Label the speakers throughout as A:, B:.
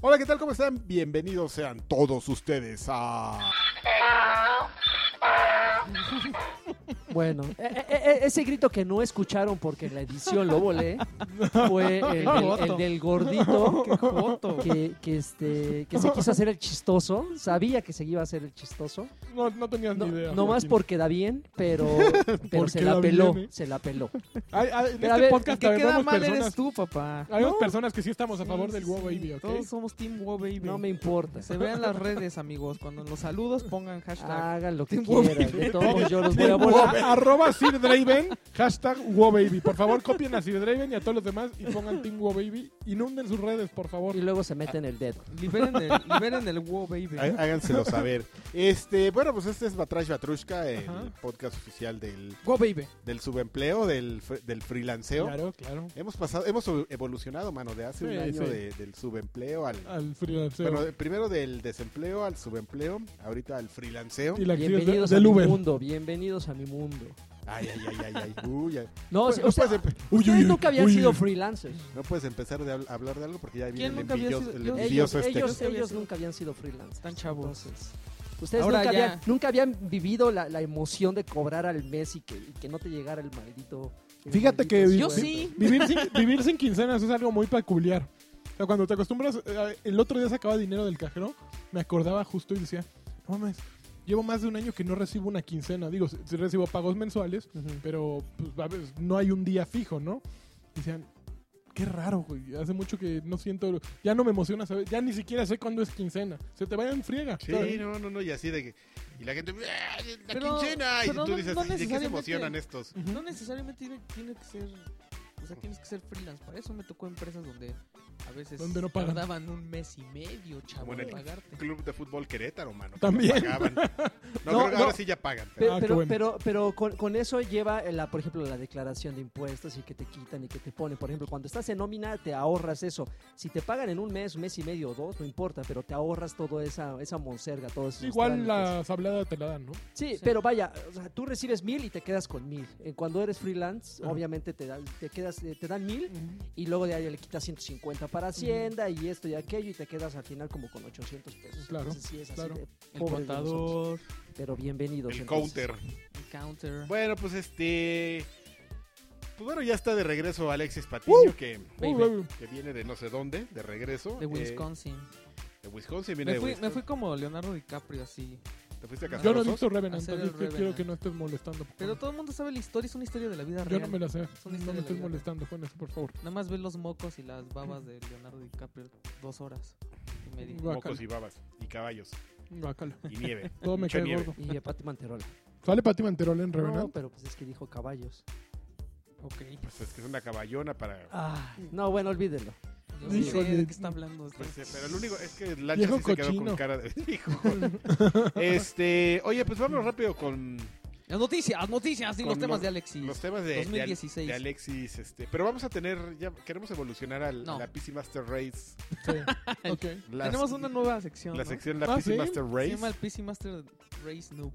A: Hola, ¿qué tal? ¿Cómo están? Bienvenidos sean todos ustedes a...
B: Bueno, e- e- e- ese grito que no escucharon porque la edición lo volé fue el, del-
C: joto.
B: el del gordito
C: Qué joto.
B: que, que, este, que se quiso hacer el chistoso. Sabía que se iba a hacer el chistoso.
C: No, no tenías
B: No,
C: ni idea.
B: no más
C: Joaquín.
B: porque da bien, pero, pero se
C: Porque
B: la
C: da
B: peló.
C: bien, ¿eh?
B: Se la peló.
C: Ay, ay, en
B: Pero a
C: este
B: ver,
C: podcast
D: que queda
C: habemos
D: mal
C: personas,
D: eres tú, papá.
C: habemos
B: No.
C: personas que sí estamos a favor
D: Sí,
C: del
D: sí,
C: Wow
D: sí.
C: Baby, ¿ok?
D: Todos somos Team Wow Baby.
B: No me importa.
D: Se vean las redes, amigos. Cuando en los saludos pongan hashtag.
B: Hagan lo que
D: Tengo
B: quieran. De ¿eh? todos modos, yo los voy a
C: Tengo
B: volar.
C: a- arroba Sir Draven, hashtag Wow Baby. Por favor, copien a Sir Draven y a todos los demás y pongan Team Wow Baby. Inunden sus redes, por favor.
B: Y luego se meten el dedo.
D: Liberen, el, liberen el Wow Baby.
A: Há- Háganselo saber. Este, bueno, pues este es Batrash Batrushka, el
C: Ajá.
A: podcast oficial del,
D: Wow Baby.
A: del subempleo, del, fr- del freelanceo.
C: Claro, claro.
A: Hemos pasado, hemos evolucionado, mano, de hace
C: Sí,
A: un año
C: sí. Ah,
A: de- del subempleo al...
C: Al freelanceo.
A: Bueno, de- primero del desempleo al subempleo, ahorita al freelanceo.
C: y la actriz de-
B: Bienvenidos a
C: del
B: mi
C: Uber.
B: mundo. Bienvenidos a mi mundo.
A: Ay, ay, ay, ay, ay. Uy, ay.
B: No,
A: Pues,
B: sí,
A: no,
B: o sea,
A: puedes empe-
C: Uy,
B: ustedes
C: uy, uy,
B: nunca habían
C: uy,
B: sido
C: uy.
B: freelancers.
A: no puedes empezar de habl- hablar de algo porque ya viene
D: ¿Quién
A: el
D: nunca había
A: envidioso,
D: sido-
A: el
D: yo-
A: envidioso
B: ellos,
A: este.
B: ellos,
D: Nunca había
B: ellos
D: sido.
B: nunca habían sido freelancers.
D: Están chavos.
B: Entonces, ustedes
D: Ahora
B: nunca
D: ya.
B: habían, nunca habían vivido la, la emoción de cobrar al mes y que, y que no te llegara el maldito. el
C: Fíjate que vi-
B: maldito
D: Yo
B: sueldo.
D: sí.
C: Vivir sin, vivir sin quincenas es algo muy peculiar. O sea, cuando te acostumbras, eh, el otro día sacaba dinero del cajero, me acordaba justo y decía, no mames, llevo más de un año que no recibo una quincena. Digo, sí sí recibo pagos mensuales,
B: Ujú.
C: pero pues, a veces no hay un día fijo, ¿no? Y Decían, qué raro, güey, hace mucho que no siento, ya no me emociona, ¿sabes? Ya ni siquiera sé cuándo es quincena. Se te va en friega.
A: Sí,
C: ¿sabes?
A: no, no, no, y así de que. Y la gente. "Ah, ¡La
D: Pero-
A: quincena!
D: pero
A: y tú
D: no-
A: dices,
D: no
A: "Ay, ¿de qué se
D: necesariamente-
A: emocionan estos?
D: No necesariamente tiene, tiene que ser. O sea, tienes que ser freelance. Para eso me tocó empresas donde a veces
C: Donde no pagan.
D: tardaban un mes y medio, chavo,
A: Como en
D: en
A: el-
D: Ah, pagarte.
A: Club de fútbol Querétaro, mano. que
C: También.
A: No, pagaban. no,
B: No,
A: creo que ahora
B: no.
A: sí ya pagan.
B: Pe-
A: pero-
C: Ah, qué
B: pero,
C: bueno.
B: pero, pero con, con eso lleva, eh, la, por ejemplo, la declaración de impuestos y que te quitan y que te ponen. Por ejemplo, cuando estás en nómina, te ahorras eso. Si te pagan en un mes, un mes y medio o dos, no importa, pero te ahorras toda esa, esa monserga, todo eso.
C: Igual
D: pues.
C: la sablada te la dan, ¿no?
B: Sí,
D: Sí.
B: pero vaya, o sea, tú recibes mil y te quedas con mil. Eh, Cuando eres freelance,
C: Ajá.
B: obviamente te, dan- te, quedas, eh, te dan mil y luego de ahí le quitas 150 para Hacienda y esto y aquello y te quedas al final como con 800 pesos.
C: Claro,
B: Entonces, sí es así
C: claro.
B: de
D: El
B: pobres de nosotros.
D: contador,
B: Pero bienvenidos.
A: el
B: entonces.
A: counter.
D: el counter.
A: Bueno, pues este. Pues bueno, ya está de regreso Alexis Patiño, que,
D: Baby.
C: Uh,
A: que viene de no sé dónde, de regreso.
D: De
A: eh,
D: Wisconsin.
A: de Wisconsin, viene
D: me, fui,
A: de
D: me
A: Wisconsin.
D: fui como Leonardo DiCaprio, así.
A: ¿Te fuiste a casar?
C: Yo no he
A: los dos?
C: visto Revenant,
D: Hacer el
C: entonces yo quiero
D: Revenant.
C: que no estés molestando. por
D: Pero todo el mundo sabe la historia, es una historia de la vida
C: Yo
D: real.
C: no me la sé.
D: Es
C: No
D: una historia
C: me
D: de
C: estés
D: la
C: molestando con eso, por favor.
D: Nada más ve los mocos y las babas de Leonardo DiCaprio dos horas y media.
C: Guau.
A: Mocos y babas, y caballos,
C: Guácala.
A: y nieve.
C: Todo me
A: Mucha
C: cae
A: nieve.
C: gordo.
B: Y eh, Pati Manterola.
C: ¿Sale Pati Manterola en
B: No,
C: Revenant?
B: pero pues es que dijo caballos.
D: Ok.
A: Pues es que es una caballona para.
B: Ah, no, bueno, olvídenlo.
D: Yo no sé
C: Híjole.
D: de qué está hablando. este.
A: Pues, eh, pero el único es que Lancha
C: Viejo
A: sí se quedó con
C: cochino.
A: cara de hijo. Este, oye, pues vámonos rápido con
D: Las noticias, las noticias y
A: Con
D: los temas
A: lo-
D: de Alexis.
A: los temas de, de Al-
D: 2016.
A: de Alexis, este, pero vamos a tener ya queremos evolucionar al,
D: No.
A: a la PC Master Race,
C: Sí. ok.
A: la,
D: Tenemos una nueva sección.
A: la
D: ¿no?
A: sección la
C: Ah,
A: PC
C: ¿sí?
A: Master
D: Se
A: Race,
D: llama el PC Master Race Noob.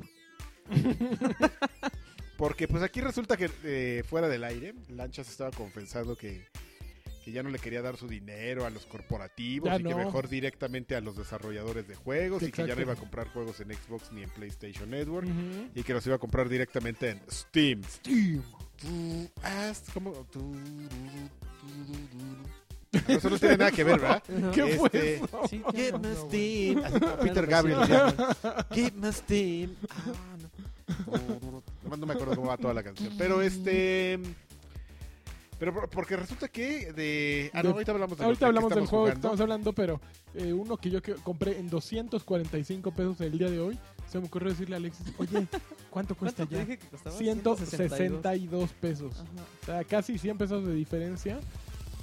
A: porque pues aquí resulta que eh, fuera del aire, Lancha se estaba confesando que que ya no le quería dar su dinero a los corporativos
C: Ya
A: y que
C: no.
A: mejor directamente a los desarrolladores de juegos y que ya no
C: Exacto.
A: iba a comprar juegos en Xbox ni en PlayStation Network. y que los iba a comprar directamente en Steam. Tú, haz como- tú, du, du, du, du, du. No, Eso no tiene nada que ver, ¿verdad?
C: ¿Qué fue
A: Este,
C: eso?
D: Sí,
A: Get
D: claro.
A: my
D: No, güey.
A: Steam. Así como Peter Gabriel. decía, Get my Steam. Ah, no. Nomás no me acuerdo cómo va toda la canción. Pero este. Pero por- porque resulta que de. Ah, no,
C: De-
A: ahorita hablamos, de
C: Ahorita
A: lo que
C: hablamos del
A: estamos
C: juego que
A: jugando.
C: estamos hablando, pero eh, uno que yo que compré en 245 pesos el día de hoy, se me ocurrió decirle a Alexis, oye, ¿cuánto cuesta
D: ¿Cuánto te
C: ya?
D: dije que costaba? 162.
C: 162 pesos.
D: Ajá.
C: O sea, casi 100 pesos de diferencia.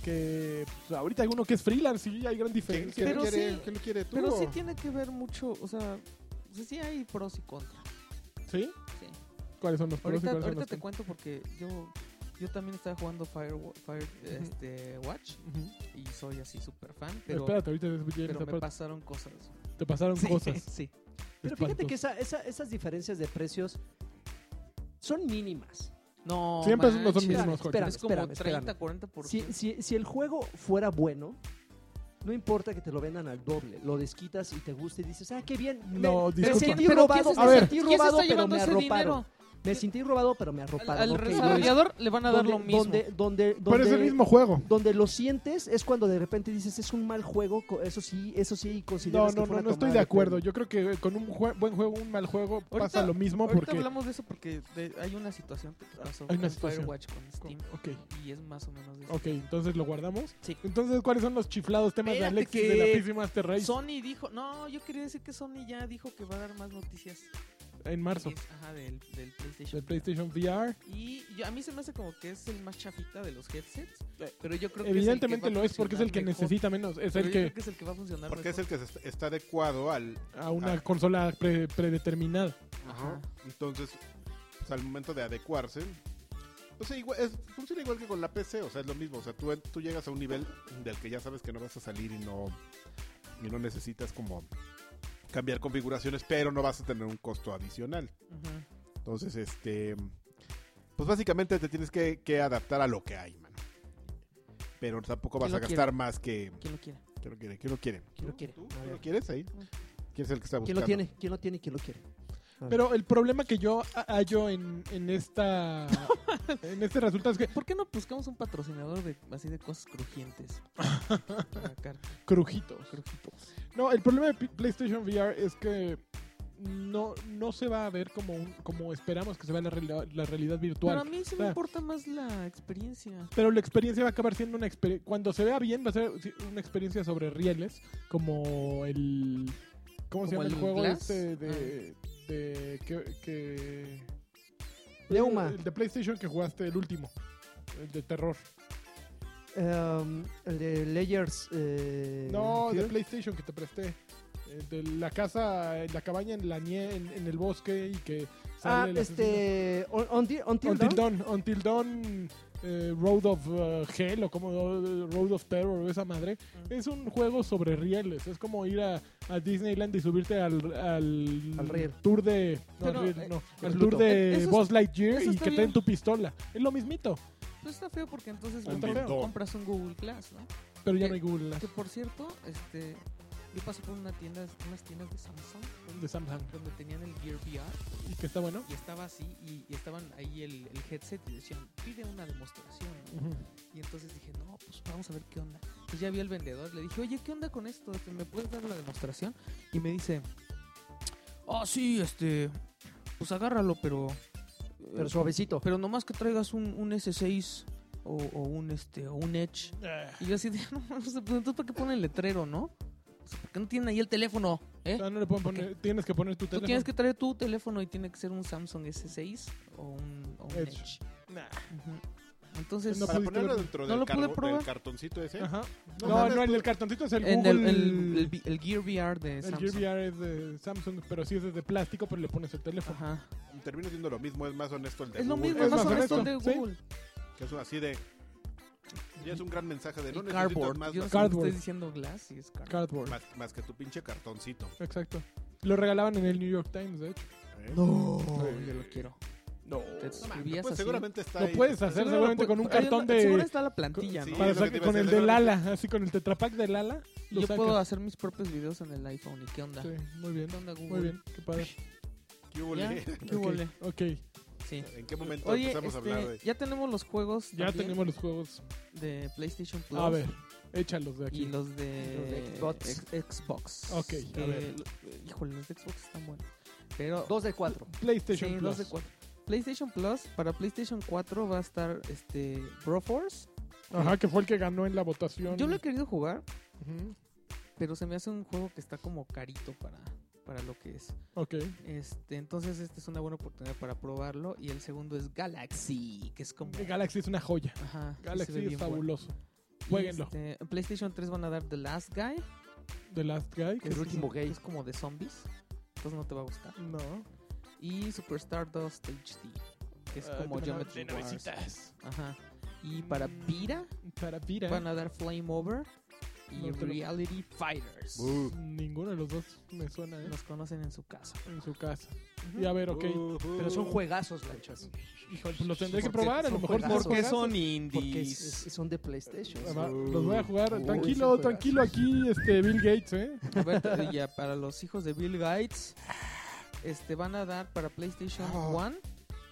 C: Que pues, ahorita hay uno que es freelance y hay gran
A: ¿Quién,
C: diferencia.
A: quién
D: Pero
A: quiere,
D: sí-
A: quién lo quiere tú?
D: Pero
A: o-
D: sí tiene que ver mucho, o sea, o sea, sí hay pros y contras.
C: ¿Sí?
D: Sí.
C: ¿Cuáles son los pros y
D: Ahorita,
C: cuáles son
D: ahorita
C: los
D: te cuento porque yo, yo también estaba jugando Fire, Fire este, Watch
C: contras? Ujú.
D: y soy así súper fan, pero,
C: Espérate, ahorita te,
D: pero
C: te-
D: me pasaron cosas.
C: te pasaron
D: Sí,
C: cosas.
D: sí.
B: Pero fíjate que esa- esa- esas diferencias de precios son mínimas.
D: No,
C: Siempre no son
D: manches.
C: mismos,
B: espérame,
C: Joaquín.
B: espérame,
D: Es como
B: espérame, espérame.
D: 30, 40 por
B: Si, si- si el juego fuera bueno, no importa que te lo vendan al doble, lo desquitas y te gusta y dices, ah, qué bien.
C: No,
B: me, me
C: disculpa.
B: sentí
C: Pero
B: robado,
C: a
B: me
C: ver.
B: sentí
D: ¿Quién se está
B: robado, pero
D: llevando
B: me
D: ese
B: arroparon.
D: dinero?
B: Me sentí robado, pero me
D: Al,
B: arroparon.
D: al
B: ok,
D: desarrollador le van a dar
B: donde-
D: lo mismo.
B: Donde, donde,
C: Pero es el
B: donde-
C: mismo juego.
B: donde lo sientes es cuando de repente dices es un mal juego, co- eso sí, eso sí
C: No,
B: consideras que
C: no,
B: fue
C: no,
B: una
C: no estoy de
B: tomada
C: acuerdo.
B: pelo.
C: Yo creo que con un jue- buen juego, un mal juego, pasa
D: Ahorita-
C: lo mismo
D: Ahorita
C: porque...
D: hablamos de eso porque de- hay una situación que pasó
C: Hay una
D: con
C: situación.
D: Firewatch con Steam
C: Ok,
D: y es más o menos de eso.
C: ok, entonces lo guardamos.
D: Sí.
C: Entonces, ¿cuáles son los chiflados temas
D: Espérate
C: de Alexis
D: que-
C: de la PC Master Race
D: Sony dijo, no, yo quería decir que Sony ya dijo que va a dar más noticias.
C: en marzo?
D: Es- Ajá, del, del PlayStation.
C: El PlayStation VR.
D: Y yo- a mí se me hace como que es el más chafita de los headsets, pero yo creo que
C: Eh, Evidentemente
D: es el que
C: lo
D: va a
C: es porque es el que
D: funcionar mejor.
C: necesita menos. Es
D: Pero
C: el
D: yo creo
C: que
D: que es el que va a funcionar
A: Porque es
D: mejor.
A: el que se está- está adecuado al.
C: a una
A: Ah.
C: consola pre- predeterminada.
D: Ajá.
A: Entonces, pues, al momento de adecuarse. O sea, igual, es- funciona igual que con la PC, o sea, es lo mismo. O sea, tú, tú llegas a un nivel del que ya sabes que no vas a salir y no, y no necesitas como cambiar configuraciones, pero no vas a tener un costo adicional.
D: Ujú.
A: Entonces, este. Pues básicamente te tienes que, que adaptar a lo que hay, mano. Pero tampoco vas
D: ¿Quién
A: a
D: lo
A: gastar más que.
D: ¿Quién lo quiera?
A: ¿Quién lo quiere? ¿Quién lo quiere?
B: ¿Quién lo
A: ¿Tú?
B: quiere?
A: ¿Tú?
B: A
A: ¿Tú
B: ver.
A: lo quieres ahí? ¿Quién es el que está buscando?
B: ¿Quién lo tiene? ¿Quién lo tiene? y ¿Quién lo quiere?
C: Pero el problema que yo ha- hallo en, en esta en este resultado es que
D: ¿Por qué no buscamos un patrocinador de así de cosas crujientes? Para sacar
C: crujitos.
D: crujitos.
C: No, el problema de P- PlayStation VR es que no, no se va a ver como un- como esperamos que se vea la, reali- la realidad virtual.
D: Pero a mí sí
C: Ah.
D: me importa más la experiencia.
C: Pero la experiencia va a acabar siendo una experiencia. Cuando se vea bien, va a ser sí, una experiencia sobre rieles. Como el. ¿Cómo se llama
D: ¿Como
C: el,
D: el
C: juego
D: Glass? Ah.
C: este de. de. que. que-
B: Neuma.
C: El de PlayStation que jugaste, el último. El de terror.
B: Em, el de Layers. eh,
C: eh, no, el de
B: Fear.
C: PlayStation que te presté. El de la casa, en la cabaña en la nie en, en el bosque y que.
B: Ah,
C: sale el asesino.
B: este. On, Until- Until
C: Until
B: Dawn.
C: Dawn. Until Dawn. eh, Road of eh, Hell o como eh, Road of Terror o esa madre.
B: Ah.
C: Es un juego sobre rieles. Es como ir a, a Disneyland y subirte al, al,
B: Al riel.
C: tour de. No,
D: Pero,
C: al riel,
D: eh,
C: no,
B: de
C: al
B: Pluto.
C: tour de
D: Eh, eso es-
C: Buzz Lightyear
D: eso
C: y
D: está
C: que te den
D: bien.
C: tu pistola. Es lo mismito,
D: Pues está feo porque entonces
A: Un
D: mejor
A: vendedor.
D: compras un Google Glass, ¿no?
C: pero ya
D: Eh,
C: no hay Google Glass
D: Que por cierto, este, yo pasé por una tienda, unas tiendas de Samsung
C: de Samsung.
D: donde tenían el Gear VR
C: Y que está bueno.
D: y estaba así y, y estaban ahí el, el headset y decían, pide una demostración. ¿no?".
C: Ujú.
D: Y entonces dije, no, pues vamos a ver qué onda. Entonces ya vi al vendedor, le dije, oye, ¿qué onda con esto? Este, ¿Me puedes dar la demostración? Y me dice, ah, sí, este, pues agárralo, pero... eh,
B: Pero suavecito.
D: Pero nomás que traigas un, un S6 o, o un este o un Edge.
C: Ah,
D: Y yo así de, no, no sé, pues, entonces ¿para qué ponen el letrero, no? O sea, ¿por qué no tienen ahí el teléfono, eh?
C: Ah, no le pueden poner. Tienes que poner tu
D: Tú
C: teléfono. ¿Eh?
D: tienes que traer tu teléfono y tiene que ser un Samsung S6 o un, o un
C: Edge.
D: Edge.
C: Nah.
D: Ujú. Entonces,
C: No
A: Para
C: pudiste
A: ponerlo Ah,
C: ver-
A: pues, dentro
D: no
A: del,
D: lo pude
A: cargo-
D: probar.
A: del cartoncito ese.
C: Ajá.
A: No
C: No, no,
A: mames,
C: el
A: tú-
C: del cartoncito es el
D: en
C: Google.
D: el, el- el vi- el Gear VR de
C: el
D: Samsung.
C: Gear VR es de Samsung, pero sí es de plástico, pero le pones el teléfono.
D: Ajá.
A: Termina siendo lo mismo, es más honesto el de
D: Es lo
A: Google,
D: mismo,
C: Es
D: es más
C: más
D: honesto de
C: honesto, sí.
D: Google.
A: Que es así de. Ya es un gran mensaje de
D: Y
A: no necesitas
D: cardboard.
A: más, más,
D: Yo no sé por qué
C: Cardboard.
D: estoy diciendo Glass y es cardboard.
C: Cardboard.
A: más- más que tu pinche cartoncito.
C: Exacto. Lo regalaban en el New York Times, de hecho.
A: ¿eh?
B: No.
D: No, yo lo quiero.
C: No.
D: Te
A: No mames,
D: escribías
A: pues
D: así.
A: seguramente está
C: Lo
A: ahí.
C: puedes hacer seguramente con un
D: Hay una-
C: cartón de,
D: Seguro está la plantilla,
A: Sí,
D: ¿no?
C: Para
A: es lo que
C: sacar
A: te iba
C: con
A: a
C: el
A: decir,
C: de
A: seguramente-
C: Lala, así con el tetrapack de Lala. Lo
D: Yo
C: sacas.
D: puedo hacer mis propios videos en el iPhone. ¿Y qué onda?
C: Sí, muy bien.
D: ¿Qué onda, Google?
C: Muy bien, qué padre.
A: ¿Qué hubo,
D: Ya,
A: le?
D: ¿Qué
C: Ok,
D: huele?
C: Ok,
D: Sí.
A: ¿En qué momento
D: Oye,
A: empezamos
D: este,
A: a hablar de.?
D: ya tenemos los juegos
C: ya
D: también
C: tenemos los juegos.
D: de PlayStation Plus
C: A ver, échalos de
D: y
C: aquí.
D: los de,
B: Los de Xbox.
D: ex- Xbox.
C: Ok, a
D: Que
C: ver.
D: lo- eh, híjole, los de Xbox están buenos. Pero
B: Dos de cuatro.
C: PlayStation
D: sí,
C: Plus.
D: dos de cuatro. PlayStation Plus, para PlayStation 4 va a estar este Broforce.
C: Ajá, que fue el que ganó en la votación.
D: Yo lo he querido jugar,
C: Ujú,
D: pero se me hace un juego que está como carito para, para lo que es.
C: Ok.
D: Este, entonces esta es una buena oportunidad para probarlo. Y el segundo es Galaxy, que es como...
C: Galaxy es una joya.
D: Ajá, sí se ve
C: Galaxy es
D: bien bueno.
C: fabuloso.
D: Y,
C: Jueguenlo.
D: este, en PlayStation 3 van a dar The Last Guy,
C: The Last Guy.
D: que
B: El
D: es,
B: último
D: un-
B: gay.
D: que es como de zombies, entonces no te va a gustar.
C: No.
D: Y Superstar 2 Stage D, que es
C: Ah,
D: como
C: de-
D: Geometry
C: de
D: Wars.
C: navecitas.
D: Ajá. Y para
C: Mm.
D: Vira
C: Para Vira.
D: van a dar Flame Over, y
C: No te lo-
D: Reality Fighters.
A: Uh,
C: Ninguno de los dos me suena, ¿eh?
D: Los conocen en su casa.
C: En su casa. Y a ver, ok.
A: uh,
B: Pero son juegazos, lanchas.
C: Híjole, pues los tendré que
D: Porque
C: probar. A lo
B: son
C: mejor
B: juegazos.
C: porque
D: Porque son
B: Porque es-
D: indies.
B: es- son de PlayStation.
C: Además, Los voy a jugar.
B: Uy,
C: tranquilo,
B: sí,
C: tranquilo aquí, este Bill Gates, ¿eh?
D: A ver, te- ya, para los hijos de Bill Gates, este, van a dar para PlayStation
A: Ah.
D: 1.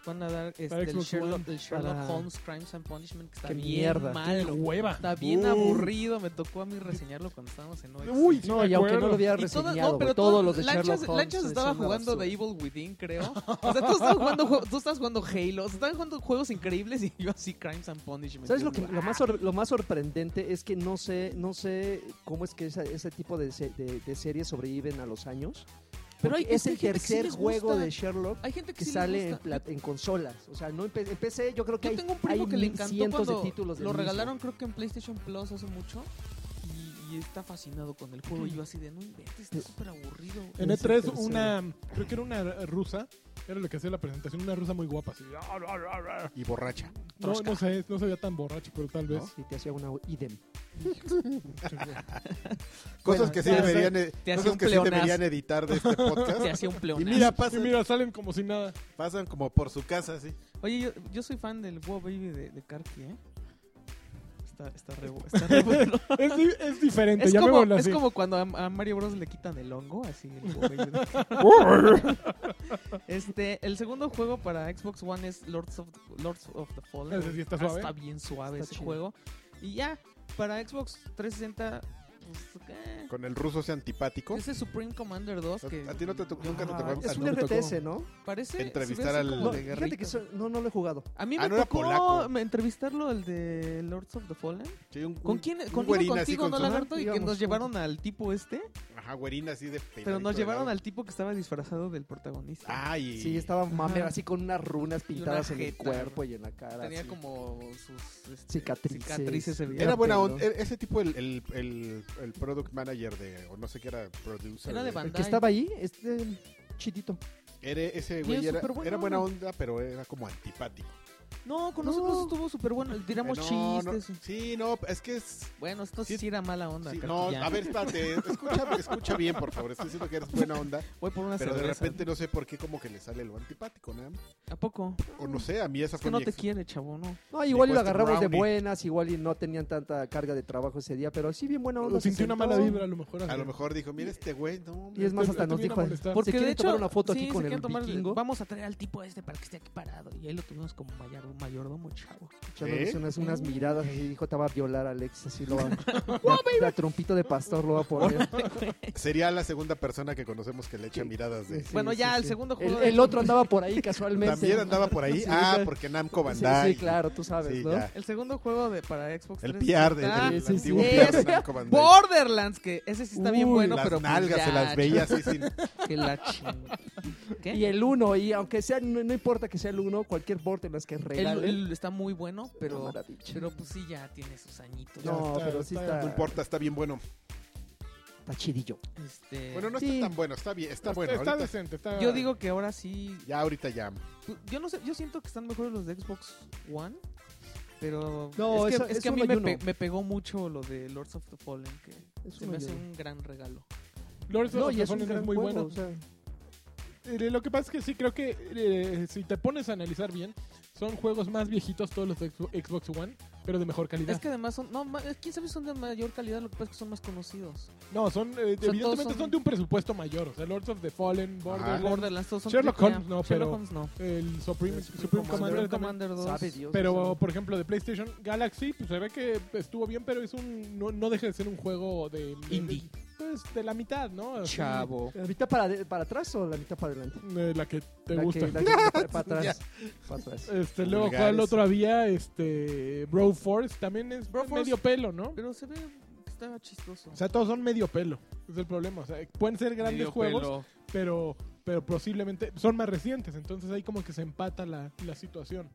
D: Van a dar este,
C: Para
D: el
C: Xbox
D: Sherlock,
C: One.
D: el Sherlock
B: Para-
D: Holmes Crimes and Punishment, que está
B: Qué
D: bien
B: mierda.
D: malo.
C: Hueva.
D: Está bien
A: Uh.
D: aburrido. Me tocó a mí reseñarlo cuando estábamos en OX.
C: Uy, sí
B: No,
C: me
B: y aunque no
C: acuerdo.
B: lo hubiera
D: Y todas-
B: reseñado,
D: no,
B: güey,
D: pero
B: todos los de
D: Lanchas,
B: Sherlock Holmes.
D: Lanchas
B: es
D: estaba
B: una
D: jugando The
B: basura.
D: Evil Within, creo. O sea, tú estabas jugando, jue- tú estabas jugando Halo, estabas jugando juegos increíbles y yo así Crimes and Punishment.
B: ¿Sabes
D: Yo
B: lo, que,
D: digo,
B: lo, más sor- lo más sorprendente? Es que no sé, no sé cómo es que esa- ese tipo de, se- de- de series sobreviven a los años. Pero
D: hay-
B: es
D: que
B: el
D: hay gente que sí
B: tercer
D: les
B: juego
D: gusta.
B: de Sherlock
D: "Ah, Hay gente que,
B: que
D: sí les
B: sale en,
D: gusta.
B: pla- en consolas. O sea, no empe- empecé, yo creo que
D: Yo
B: hay,
D: tengo un
B: hay
D: primo que le
B: mil-
D: encantó
B: cientos
D: cuando
B: de títulos. del
D: lo
B: mismo.
D: regalaron creo que en PlayStation Plus hace mucho y, y está fascinado con el juego y yo así de no inventes, está súper aburrido.
C: En
B: Ese
C: E3,
B: tercero.
C: una. Creo que era una rusa. Era lo que hacía la presentación. Una rusa muy guapa. Así.
A: Y borracha.
C: No, no sé, no se veía tan borracho, pero tal vez.
B: ¿no? Y te hacía una idem.
A: Cosas
B: Bueno,
A: que sí
C: ya,
A: deberían, eh,
D: te hacía
A: cosas
D: un
A: que sí
D: pleonazo.
A: deberían editar de este
D: Se
A: podcast.
D: hacía un
A: Y
D: pleonazo.
A: mira,
C: Y
A: pasan,
C: mira, salen como si nada.
A: pasan como por su casa, así.
D: Oye, yo, yo soy fan del WoW Baby de, de Karki, ¿eh? Está, está re, bu- está re bueno.
C: Es, di- es diferente,
D: Es
C: ya
D: como,
C: me
D: es
C: así.
D: como cuando a, a Mario Bros le quitan el hongo, así el WoW Baby de- Este, el segundo juego para Xbox One es Lords of, Lords of the Fallen.
C: Ese sí está
D: Ah,
C: suave.
D: está bien suave
B: Está
D: ese
B: chido.
D: juego. Y ya, para Xbox 360, pues, ¿qué?
A: Con el ruso ese antipático.
D: ese Supreme Commander 2 que
A: A ti no te tu- nunca te
D: Ah,
A: tocó.
D: es
B: Es
A: Ah,
B: un
A: no me tocó.
B: RTS, ¿no?
D: parece
A: Entrevistar
D: se ve
A: al-
D: así como
B: No,
D: de
B: fíjate
D: guerrita.
B: que eso- no, no lo he jugado.
D: a mí
A: Ah,
D: me
A: no era polaco.
D: tocó me- entrevistarlo el de Lords of the Fallen.
A: Sí, un-
D: ¿Con
A: un-
D: quién?
A: un
D: Con
A: güerín
D: contigo,
A: así con
D: ¿no,
A: su-
D: Lagarto? Y que
B: Íbamos
D: nos llevaron
B: juntos.
D: al tipo este,
A: Ajá, güerina así de
D: pero
A: peinadito
D: nos
A: de
D: llevaron
A: lado.
D: al tipo que estaba disfrazado del protagonista.
A: Ay.
B: Sí, estaba mamer
D: Ajá.
B: así con unas runas
D: Y una
B: pintadas en el
D: jeta,
B: cuerpo y en la
A: Ah,
B: cara.
D: Tenía
B: así.
D: como sus este,
B: Cicatrices.
D: cicatrices se veían.
A: Era buena
B: Pero-
A: onda. e- Ese tipo, el, el, el, el product manager de. O no sé qué era, producer.
D: Era de
B: El
D: Bandai.
B: que estaba ahí, este chidito.
A: Era- ese
D: Y
A: güey
D: es
A: era,
D: súper buena
A: era buena
D: onda.
A: onda, pero era como antipático.
D: No, con
B: No.
D: nosotros estuvo súper bueno. Le tiramos
A: Eh, no, no,
D: chistes.
A: sí, no, es que es.
D: Bueno, esto sí,
A: Sí.
D: era mala onda.
A: sí, no,
D: Cartillán.
A: a ver, espérate. Escucha, escucha bien, por favor. Estoy diciendo que eres buena onda,
D: Voy por una
A: pero de
D: cerveza.
A: repente no sé por qué, como que le sale lo antipático, nada más.
D: ¿A poco?
A: O no sé, a mí esa
D: Es que
A: fue
D: no
A: mi
D: te
A: ex-
D: quiere, chavo, no.
B: No, igual y lo
A: West
B: agarramos de
A: Brownie.
B: buenas, igual y no tenían tanta carga de trabajo ese día, pero sí bien buena onda.
C: Lo
B: se
C: sentí una
B: sentó.
C: mala vibra, a lo mejor.
A: A
C: así.
A: lo mejor dijo, mira este güey, no.
B: Y es más,
C: Te-
B: hasta
C: te
B: nos
C: viene
B: dijo
C: a
B: el-
C: molestar.
B: ¿Se
D: Porque
B: quiere
D: de hecho.
B: tomar una foto aquí
D: sí,
B: con
D: se
B: el
D: quiere tomar-
B: vikingo?
D: Vamos a traer al tipo este para que esté aquí parado. Y ahí lo tuvimos como mayor- mayordomo, chavo.
B: Echándonos
A: ¿Eh?
B: unas, unas miradas así, dijo, te va a violar Alex, así lo va a... la trompito de pastor lo va a poner.
A: Sería la segunda persona que conocemos que le echa miradas de.
B: Sí,
D: bueno, ya,
B: sí,
D: el
B: sí.
D: segundo
B: El,
D: juego.
B: el otro andaba por ahí casualmente.
A: También andaba por ahí.
B: Sí,
A: ah,
B: sí.
A: porque Namco
B: Sí,
A: Bandai.
B: Sí, claro, tú sabes,
A: Sí,
B: ¿no?
A: ya.
D: El segundo juego de, para Xbox
A: El
D: 360.
A: PR de, del
B: sí, sí.
A: antiguo
D: Es-
A: PR de Namco Bandai.
D: Borderlands, que ese sí está bien
A: Uy,
D: bueno,
A: las
D: pero. pues
A: nalgas se
D: ya,
A: las veía así sin.
D: Que la ching... ¿Qué?
B: Y el uno, y aunque sea, no, no importa que sea el uno, cualquier board en las que
D: El-
B: regalen.
D: el- está muy bueno, pero.
B: maravilla.
D: Pero pues sí, ya tiene sus añitos.
C: Ya
B: No,
C: está,
B: pero
C: está
B: sí
C: bien.
B: está...
A: No importa, está bien bueno.
B: Está chidillo.
D: Este,
A: Bueno, no
B: Sí.
A: está tan bueno, está bien, está, bueno.
C: Está
A: ahorita-
C: decente. Está...
D: Yo digo que ahora sí.
A: ya ahorita ya.
D: pu- Yo no sé, yo siento que están mejores los de Xbox One. Pero
B: No,
D: es que,
B: eso-
D: es
B: es
D: que a mí
B: uno y
D: me,
B: uno.
D: pe- me pegó mucho lo de Lords of the Fallen, que
B: Es
D: se
B: uno
D: me
B: y
D: hace
B: uno.
D: un gran regalo.
C: Lords of
B: No,
C: the
B: y es un
C: Fallen
B: gran
C: es muy
B: juego,
C: bueno.
B: o sea,
C: Eh, Lo que pasa es que sí, creo que eh, si te pones a analizar bien, son juegos más viejitos todos los de Xbo- Xbox One, pero de mejor calidad.
D: Es que además son. No, ma- quién sabe si son de mayor calidad, lo que pasa es que son más conocidos.
C: No, son, eh,
D: todos
C: evidentemente
D: son-
C: son... de un presupuesto mayor. O sea, Lords of the Fallen, Borderlands,
D: Borderlands, todos son
C: Sherlock
D: triple A.
C: Holmes no,
D: Sherlock
C: pero-
D: Holmes no.
C: el Supreme,
B: El
C: Supreme,
B: Supreme
C: Commander.
D: Commander,
B: Commander
C: también.
D: Commander 2.
B: sabe Dios, o
C: Pero,
B: sea,
C: por ejemplo, de PlayStation Galaxy, pues se ve que estuvo bien, pero es un no, no deja de ser un juego de... de-
D: Indie.
C: pues, de la mitad, ¿no? Así,
D: Chavo.
B: ¿La mitad para, para atrás o la mitad para adelante?
C: eh, la que te
B: La que-
C: gusta.
B: la que- para, atrás. para atrás.
C: Este, luego,
A: Vulgares.
C: ¿cuál otro había? Este, Bro Force, también es
D: Broforce.
C: medio pelo, ¿no?
D: Pero se ve que está chistoso.
C: O sea, todos son medio pelo. Es el problema. O sea, pueden ser grandes
D: Medio
C: juegos,
D: pelo.
C: pero pero posiblemente son más recientes. Entonces ahí como que se empata la, la situación.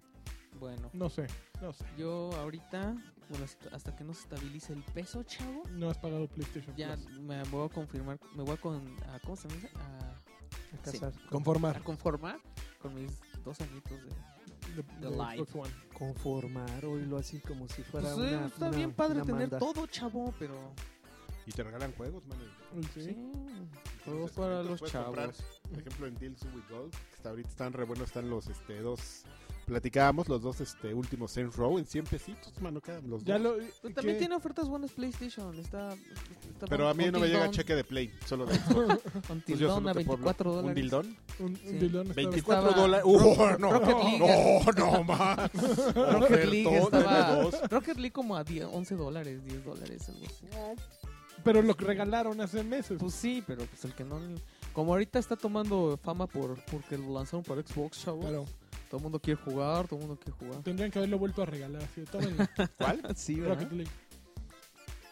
D: Bueno.
C: No sé, no sé.
D: Yo ahorita, bueno, hasta- hasta que no se estabilice el peso, chavo,
C: No has pagado PlayStation
D: ya
C: Plus.
D: me voy a confirmar, me voy a con, a, ¿cómo se dice? A,
B: A cazar.
D: a
A: Ah.
C: Conformar.
D: conformar con mis dos añitos de...
C: De,
D: The
C: de
D: Life.
C: Xbox One.
B: Conformar, oírlo así como si fuera
D: Pues, eh,
B: una.
D: está
B: una-
D: bien padre
B: una
D: tener
B: manda.
D: todo, chavo, pero
A: Y te regalan juegos, man.
C: Sí.
D: Sí. Juegos para los
A: Puedes comprar,
D: chavos.
A: por ejemplo, en Deals with Gold, que está ahorita están re buenos, están los este, dos. Platicábamos los dos este, últimos Saints Row en 100 pesitos, mano. cada- Los
C: Ya
A: dos.
C: lo,
D: Pero Pues también
C: ¿qué?
D: tiene ofertas buenas PlayStation. Está, está
A: Pero a mí no me
D: Until
A: llega
D: Dawn-
A: cheque de Play, solo de Xbox.
D: Until
A: Pues yo
D: Dawn
A: solo
D: a
A: te puedo
D: 24
A: hablar.
D: dólares.
A: ¿Un dildón?
C: Un,
D: Sí.
C: un dilón estaba-
A: 24
D: Pues, Estaba-
A: dólares. ¡Uh, no!
D: Rocket
A: ¡No,
D: League.
A: no, más!
D: Rocket League
A: Ofertón,
D: estaba.
A: tenemos.
D: Rocket League como a 10, 11 dólares, 10 dólares. algo así.
C: Pero lo regalaron hace meses.
D: Pues sí, pero pues el que no. Como ahorita está tomando fama por porque lo lanzaron para Xbox, chavos.
C: claro.
D: Todo el mundo quiere jugar, todo el mundo quiere jugar.
C: Tendrían que haberlo vuelto a regalar. Así, de, tómenlo,
A: ¿Cuál?
D: Sí,
C: Rocket League.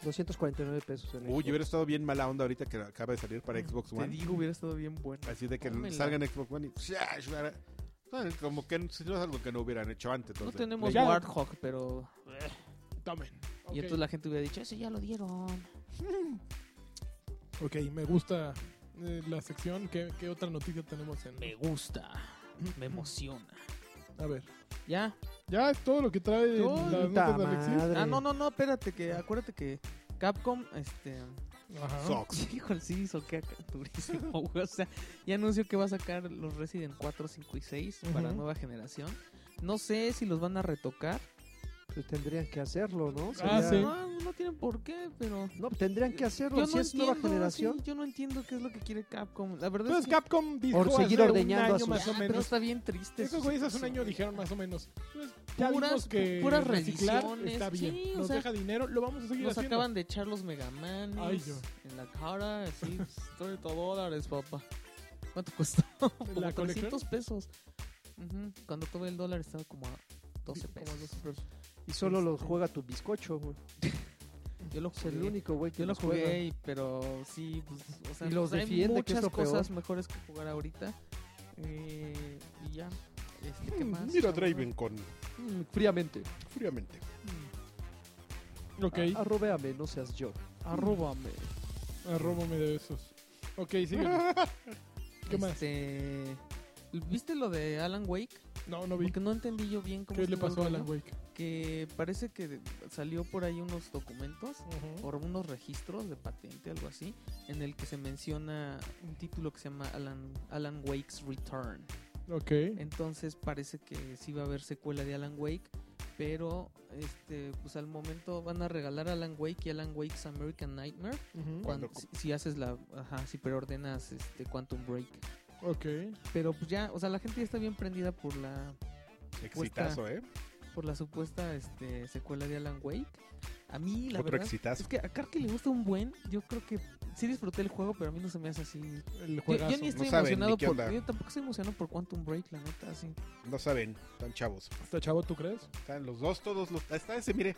B: 249 pesos en
A: Uy,
B: Xbox.
A: hubiera estado bien mala onda ahorita que acaba de salir para Xbox
D: Te
A: One.
D: digo, hubiera estado bien bueno.
A: Así de que
D: Tómela.
A: salgan Xbox One y. ¡shash! Ahora- Ay, Como que no- si no es algo que no hubieran hecho antes.
D: No
A: entonces.
D: tenemos
C: Ya.
D: Warthog, pero.
C: Tomen.
D: Y entonces la gente hubiera dicho, "Eh, ese ya lo dieron.
C: Ok, me gusta eh, la sección. ¿Qué, qué otra noticia tenemos en.?
D: Me gusta, me emociona.
C: A ver.
D: Ya.
C: Ya es todo lo que trae
D: Uy,
C: las
B: Puta
C: notas de Alexis.
B: madre.
D: Ah, no, no, no, espérate, que acuérdate que Capcom, este.
C: Ajá.
A: Socks.
D: Híjole, sí, soquea durísimo, güey. O sea, ya anunció que va a sacar los Resident 4, 5 y 6 para
C: Ujú.
D: nueva generación. No sé si los van a retocar.
B: Pues tendrían que hacerlo, ¿no?
C: Ah, sí.
D: No, no tienen por qué, pero.
B: No, tendrían que hacerlo.
D: Yo
B: si
D: no
B: es nueva
D: entiendo,
B: generación.
D: sí, yo no entiendo qué es lo que quiere Capcom. La verdad
C: Entonces
D: es que.
C: Pues Capcom dijo
B: Por seguir
C: hace
B: ordeñando
C: un
B: a
C: año
B: sus-
C: más o
D: Ah, Pero
C: menos.
D: está bien triste.
C: Esos
D: su
C: güeyes hace un
D: situación.
C: año dijeron más o menos. Pues, ya
D: Puras-
C: vimos que
D: puras
C: reciclar
D: reediciones,
C: está bien.
D: sí, o
C: Nos
D: sea,
C: deja dinero, lo vamos a seguir
D: Nos
C: haciendo.
D: acaban de echar los Megamanes
C: Ay, yo.
D: en la cara, así, 30 dólares, papá. ¿Cuánto costó? Como
C: ¿La
D: 300
C: colección?
D: pesos. Ujú, Cuando tuve el dólar estaba como a 12
C: Como
D: pesos.
C: los otros.
B: Y solo los
D: Este.
B: juega tu bizcocho, güey.
D: Yo lo
B: Es el
D: jugué.
B: único, güey, que
D: Yo lo
B: los juega.
D: jugué, y- pero sí, pues, o sea,
B: Y los
D: pues, hay
B: defiende, que es
D: muchas
B: lo peor.
D: cosas mejores que jugar ahorita. Eh, y ya. Este, ¿qué más?
A: Mm, Mira a
D: chavos?
A: Draven con.
B: Mm, fríamente.
A: Fríamente.
D: Mm.
C: Ok,
B: A- Arrobéame, no seas yo.
D: Arróbame.
C: arróbame de esos. Ok, sígueme. ¿Qué más?
D: Este, ¿Viste lo de Alan Wake?
C: No, no vi.
D: Porque no entendí yo bien cómo
C: ¿Qué le
D: estuvo el
C: pasó a
D: rollo.
C: Alan Wake?
D: que parece que de- salió por ahí unos documentos
C: Ujú.
D: o unos registros de patente, algo así, en el que se menciona un título que se llama Alan, Alan Wake's Return.
C: Ok.
D: Entonces parece que sí va a haber secuela de Alan Wake, pero este, pues al momento van a regalar Alan Wake y Alan Wake's American Nightmare
C: Ujú.
A: Cuando-
D: cuando- si, si haces la, ajá, si preordenas este Quantum Break.
C: Ok.
D: Pero pues ya, o sea, la gente ya está bien prendida por la
A: Exitazo, ¿eh?
D: por la supuesta este, secuela de Alan Wake. A mí, la
A: Otro
D: verdad,
A: exitazo.
D: es que a Karki le gusta un buen. Yo creo que sí disfruté el juego, pero a mí no se me hace así. Yo-
C: El
D: Yo,
C: juegazo.
D: ni estoy
A: No saben
D: emocionado
A: ni qué
D: por.
A: onda.
D: Yo tampoco estoy emocionado por Quantum Break, la neta, así.
A: No saben, están chavos.
C: ¿Está chavo, tú crees?
A: Están los dos, todos los. Está ese, mire.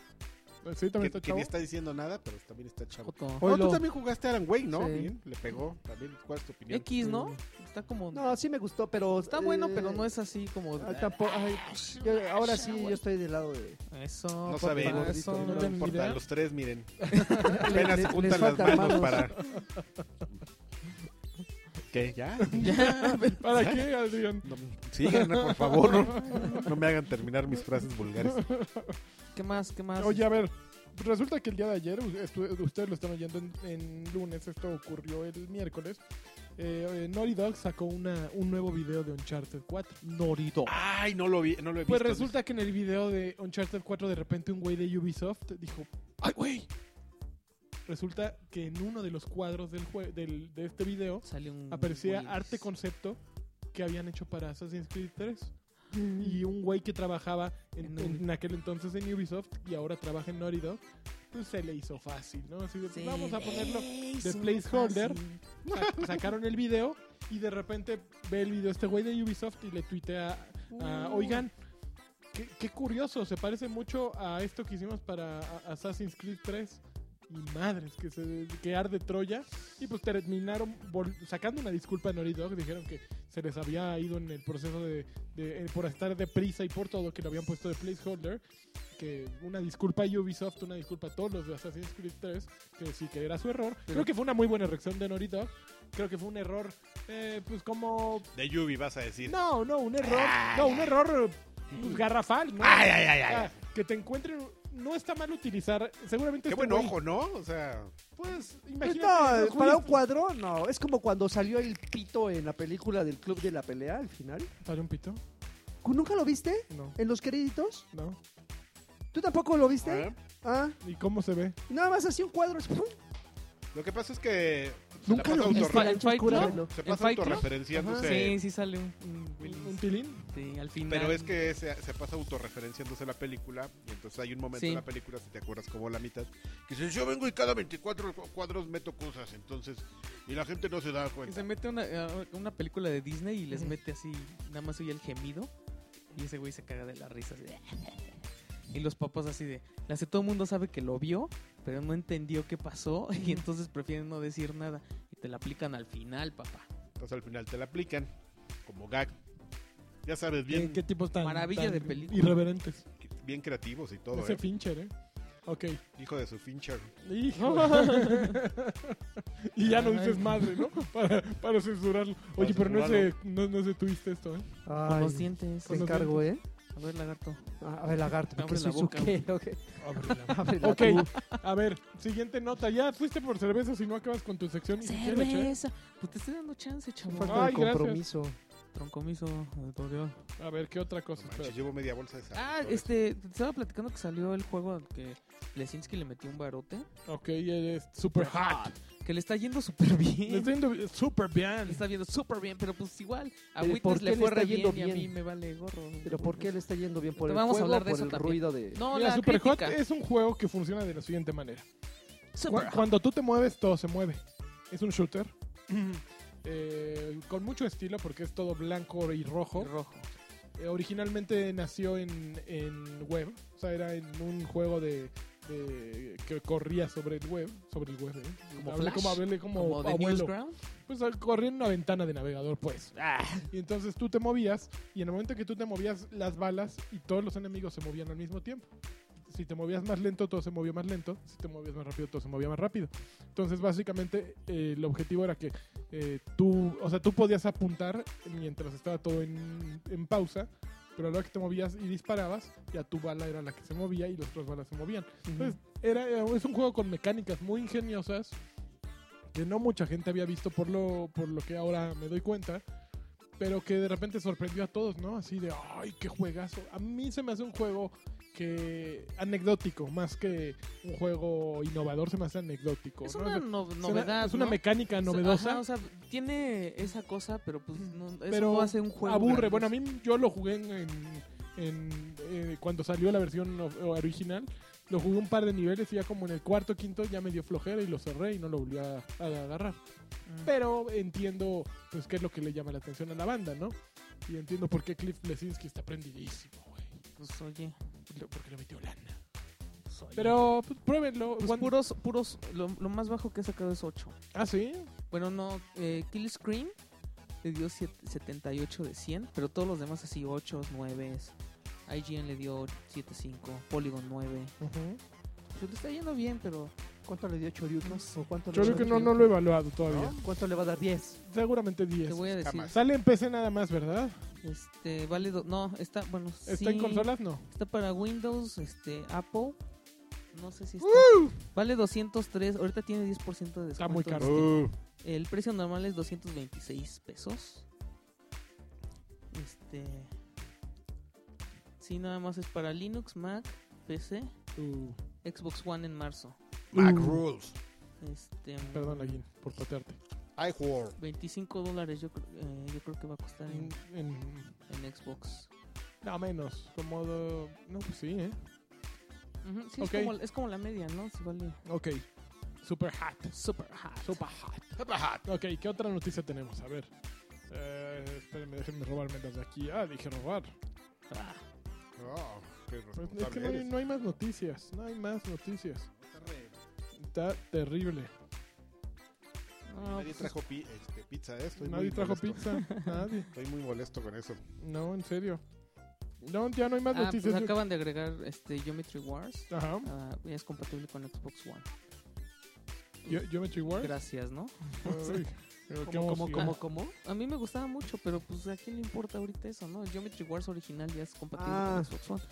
C: Eh, Sí,
A: Que,
C: también está
A: que ni
C: chavo.
A: está diciendo nada, pero también está chavo.
D: Joto.
B: Hoy
A: No, tú
B: lo-
A: también jugaste a Alan Wake, ¿no?
B: Sí.
A: Bien, le pegó. También, ¿cuál es tu opinión?
D: X, ¿no? Está como.
B: No, sí me gustó, pero...
D: está bueno,
B: eh,
D: pero no es así como.
B: ah, tampoco- ay, yo- ahora sí, yo estoy del lado de...
D: "Ah, Eso.
A: No
D: papá,
A: saben.
D: Eso.
A: No,
C: Eh, No
A: no
C: tengo
A: importa,
C: idea.
A: los tres, miren.
B: Le-
A: Apenas
B: le-
A: se
B: les
A: juntan las
B: faltan
A: manos,
B: manos.
A: para. ¿Qué? ¿Ya?
D: Ya, pero-
C: ¿Para qué, Adrián?
A: No, síganme, por favor. No, no me hagan terminar mis frases vulgares.
D: ¿Qué más? ¿Qué
A: Ah, Oh,
D: más?
C: Oye, a ver. Resulta que el día de ayer, u- estu- ustedes lo están oyendo en, en lunes, esto ocurrió el miércoles. Eh, eh, Naughty Dog sacó una, un nuevo video de Uncharted 4.
D: Norito.
A: Ay, no lo vi, no lo Ah, he visto.
C: Pues resulta que en el video de Uncharted 4 de repente un güey de Ubisoft dijo, ¡ay, güey! Resulta que en uno de los cuadros del jue- del- de este video
D: Sale un.
C: aparecía
D: Willis.
C: arte concepto que habían hecho para Assassin's Creed 3. Y un güey que trabajaba en,
D: En Ubi.
C: en aquel entonces en Ubisoft y ahora trabaja en Naughty Dog, pues se le hizo fácil, ¿no? Así de, pues,
D: Sí.
C: vamos a ponerlo.
D: Eso,
C: placeholder.
D: fácil.
C: Sa- sacaron el video y de repente ve el video este güey de Ubisoft y le tuitea Ah,
D: Uh.
C: oigan, qué, qué curioso, se parece mucho a esto que hicimos para a- Assassin's Creed 3. Y madres, que, se, que arde Troya. Y pues terminaron vol- sacando una disculpa a Naughty Dog. Dijeron que se les había ido en el proceso de, de- eh, por estar deprisa y por todo, que lo habían puesto de placeholder. Que una disculpa a Ubisoft, una disculpa a todos los de Assassin's Creed 3. Que sí que era su error. Creo que fue una muy buena reacción de Naughty Dog. Creo que fue un error, eh, pues como
A: De Yubi vas a decir.
D: Ah,
C: no, no, un error. No, un error eh, pues, garrafal, ¿no?
A: Ay, ay, ay,
C: O
A: ay.
C: sea, que te encuentren no está mal utilizar. Seguramente
A: Qué
C: este
A: buen
C: güey-
A: ojo, ¿no? O sea,
C: Pues,
B: Pues
C: imagínate.
B: no,
C: los
B: para un
C: judíos-
B: cuadro, no. Es como cuando salió el pito en la película del Club de la Pelea al final.
C: ¿Sale un pito?
B: ¿Nunca lo viste?
C: No,
B: ¿En los créditos?
C: no.
B: ¿Tú tampoco lo
A: a
B: viste?
A: ver,
B: Ah,
C: ¿Y cómo se ve?
B: nada más así un cuadro. es- ¡pum!
A: lo que pasa es que se
B: Nunca
A: la
B: lo
A: pasa,
B: viste.
A: autorre-
B: la
D: ¿En Fight
B: chocura,
D: Club?
B: bueno.
A: se
D: ¿En
A: pasa
D: Fight Club?
A: autorreferenciándose.
D: Sí, sí sale un... un-
C: ¿Un, un tilín?
D: sí, al final.
A: Pero es que se, se pasa autorreferenciándose la película. Y entonces hay un momento
D: Sí.
A: en la película, si te acuerdas, como la mitad, que dice: Yo vengo y cada 24 cu- cuadros meto cosas. Entonces, y la gente no se da
D: Que
A: cuenta.
D: se mete una, a una película de Disney y les
B: Ujú.
D: mete así, nada más oye el gemido. Y ese güey se caga de la risa. así de- Y los papás así de... La sé, todo el mundo sabe que lo vio, pero no entendió qué pasó. Y entonces prefieren no decir nada. Y te la aplican al final, papá.
A: Entonces, al final te la aplican como gag. Ya sabes,
C: ¿Qué,
A: bien,
C: qué tipos tan.
D: Maravilla
C: tan
D: de película.
C: Irreverentes.
A: bien creativos y todo.
C: Ese
A: ¿eh?
C: Fincher, ¿eh? Ok.
A: Hijo de su Fincher.
C: Hijo. y ya no dices madre, ¿no? Para, para censurarlo. Oye, pero no se, no, no se tuviste esto, ¿eh?
D: Con
B: Ay,
D: los dientes.
B: te encargo, ¿eh?
D: A ver, lagarto.
B: Ah, A ver, lagarto, ¿por qué
D: Abre la
B: soy su
D: boca.
B: qué? Ok. Ábrela
C: Ok,
B: tú.
C: a ver, siguiente nota. Ya fuiste por cerveza si ¿eh? no acabas con tu sección. ni siquiera, che.
D: Cerveza. Pues te estoy dando chance, chavo.
B: Falta de
C: Ay, gracias.
B: compromiso.
D: Troncomiso. editorial.
C: A ver, ¿qué otra cosa?
A: No manches,
C: Espera.
A: llevo media bolsa de sal.
D: Ah, este... Te estaba platicando que salió el juego al que Lesinski le metió un barote.
C: Ok, eres super hot.
D: Que le está yendo súper bien.
C: Le está yendo super
D: Le
C: bien.
D: está viendo súper bien, pero pues igual. A
B: Pero ¿por
D: Witness
B: qué
D: le
B: le
D: fue
B: está
D: re
B: yendo
D: bien, y a
B: bien?
D: mí me vale gorro.
B: Pero ¿por qué le está yendo bien por el
D: Vamos a
B: juego,
D: hablar de
B: por
D: eso
B: el
D: también.
B: ruido de
D: No,
C: Mira,
D: la
C: Super Hot eh,
D: crítica.
C: es un juego que funciona de la siguiente manera. Cu-
D: Super Hot.
C: Cuando tú te mueves, todo se mueve. Es un shooter.
D: Mm.
C: Eh, con mucho estilo porque es todo blanco y rojo.
D: Rojo.
C: Eh, originalmente nació en, en web, o sea, era en un juego de, de- que corría sobre el web, sobre el web. ¿eh?
D: Como
C: Hablé
D: Flash,
C: como hablé como
D: Como de
C: abuelo.
D: Newsground.
C: Pues ah, corría en una ventana de navegador, pues. Y entonces tú te movías y en el momento que tú te movías las balas y todos los enemigos se movían al mismo tiempo. Si te movías más lento, todo se movió más lento. Si te movías más rápido, todo se movía más rápido. Entonces, básicamente, eh, el objetivo era que eh, tú, o sea, tú podías apuntar mientras estaba todo en, en pausa, pero a la hora que te movías y disparabas, ya tu bala era la que se movía y las otras balas se movían. Entonces, Pues, era, era- es un juego con mecánicas muy ingeniosas que no mucha gente había visto por lo, por lo que ahora me doy cuenta, pero que de repente sorprendió a todos, ¿no? Así de, ¡ay, qué juegazo! A mí se me hace un juego que anecdótico, más que un juego innovador, se me hace anecdótico.
D: Es
C: ¿no?
D: una
C: Es
D: no-
C: una-
D: novedad.
C: Es una
D: ¿no?
C: mecánica
D: O sea,
C: novedosa.
D: ajá, o sea, tiene esa cosa, pero pues no, eso
C: Pero
D: no hace un juego.
C: aburre.
D: grande.
C: Bueno, a mí yo lo jugué en, en- en- eh, cuando salió la versión o- original. Lo jugué un par de niveles y ya como en el cuarto, quinto ya me dio flojera y lo cerré y no lo volví a, a agarrar.
D: Mm.
C: Pero entiendo pues qué es lo que le llama la atención a la banda, ¿no? Y entiendo por qué Cliff Lesinski está prendidísimo, güey.
D: Pues oye.
C: Lo- Porque le metió lana.
D: pues, oye.
C: Pero pues, pruébenlo.
D: Pues,
C: Cuando-
D: puros, puros, lo, lo más bajo que he sacado es 8.
C: Ah, sí.
D: Bueno, no, eh, Kill Scream le dio siete- 78 de 100, pero todos los demás así 8, 9. IGN le dio 7.5, Polygon 9. Se le está yendo bien, pero
B: ¿Cuánto le dio Choriuken?
D: pues,
B: ¿O cuánto
C: Yo
B: le
C: creo
B: va
C: que
B: a
C: no,
B: dar?
C: no lo he evaluado todavía.
B: ¿Cuánto le va a dar? 10.
C: Seguramente 10.
D: te voy a decir.
A: jamás.
C: Sale en PC nada más, ¿verdad?
D: Este, vale, do- no, está, bueno,
C: ¿Está
D: sí,
C: en consolas? No.
D: Está para Windows, este, Apple. No sé si está. Vale 203, ahorita tiene 10% de descuento.
C: Está muy caro.
D: Steam.
A: Uh,
D: El precio normal es 226 pesos. Este. Sí, nada más es para Linux, Mac, PC,
C: Uh.
D: Xbox One en marzo.
A: Mac
C: Uh.
A: Rules.
D: Este.
C: Perdón, Aguín, por patearte.
A: I War.
D: 25 dólares yo, creo- eh, yo creo que va a costar en,
C: En- en-
D: en Xbox.
C: no, menos. Como. do- No, pues sí, ¿eh?
D: Ujú, sí,
C: Ok.
D: es, como, es como la media, ¿no? Si vale.
C: Ok. Super hot.
D: Super hot.
C: Super hot.
A: Ajá.
C: Ok, ¿qué otra noticia tenemos? A ver. Eh, espérenme, déjenme robarme las de aquí. Ah, dije robar.
D: Ah,
A: Oh, qué
C: Pues es que no
A: responsable
C: hay,
A: eres.
C: no hay más noticias. No hay más noticias.
A: Está re-
C: Está terrible.
D: no,
A: Nadie
D: pues,
A: trajo pi- este, pizza, ¿eh? Estoy
C: Nadie
A: muy
C: trajo
A: molesto.
C: pizza. Nadie.
A: Estoy muy molesto con eso.
C: No, en serio. No, ya no hay más
D: ah, pues
C: noticias.
D: acaban de agregar este Geometry Wars.
C: Ajá.
D: Ah, ya es compatible con Xbox One.
C: Yo, yo me echo igual.
D: Gracias, ¿no?
C: Ay, pero qué
B: ¿Cómo, cómo,
C: emoción.
B: cómo, cómo?
D: A mí me gustaba mucho, pero pues a quién le importa ahorita eso, ¿no? El Geometry Wars original ya es compatible
B: Ah.
D: con Xbox One.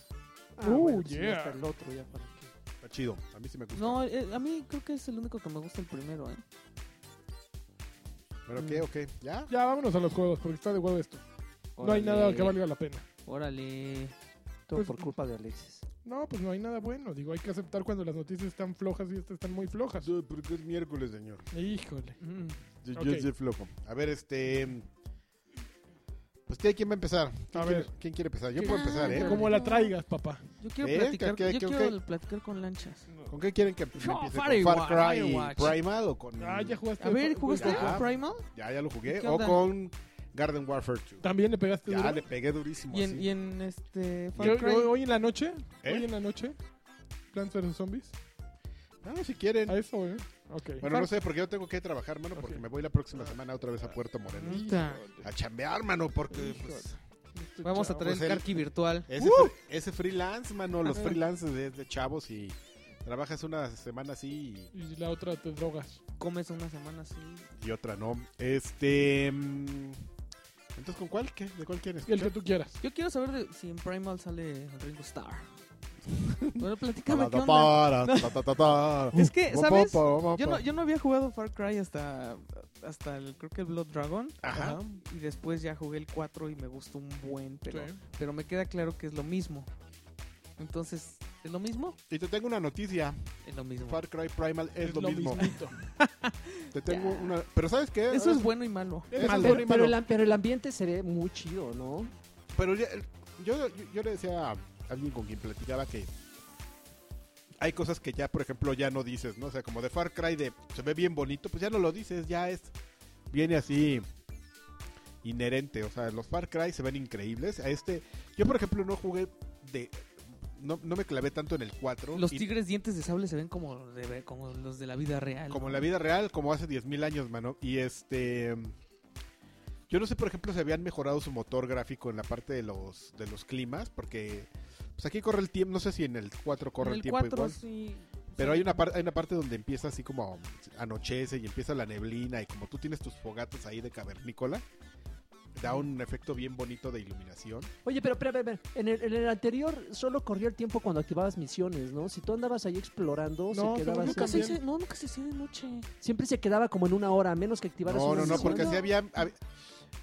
B: Ah,
C: Uh,
B: bueno, pues,
C: yeah.
B: ya está el otro ya para qué.
A: Está chido. A mí sí me gusta.
D: No, eh, a mí creo que es el único que me gusta el primero, ¿eh?
A: Pero qué, ok. ¿Ya?
C: Ya vámonos a los juegos, porque está de huevo esto. No hay nada que valga la pena.
D: Órale.
B: Todo
C: Pues-
B: por culpa de Alexis.
C: No, pues no hay nada bueno. Digo, hay que aceptar cuando las noticias están flojas y estas están muy flojas.
A: Sí, Porque es miércoles, señor.
C: Híjole.
D: Mm.
A: Yo, yo
C: Ok.
A: soy flojo. A ver, este. Pues, ¿qué- ¿quién va a empezar? ¿Quién
C: A
A: quiere-
C: ver.
A: ¿Quién quiere empezar? Yo
D: ¿Qué?
A: puedo empezar, ¿eh?
D: Ah,
C: Como la traigas, papá.
D: Yo quiero
A: ¿Ves?
D: platicar,
A: Que-
D: yo
A: que-
D: quiero
A: que-
D: platicar con lanchas.
A: ¿Con qué quieren que empiece?
D: No,
A: ¿Con
D: Firewatch,
A: Far Cry
D: Firewatch.
A: Primal o con.?
C: Ah, ya jugaste.
D: A ver, ¿jugaste
A: Ya.
D: con Primal?
A: Ya, ya lo jugué.
D: ¿Qué
A: O
D: onda?
A: con Garden Warfare 2.
C: También le pegaste
A: Ya
C: duro?
A: le pegué durísimo.
D: Y en,
A: así.
D: y en
C: ¿Qué-
D: este. Far Cry.
C: hoy, hoy en la noche?
A: ¿Eh?
C: Hoy en la noche. Plants vs Zombies.
A: Ah, si quieren.
C: A eso, ¿eh? Ok.
A: Bueno, no sé, porque yo tengo que trabajar, mano, porque
C: Ok. Mm.
A: me voy la próxima semana otra vez a Puerto Moreno.
D: Puta.
A: A chambear, mano, porque
C: Híjole.
A: pues,
D: Vamos a traer
A: Pues
D: el
A: el-
D: Karki virtual.
A: ese, fre- ese freelance, mano, los freelances de, de chavos y trabajas una semana así
C: Y la otra te drogas.
D: Comes una semana así.
A: y, y otra no. Este. mm, Entonces, ¿con cuál? ¿Qué? ¿De cuál quieres?
C: El que tú quieras.
D: Yo quiero saber de- si en Primal sale Ringo Starr. Bueno, platícame qué onda. Es
A: Es
D: que, ¿sabes? Yo no, yo no había jugado Far Cry hasta, hasta el, creo que el Blood Dragon.
A: Ajá.
D: Y después ya jugué el 4 y me gustó un buen, pero,
C: Sí.
D: pero me queda claro que es lo mismo. Entonces, ¿es lo mismo?
A: Y te tengo una noticia.
D: Es lo mismo.
A: Far Cry Primal es, lo, mismo.
C: mismito.
A: Te tengo una... Pero ¿sabes qué?
D: Eso es bueno y malo.
A: Es
C: Es
A: malo,
B: Pero,
A: bueno y
B: pero
A: malo.
B: el, am- pero el ambiente se ve muy chido, ¿no?
A: Pero ya- yo, yo, yo le decía a alguien con quien platicaba que hay cosas que ya, por ejemplo, ya no dices, ¿no? O sea, como de Far Cry de se ve bien bonito, pues ya no lo dices, ya es. Viene así inherente. O sea, los Far Cry se ven increíbles. A este. Yo, por ejemplo, no jugué de. No, no me clavé tanto en el 4.
D: Los
A: y-
D: tigres dientes de sable se ven como, de ve- como los de la vida real.
A: Como en la vida real, como hace 10.000 años, mano. Y este. Yo no sé, por ejemplo, si habían mejorado su motor gráfico en la parte de los, de los climas, porque pues aquí corre el tiempo, no sé si en el 4 corre
D: En
A: el,
D: el
A: tiempo
D: 4
A: igual,
D: sí.
A: pero
D: sí.
A: hay una, par- hay una parte donde empieza así como anochece y empieza la neblina y como tú tienes tus fogatas ahí de cavernícola, da un efecto bien bonito de iluminación.
B: Oye, pero, pero, pero, pero, en, el, en el anterior solo corría el tiempo cuando activabas misiones, ¿no? Si tú andabas ahí explorando,
C: No,
B: se quedaba
C: según
D: Nunca se,
C: también.
D: hizo, no, nunca se hizo de noche.
B: siempre se quedaba como en una hora, a menos que activaras
A: No,
B: una
A: no, no, porque así
B: misión.
A: había... hab-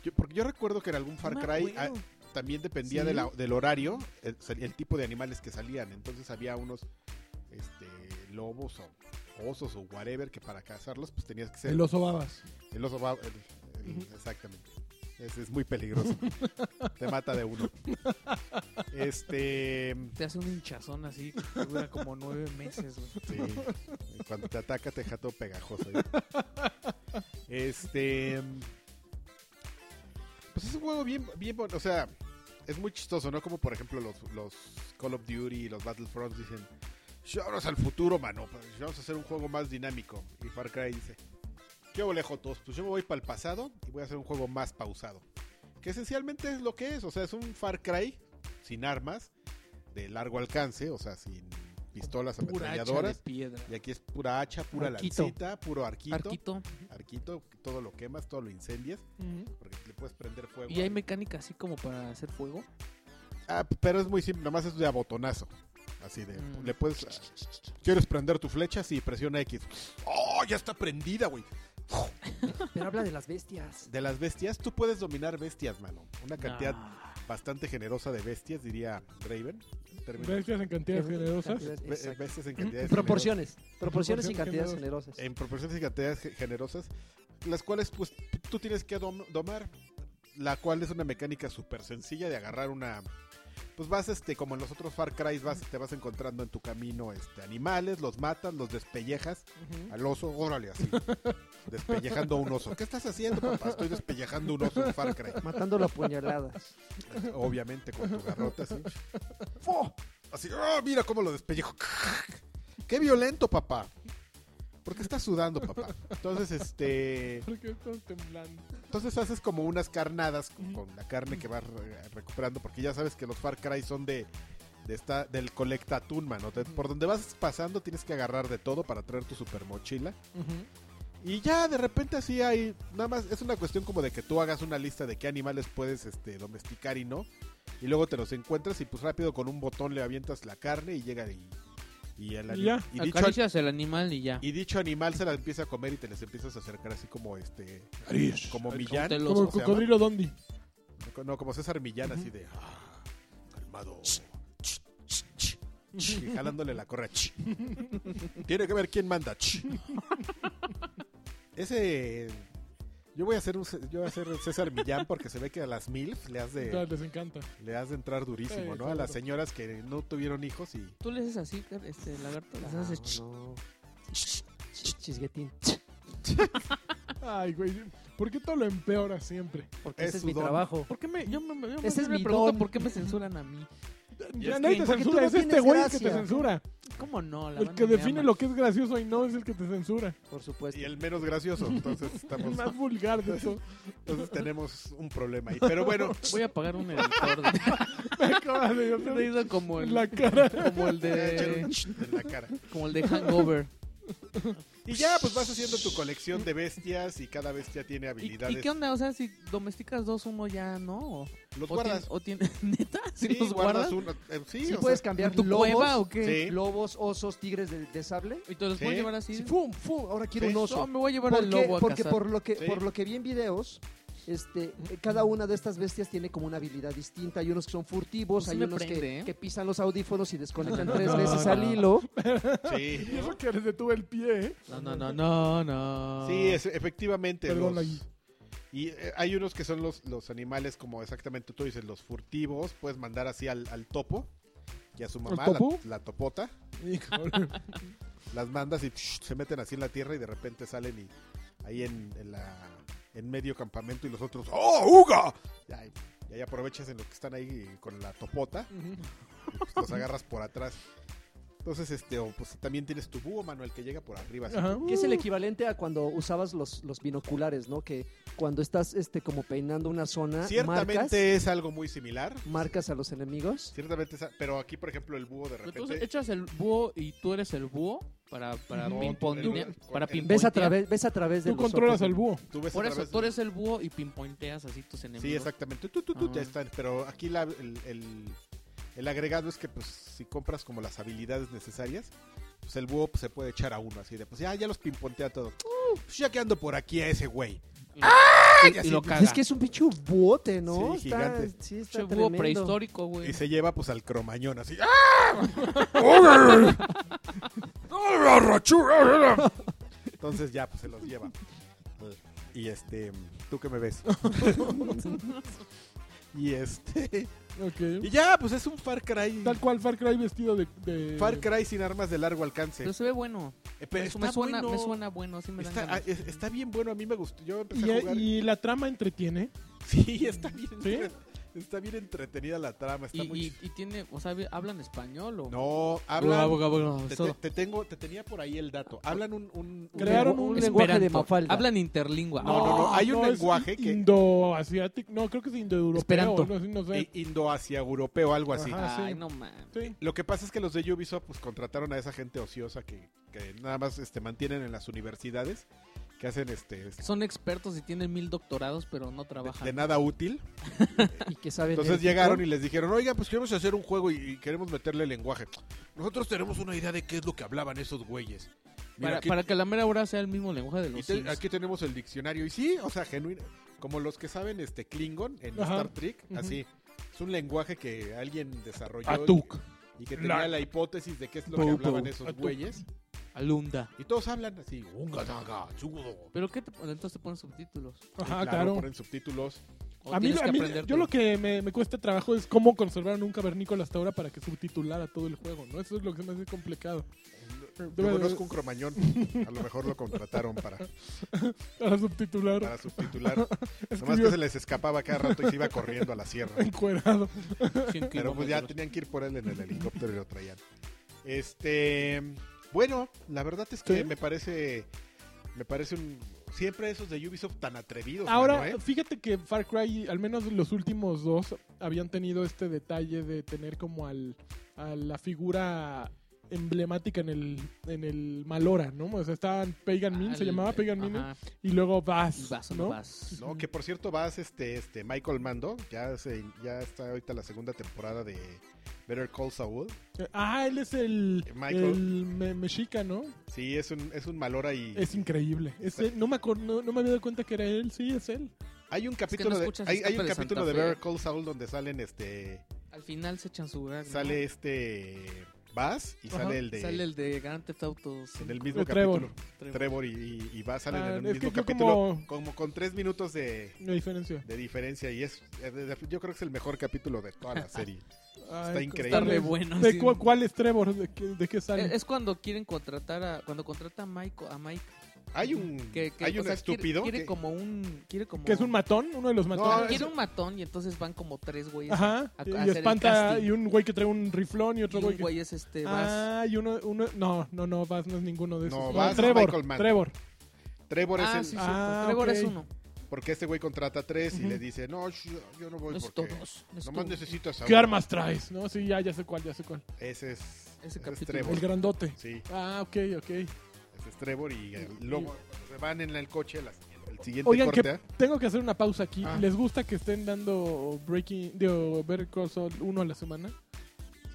A: yo- porque yo recuerdo que en algún Far
D: No me
A: Cry ah,
D: acuerdo.
A: también dependía
D: Sí.
A: de la- del horario, el, sal- el tipo de animales que salían. Entonces había unos este, lobos o osos o whatever que para cazarlos pues tenías que ser
C: El oso babas.
A: el oso va- el- el- Exactamente. Ese es muy peligroso. Te mata de uno. Este...
D: Te hace un hinchazón así que dura como nueve meses, güey.
A: Sí. Cuando te ataca te deja todo pegajoso. ¿eh? Este. Pues es un juego bien, bien bon- O sea, es muy chistoso, ¿no? Como por ejemplo los, los Call of Duty y los Battlefronts dicen. Vámonos al futuro, mano. pues, Vamos a hacer un juego más dinámico. Y Far Cry dice. ¿Qué hago, Jotos? Pues yo me voy para el pasado y voy a hacer un juego más pausado. Que esencialmente es lo que es. O sea, es un Far Cry sin armas, de largo alcance, o sea, sin pistolas
D: Pura hacha de
A: ametralladoras.
D: piedra.
A: Y aquí es pura hacha, pura
D: Arquito.
A: lancita, puro arquito, arquito.
D: Arquito.
A: todo lo quemas, todo lo incendias, porque le puedes prender fuego.
D: Y hay
A: al-
D: mecánica así como para hacer fuego.
A: Ah, pero es muy simple, nada más es de abotonazo. Así de,
D: Mm.
A: le puedes... ¿Quieres prender tu flecha? Sí, presiona X. ¡Oh, ya está prendida, güey!
B: Pero habla de las bestias.
A: De las bestias, tú puedes dominar bestias, mano. Una cantidad
D: Nah.
A: bastante generosa de bestias, diría Draven. en términos-
C: Bestias en cantidades
B: Qué-
C: generosas.
B: cantidades,
D: eh,
A: be-
B: exacto.
A: bestias
D: Mm,
A: en cantidades... generosas.
B: Proporciones, proporciones y
C: Proporciones
B: cantidades
C: generosas.
B: generosas.
A: en proporciones y cantidades ge- generosas, las cuales pues t- tú tienes que dom- domar, la cual es una mecánica súper sencilla de agarrar una... Pues vas, este, como en los otros Far Cry, vas, te vas encontrando en tu camino este, animales, los matas, los despellejas, al oso, órale así, despellejando a un oso. ¿Qué estás haciendo, papá? Estoy despellejando a un oso en Far Cry.
B: Matándolo a puñaladas.
A: Obviamente con tu garrote así. ¡Fu! Así, ¡ah, mira cómo lo despellejo. ¡Qué violento, papá! Porque estás sudando, papá. Entonces, este.
C: ¿Por qué estás temblando?
A: Entonces haces como unas carnadas con, con la carne que vas re- recuperando. Porque ya sabes que los Far Cry son de. de esta, del colectatún, mano. Te- por donde vas pasando tienes que agarrar de todo para traer tu super mochila. Y ya de repente así hay, nada más, es una cuestión como de que tú hagas una lista de qué animales puedes este, domesticar y no. Y luego te los encuentras y pues rápido con un botón le avientas la carne y llega y, y el
C: Y
A: ani-
C: ya,
A: y dicho,
D: Acaricias el animal y ya.
A: y dicho animal se la empieza a comer y te les empiezas a acercar así como este...
C: Arish.
A: Como
D: Ay,
A: Millán.
D: cómetelo.
C: Como el
A: ¿cómo se
C: cocodrilo Dondi.
A: No, como César Millán así de... "Ah, calmado. Y jalándole la correa. Tiene que ver quién manda. Ese... Yo voy a hacer un, Ce- yo voy a hacer un César Millán porque se ve que a las MILF le has
C: Claro,
A: de,
C: les encanta.
A: le has de entrar
C: Sí,
A: durísimo, ¿no? A
C: seguro.
A: las señoras que no tuvieron hijos y...
D: Tú le haces así, car- este lagarto, le haces ch-
B: No. Ch- Chisguetín.
C: Ay, güey. ¿Por qué todo lo empeora siempre?
B: Porque
A: Es
B: ese es
A: su
B: mi
A: don.
B: trabajo.
D: ¿Por qué me, yo me, yo
B: Ese
D: me-
B: es
D: me
B: mi
D: pregunto
B: don.
D: por qué me censuran a mí?
C: Ya
D: es
C: nadie
D: que-
C: te
B: porque tú
C: censura,
B: no
C: es este
B: tienes
C: güey el que te
B: gracia.
C: censura.
D: ¿Cómo no? La
C: El
D: banda
C: que
D: me
C: define
D: ama.
C: lo que es gracioso y no es el que te censura.
B: Por supuesto.
A: Y el menos gracioso. Entonces
C: El
A: estamos,
C: más vulgar de eso.
A: entonces tenemos un problema ahí. Pero bueno,
D: Voy a pagar un editor. De...
C: Me acaba de
D: Te he ido como
C: en
D: el,
C: la cara.
D: como el
A: le voy a echar
D: de
A: un en la cara.
D: como el de Hangover.
A: Y ya, pues vas haciendo tu colección de bestias y cada bestia tiene
D: ¿Y,
A: habilidades.
D: y qué onda? O sea, si domesticas dos, uno ya no. ¿O,
A: Los
D: o
A: guardas.
D: tien- o tiene- ¿Neta? ¿Si
A: Sí,
D: los guardas?
A: uno. eh, sí,
B: Si
A: o
B: puedes
A: sea,
B: cambiar
D: ¿En tu
B: lobos,
D: cueva o qué?
A: Sí.
B: lobos, osos, tigres de, de sable.
D: ¿Y te los
A: Sí.
D: puedes llevar así?
B: Sí, ¡Fum! ¡Fum! Ahora
A: Sí.
B: quiero un
D: No,
B: oso.
D: me voy a llevar
B: Porque,
D: al lobo a
B: porque
D: cazar.
B: por lo que
A: Sí.
B: por lo que vi en videos, este, eh, cada una de estas bestias tiene como una habilidad distinta. Hay unos que son furtivos,
D: Sí
B: hay
D: me
B: unos
D: prende,
B: que,
D: ¿eh?
B: que pisan los audífonos y desconectan tres
D: No,
B: veces
D: no.
B: al hilo.
A: sí.
C: Y eso que les detuve el pie, ¿eh?
D: No, no, no, no, no.
A: Sí, es- efectivamente.
C: Perdón,
A: los-
C: ahí.
A: y eh, hay unos que son los, los animales, como exactamente tú dices, los furtivos. Puedes mandar así al, al topo y a su mamá, la,
C: topo?
A: la topota.
C: Híjole.
A: Las mandas y psh, se meten así en la tierra y de repente salen y ahí en, en la, en medio campamento y los otros ¡Oh, Uga! Y ahí, y ahí aprovechas en los que están ahí con la topota. y, pues, los agarras por atrás. Entonces, este, o, pues también tienes tu búho, Manuel, que llega por arriba. así.
C: Ajá.
B: Que es el
D: Mm.
B: equivalente a cuando usabas los, los binoculares, ¿no? Que cuando estás este como peinando una zona,
A: Ciertamente
B: Ah, marcas,
A: es algo muy similar.
B: marcas a los enemigos.
A: Ciertamente, es a- pero aquí, por ejemplo, el búho de
D: Pero tú
A: repente.
D: echas el búho y tú eres el búho para, para
A: No,
D: pinpointear-
A: tú-
D: Para
A: tú-
D: pinpointear.
B: Ves a través, ves a través de
C: Tú
B: los
C: controlas
B: ojos.
C: al búho.
A: Tú ves
D: Por
A: a
D: eso,
A: través
D: tú
A: de-
D: eres el búho y pinpointeas así tus enemigos.
A: Sí, exactamente. Tú, tú, tú,
D: Ah.
A: ya están. Pero aquí la- el, el- el agregado es que, pues, si compras como las habilidades necesarias, pues el búho pues, se puede echar a uno así de, pues ya, ya los pimpontea todos. Pues ya que ando por aquí a ese güey.
D: Y-
A: Y
D: Y,
A: así,
D: lo
A: pues,
B: Pues
D: caga.
B: Es que es un pinche bote, ¿no?
A: Sí,
B: Está-
A: gigante.
B: sí, está
D: Che, búho
B: tremendo.
D: prehistórico, güey.
A: Y se lleva pues al cromañón así. ¡Ah! Entonces ya pues se los lleva. Y este, tú que me ves. y este,
C: Ok.
A: y ya pues es un Far Cry.
C: Tal cual Far Cry vestido de... de-
A: Far Cry sin armas de largo alcance.
D: Pero se ve bueno.
A: Eh, pero
D: Eso me,
A: está
D: suena,
A: bueno.
D: me suena bueno, así me dan
A: Está, ah,
D: ganas.
A: es- está bien bueno, a mí me gustó. Yo empecé
C: Y,
A: a jugar.
C: y la trama entretiene.
A: Sí, está bien.
C: ¿Sí?
A: Está bien entretenida la trama. Está
D: y,
A: muy...
D: y- y tiene, o sea, ¿hablan español o...?
A: No, habla. Te, te- te tengo, te tenía por ahí el dato. Hablan un, un- un-
C: Crearon
B: lengu-
C: un
B: lenguaje de
D: Esperanto.
B: Mafalda.
D: Hablan interlingua.
A: No, no, no, hay un
C: es
A: lenguaje que-
C: Indoasiático. No, creo que es indoeuropeo.
D: Esperanto.
C: No, sí, no sé.
A: i- indoasiaeuropeo, e algo así.
C: eh. Ajá. Ah,
D: Ay,
C: sí.
D: no mames.
C: Sí.
A: Lo que pasa es que los de Ubisoft pues contrataron a esa gente ociosa que, que nada más este mantienen en las universidades, que hacen este este,
D: Son expertos y tienen mil doctorados, pero no
A: de,
D: trabajan.
A: de nada útil.
B: Y que saben
A: Entonces
B: el-
A: llegaron y les dijeron, oiga, pues queremos hacer un juego y, y queremos meterle lenguaje. Nosotros tenemos una idea de qué es lo que hablaban esos güeyes. Mira,
D: para,
A: aquí,
D: para que la mera hora sea el mismo lenguaje de
A: y
D: los
A: te-
D: Sims.
A: aquí tenemos el diccionario. Y sí, o sea, genuino. Como los que saben este Klingon en
C: Ajá.
A: Star Trek,
C: Ujú.
A: así. Es un lenguaje que alguien desarrolló.
C: Atuk.
A: Y que tenía
C: La-
A: la, hipótesis de qué es lo que
C: Pou,
A: hablaban
C: pou.
A: esos
C: Atuk.
A: güeyes.
D: Alunda.
A: Y todos hablan así. "Unga, daga, chudo".
D: ¿Pero qué te pon- Entonces te ponen subtítulos.
C: Ajá,
A: Y
C: claro.
A: Ponen subtítulos.
D: O
C: a mí,
D: tienes
C: a mí-
D: aprendértelo.
C: yo lo que me, me cuesta trabajo es cómo conservaron un cavernícola hasta ahora para que subtitulara todo el juego, ¿no? Eso es lo que se me hace complicado.
A: Yo conozco un cromañón. A lo mejor lo contrataron para,
C: Para subtitular
A: para subtitular. Ah, Nomás
C: escribió
A: que se les escapaba cada rato y se iba corriendo a la sierra.
C: encuerado.
D: 100
A: Pero pues ya
D: kilómetros.
A: tenían que ir por él en el helicóptero y lo traían. Este, bueno, la verdad es que
C: ¿Sí?
A: me parece, me parece un, siempre esos de Ubisoft tan atrevidos.
C: Ahora,
D: pues,
A: mano, ¿eh?
C: fíjate que Far Cry, al menos los últimos dos, habían tenido este detalle de tener como al a la figura emblemática en el, en el Malora, ¿no? O sea, estaban Pagan Min, se
D: Al-
C: llamaba Pagan Min,
D: ajá,
C: y luego Bass,
D: Vas o
C: ¿no?
D: no vas.
A: No, que por cierto vas este, este Michael Mando, ya se, ya está ahorita la segunda temporada de Better Call Saul.
C: Ah, él es el,
A: Michael.
C: el me- mexica, ¿no?
A: Sí, es un, es un malora y
C: Es increíble. Es él. no, me acor- no, no me había dado cuenta que era él, sí, es él.
A: hay un
D: que no
A: capítulo
D: escuchas
A: de hay,
D: Escape
A: hay un
D: de
A: capítulo
D: Santa
A: de
D: Fe.
A: Better Call Saul donde salen este
D: Al final se echan su gag, Ah, ¿no?
A: sale este Bass y
C: Ajá,
A: sale el de
D: Sale el de Grand Theft Auto. sí.
A: en el mismo
C: de Eh, Trevor.
A: capítulo.
D: Trevor.
A: Trevor y, y, y Bass salen
C: Ah,
A: en el
C: es que
A: mismo
C: yo
A: capítulo
C: como-
A: como... con tres minutos de,
C: La diferencia. Ah,
A: de diferencia y es yo creo que es el mejor capítulo de toda la serie.
C: Ay,
A: increíble.
D: Está re
A: Trevor.
D: bueno.
C: ¿De
D: sí.
C: cu- cuál es Trevor? ¿De qué, de qué sale?
D: Es es cuando quieren contratar a. Cuando contrata a Mike. A Mike
A: Hay un
D: que, que,
A: hay
D: o
A: un
D: sea, quiere-
A: estúpido
D: Quiere,
A: que-
D: como un. Quiere como.
C: ¿Que es un matón? ¿Uno de los
A: No,
C: matones?
D: Quiere un matón y entonces van como tres güeyes.
C: Ajá.
D: a- a
C: Y,
D: hacer el
C: espanta.
D: casting.
C: Y un güey que trae un riflón y
D: Y
C: otro
D: un
C: güey que.
D: güey es este. Vas.
C: Ah, y uno, uno. No, no, no, Bass no es ninguno de
A: No,
C: esos.
A: Bass es
C: Trevor.
A: Michael Mann.
C: Trevor.
A: Trevor es
D: Ah,
A: el
D: sí, sí.
C: Ah,
D: Trevor es
C: ok.
D: uno.
A: porque este güey contrata tres y
C: Ujú.
A: le dice, "No, yo, yo no voy
D: No es
A: porque
D: todos. no es
A: nomás
D: todos.
A: necesitas a
C: ¿Qué
A: uno".
C: armas traes? No, sí, ya, ya sé cuál, ya sé cuál.
A: Ese es ese es
D: capítulo.
A: Trevor.
C: El grandote.
A: Sí,
C: Ah, ok, ok.
A: ese es Trevor y eh, luego cuando se van en el coche las- el siguiente
C: Oigan,
A: corte.
C: que
A: ¿ah?
C: tengo que hacer una pausa aquí.
A: Ah.
C: ¿Les gusta que estén dando Breaking, digo, Better Call Saul uno a la semana?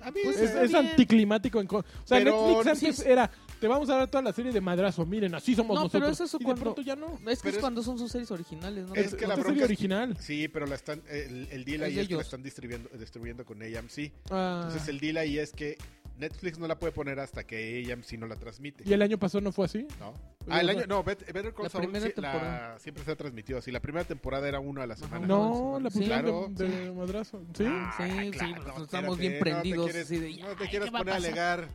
A: A mí
D: Pues
A: se-
C: Es,
D: está
C: es
D: bien.
C: anticlimático. En co- o sea,
A: Pero
C: Netflix
A: sí
C: antes
D: es-
C: era, te vamos a dar toda la serie de madrazo. Miren, así somos
D: No,
C: nosotros.
D: pero eso es
C: y
D: cuando-
C: de pronto ya no.
D: No, es que
A: Pero
D: es
A: es-
D: cuando son sus series originales, ¿no?
A: Es
C: Es
A: que
C: que
A: la
C: serie
A: bronca es-
C: original.
A: Sí, pero la están el, el deal
D: Es
A: ahí
D: de
A: es que la
D: ellos.
A: están distribuyendo distribuyendo con AMC.
C: Ah.
A: Entonces el deal ahí es que Netflix no la puede poner hasta que AMC no la transmite.
C: ¿Y el año pasado no fue así?
A: ¿No? Ah, el año no, Bet- Better Call
D: La
A: Saul
D: primera
A: sí- la-
D: temporada.
A: siempre se ha transmitido así. La primera temporada era uno a la semana.
C: No,
D: no,
C: la
D: sí.
C: pusieron
A: Claro.
C: de, de madrazo. ¿Sí?
A: Ah,
D: Sí, sí, nosotros estamos bien
A: espérate,
D: prendidos,
A: No te
D: así de,
A: quieres,
D: ya,
A: no te
D: ¿qué
A: quieres
D: va a
A: poner a
D: pasar?
A: alegar,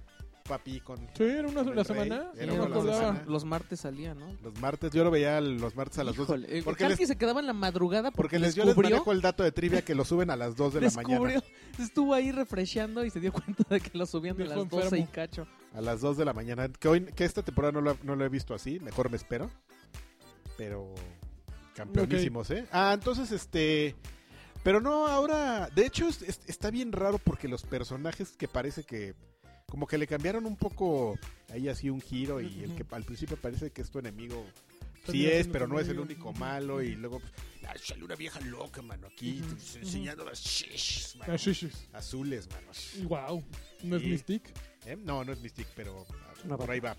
A: papi, con
C: ¿Sí? ¿Era una
A: Con el
C: la
A: rey.
C: semana?
A: Era
C: no
A: una
C: me
A: a la
C: acordaba.
A: semana.
D: Los martes salía, ¿no?
A: los martes. Yo lo veía los martes a las 12.
D: Híjole, eh,
A: Porque
D: Karki
A: les,
D: se quedaba en la madrugada porque,
A: porque les, yo les
D: descubrió,
A: manejo el dato de trivia que lo suben a las 2 de la mañana.
D: descubrió, estuvo ahí refresheando y se dio cuenta de que lo subían de
C: Dejó
D: las 12 y
C: enfermo.
D: cacho.
A: A las 2 de la mañana. Que, hoy, que esta temporada no lo, no lo he visto así. Mejor me espero. Pero campeonísimos, ¿eh? Ah, entonces este... Pero no, ahora... De hecho, es- es- está bien raro porque los personajes que parece que... Como que le cambiaron un poco ahí así un giro y el que al principio parece que es tu enemigo Sí
C: Termina
A: es,
C: siendo
A: pero
C: tu
A: no es el
C: amigo.
A: único malo y luego pues, "Ah, sale una vieja loca, mano, aquí
D: Ujú,
A: pues, enseñando las shishs, mano,
C: Ah, sí, sí, sí.
A: azules, mano.
C: Wow. ¿No es
A: Sí.
C: Mystic?
A: ¿Eh? No, no es Mystic, pero ah,
B: Una
A: por
B: vaca.
A: ahí va.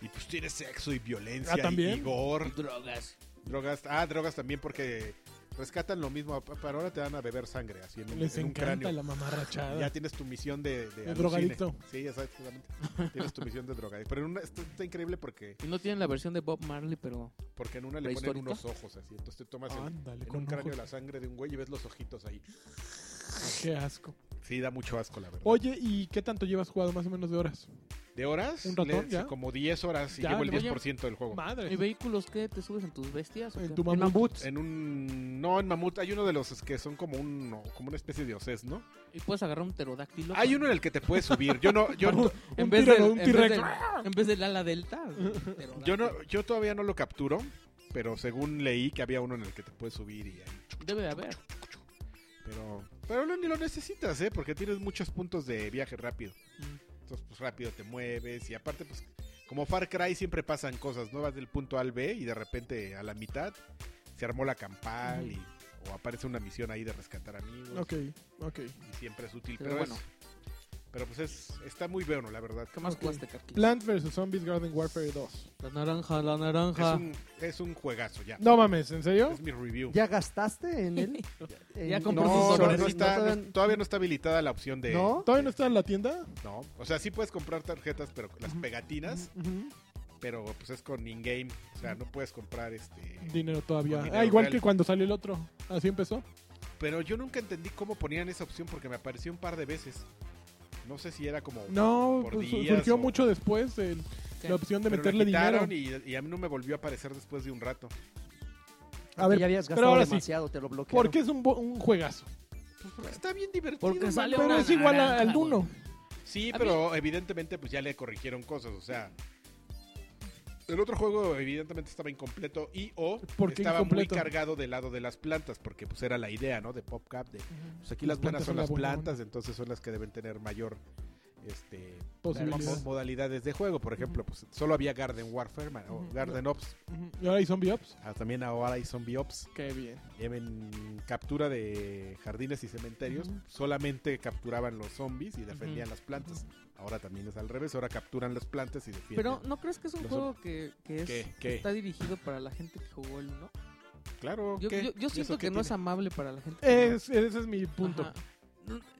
A: Y pues tiene sexo y violencia
C: Ah,
A: y-
C: ¿también?
A: y gore,
D: Drogas.
A: drogas, ah, drogas también porque rescatan lo mismo, pero ahora te dan a beber sangre así en, un-
C: Les
A: en un
C: encanta
A: cráneo.
C: la mamarrachada.
A: Ya tienes tu misión de, de
C: De
A: alucine.
C: drogadicto.
A: Sí, exactamente. tienes tu misión de drogadicto. Pero en una, está, está increíble porque,
D: Y no tienen la versión de Bob Marley, pero
A: porque en una le ponen
D: ¿Prehistórica?
A: unos ojos así. Entonces te tomas el,
C: Ándale,
A: en un
C: con
A: cráneo
C: ojos.
A: la sangre de un güey y ves los ojitos ahí.
C: Qué asco.
A: Sí, da mucho asco, la verdad.
C: Oye, ¿y qué tanto llevas jugado más o menos de horas?
A: ¿De horas?
C: ¿un ratón,
A: le-
C: ya?
A: Como 10 horas y
C: Ya,
A: llevo el
C: le voy
D: a-
A: 10% del juego.
D: ¿Y
C: Madre.
D: vehículos qué? ¿Te subes en tus bestias? o
C: En
D: qué?
C: tu
B: En
C: mamut.
B: Mambuts.
A: En un... No, en Mamut hay uno de los que son como un como una especie de osés, ¿no?
D: ¿Y puedes agarrar un pterodáctilo?
A: Hay uno en el que te puedes subir. Yo no... Yo,
C: Mamut.
D: en
C: Un
D: vez,
C: tirano,
D: del-
C: un
D: en, vez
C: T-Rex.
D: del, en vez del ala delta. pterodáctilo.
A: yo, no, yo todavía no lo capturo, pero según leí que había uno en el que te puedes subir y ahí...
D: Debe de haber.
A: Pero, pero no, ni lo necesitas, ¿eh? Porque tienes muchos puntos de viaje rápido.
D: Mm.
A: Entonces, pues rápido te mueves y aparte, pues como Far Cry siempre pasan cosas nuevas del punto A al B y de repente a la mitad se armó la campal y, o aparece una misión ahí de rescatar amigos
C: Ok, ok.
A: y siempre es útil.
D: Pero
A: Pero,
D: bueno.
A: es- pero pues es, está muy bueno, la verdad.
D: ¿Qué más
C: Ok.
D: jugaste, Karki?
C: Plant vs. Zombies Garden Warfare 2.
D: La naranja, la
A: Es
D: naranja.
A: un, es un juegazo ya.
C: No mames, ¿en serio?
A: Es mi review.
B: ¿Ya gastaste en él? En-
D: Ya
A: No,
B: en-
D: compré
A: no,
D: sus
A: no,
D: sobres.
A: está,
B: ¿No te
A: no-
B: dan-
A: todavía no está habilitada la opción de...
B: ¿No?
C: ¿Todavía no está en la tienda?
A: No. O sea, sí puedes comprar tarjetas, pero las pegatinas,
C: Ujú.
A: pero pues es con in-game. O sea, no puedes comprar este...
C: Dinero todavía.
A: Con dinero
C: ah, igual
A: real.
C: que cuando salió el otro. Así empezó.
A: Pero yo nunca entendí cómo ponían esa opción porque me apareció un par de veces. No sé si era como.
C: No,
A: por
C: pues,
A: días
C: surgió
A: o-
C: mucho después el-
D: ¿Qué?
C: la opción de
A: pero la
C: meterle dinero.
A: quitaron Y, y a mí no me volvió a aparecer después de un rato.
C: A
B: ya
C: ver,
B: habías
C: pero
B: gastado
C: ahora sí.
B: demasiado, te lo bloquearon.
C: porque es un, bo- un juegazo.
A: Porque está bien divertido.
D: Porque
A: man.
D: sale
C: Pero
D: una
C: es igual a-
D: naranja,
C: al Duno.
A: Sí,
D: A
A: pero evidentemente pues ya le corrigieron cosas. O sea. El otro juego evidentemente estaba incompleto y o
C: ¿Por qué
A: estaba
C: incompleto?
A: muy cargado del lado de las plantas porque pues era la idea, ¿no? De PopCap, de pues aquí
C: Las
A: las buenas
C: plantas son
A: son
C: la
A: las
C: buena,
A: plantas, entonces son las que deben tener mayor este,
C: Posibilidades.
A: mo- modalidades de juego. Por ejemplo, pues solo había Garden Warfare man, o
C: Ujú.
A: Garden Ops.
C: Ujú. Y ahora hay zombie ops.
A: Ah, también ahora hay Zombie Ops.
C: Qué bien.
A: En captura de jardines y cementerios
C: Ujú.
A: solamente capturaban los zombies y defendían las plantas. Ahora también es al revés. Ahora capturan las plantas y defienden.
D: Pero ¿no crees que es un
A: Los-
D: juego que, que es,
A: ¿Qué?
D: que
A: ¿Qué?
D: está dirigido para la gente que jugó el 1?
A: claro.
D: Yo,
A: ¿qué?
D: yo,
A: ¿Y
D: yo
A: eso
D: siento que
A: qué
D: no es
A: tiene?
D: amable para la gente. que
C: Es- ese es mi punto.
D: Ajá.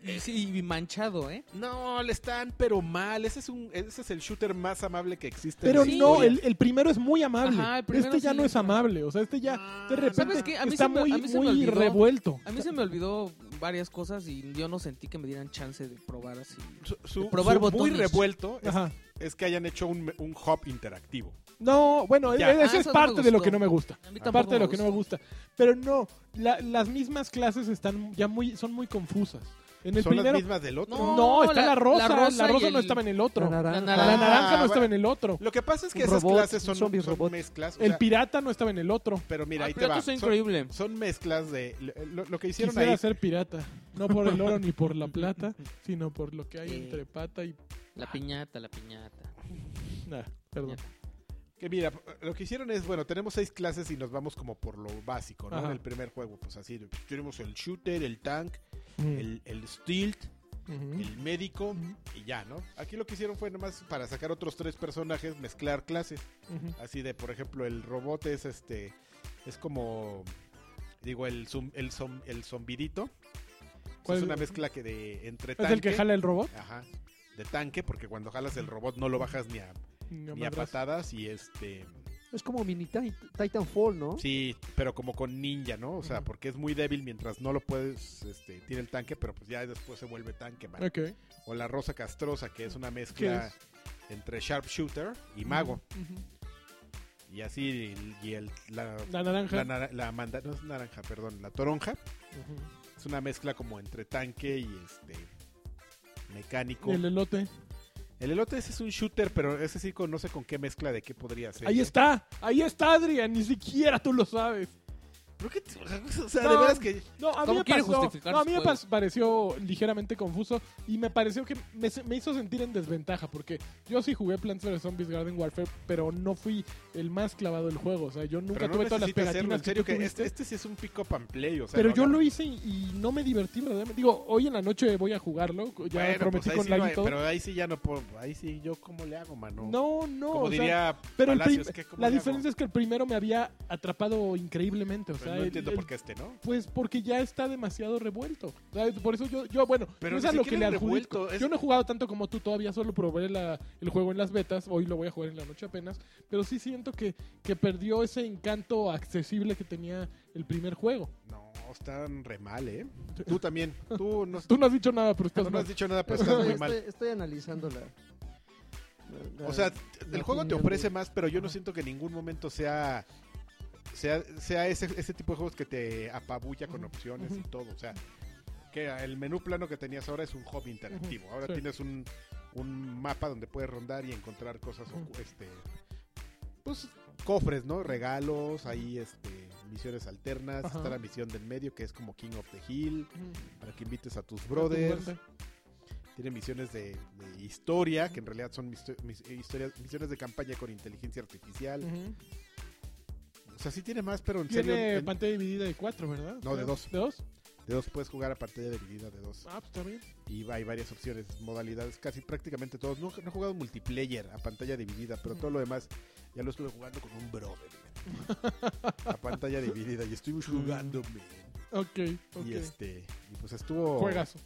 D: Y sí, y manchado, ¿eh?
A: No, le están, pero mal. Ese es un, ese es el shooter más amable que existe. en
C: Pero
A: la
D: Sí.
C: no,
A: historia.
C: el, el primero es muy amable.
D: Ajá, el primero
C: este ya
D: sí. Ah,
C: no es amable. O sea, este ya
A: Ah,
C: de repente
D: ¿Sabes qué? A mí
C: está
D: se me-
C: muy,
D: a mí se me
C: muy
D: olvidó.
C: revuelto.
D: A mí se me olvidó varias cosas y yo no sentí que me dieran chance de probar así.
A: Su- su-
D: probar
A: su muy
D: botones.
A: revuelto es,
C: Ajá.
A: es que hayan hecho un, un hub interactivo.
C: No, bueno,
A: Ya.
C: eso
D: Ah,
C: es
D: eso no
C: parte
D: me
C: de lo
D: gustó.
C: que no me gusta.
D: A mí tampoco
C: Parte de lo que no
D: gustó.
C: me gusta. Pero no, la- las mismas clases están ya muy, son muy confusas. En el
A: Son las
C: primero.
A: mismas del otro.
D: No.
C: No, está
D: la-
C: la,
D: la
C: rosa. La rosa,
D: rosa y
C: no
D: el-
C: estaba en el otro.
B: La
C: La,
B: naranja.
D: La naranja.
C: naranja
A: Ah,
C: no estaba
A: bueno.
C: en el otro.
A: Lo que pasa es que
B: Un
A: esas
B: robot,
A: clases
B: un
A: son,
B: zombie
A: son
B: robot.
A: mezclas. o
C: El
A: sea,
C: pirata no estaba en el otro.
A: pero mira,
D: Ah,
A: ahí te
D: pero
A: va.
D: esto
A: Son,
D: está increíble.
A: son mezclas de lo, lo que hicieron
C: Quisiera
A: ahí.
C: ser pirata. No por el oro ni por la plata, sino por lo que hay
D: Eh.
C: entre pata y.
D: La piñata, la piñata.
C: Nah, perdón.
A: Que mira, lo que hicieron es, bueno, tenemos seis clases y nos vamos como por lo básico, ¿no?
C: Ajá.
A: En el primer juego, pues así, tenemos el shooter, el tank,
C: Mm.
A: el, el stealth,
C: Ujú.
A: el médico
C: Ujú.
A: y ya, ¿no? Aquí lo que hicieron fue nomás para sacar otros tres personajes, mezclar clases.
C: Ujú.
A: Así de, por ejemplo, el robot es este. Es como. Digo, el, zum- el, som- el zombidito.
C: ¿Cuál?
A: Es una mezcla que de entre
C: ¿Es el que jala el robot?
A: Ajá. De tanque, porque cuando jalas el robot no lo bajas ni a,
C: No
A: ni a
C: madras.
A: patadas. Y este.
B: Es como mini Titan- Titanfall, ¿no?
A: Sí, pero como con ninja, ¿no? O sea,
C: Ujú.
A: porque es muy débil mientras no lo puedes. Este, tiene el tanque, pero pues ya después se vuelve tanque, man.
C: Ok.
A: O la rosa castrosa, que es una mezcla
C: es?
A: entre sharpshooter y mago.
C: Ujú.
A: Y así, y el, la,
C: La naranja.
A: La, nara- la manda- no es naranja, perdón, la toronja.
C: Ujú.
A: Es una mezcla como entre tanque y este mecánico.
C: El
A: El,
C: elote.
A: elote ese es un shooter, pero ese sí no sé con qué mezcla de qué podría ser.
C: Ahí
A: ¿eh?
C: está, ahí está Adrián, ni siquiera tú lo sabes.
A: Creo que t- o sea, de
C: No.
A: veras que
C: No, a mí
D: ¿Cómo
C: me,
D: quiere
C: pasó-
D: justificar
C: no, a mí
D: su
C: me
D: juego?
C: pas- pareció ligeramente confuso y me pareció que me, se- me hizo sentir en desventaja porque yo sí jugué Plants vs Zombies Garden Warfare, pero no fui el más clavado del juego, o sea, yo nunca
A: pero no
C: tuve todas las
A: necesita hacerlo,
C: pegatinas
A: en serio
C: que, tú
A: que
C: tuviste,
A: este, este sí es un pick up and play, o sea,
C: pero
A: no
C: yo
A: agarra-
C: lo hice y, y no me divertí verdaderamente. Digo, hoy en la noche voy a jugarlo, ya
A: Bueno, pues
C: prometí
A: ahí
C: con
A: sí no
C: Lagi
A: hay-
C: y todo.
A: pero ahí sí ya no puedo, ahí sí yo cómo le hago, mano.
C: no, no,
A: como
C: o sea,
A: diría
C: pero el
A: Palacios,
C: prim-
A: ¿qué, cómo
C: la
A: le hago?
C: diferencia es que el primero me había atrapado increíblemente, o
A: Pero
C: sea,
A: no
C: el-
A: entiendo
C: el
A: por qué este, ¿no?
C: Pues porque ya está demasiado revuelto. ¿sabes? Por eso yo, yo bueno,
A: Pero
C: no es
A: ni
C: a lo que le
A: siquiera es
C: adjudico.
A: revuelto, es-
C: Yo no he jugado tanto como tú todavía, solo probé la- el juego en las betas. Hoy lo voy a jugar en la noche apenas. Pero sí siento que, que perdió ese encanto accesible que tenía el primer juego.
A: No, están re mal, ¿eh? Tú también, tú no,
C: Tú no has dicho nada, pero estás
A: no, no
C: mal.
A: has dicho nada, pero estás muy
B: Pues estoy,
A: mal.
B: estoy analizando la. la-
A: O sea,
B: la-
A: el juego te
B: opinión
A: ofrece
B: de-
A: más, pero yo no siento que en ningún momento sea sea, sea ese, ese tipo de juegos que te apabulla con opciones y todo. O sea, que el menú plano que tenías ahora es un hobby interactivo. Ahora
C: sí.
A: tienes un, un mapa donde puedes rondar y encontrar cosas, ocu- este, pues cofres, ¿no? Regalos, ahí este misiones alternas,
C: Ajá.
A: está la misión del medio que es como King of the Hill, para que invites a tus
C: Ujú.
A: brothers. Tiene misiones de, de historia, que en realidad son misto- mis- eh, historias- misiones de campaña con inteligencia artificial.
C: Ujú.
A: O sea, sí tiene más, pero en serio.
C: Tiene
A: en-
C: pantalla dividida de cuatro, ¿verdad?
A: No, de dos.
C: ¿De dos?
A: de dos puedes jugar a pantalla dividida de dos.
C: Ah, pues está bien.
A: Y hay varias opciones, modalidades, casi prácticamente todos. No, no he jugado multiplayer a pantalla dividida, pero todo lo demás ya lo estuve jugando con un brother. man. a pantalla dividida y estuve jugando, man.
C: Ok, Mm. ok.
A: Y este, y pues estuvo.
C: Juegazo.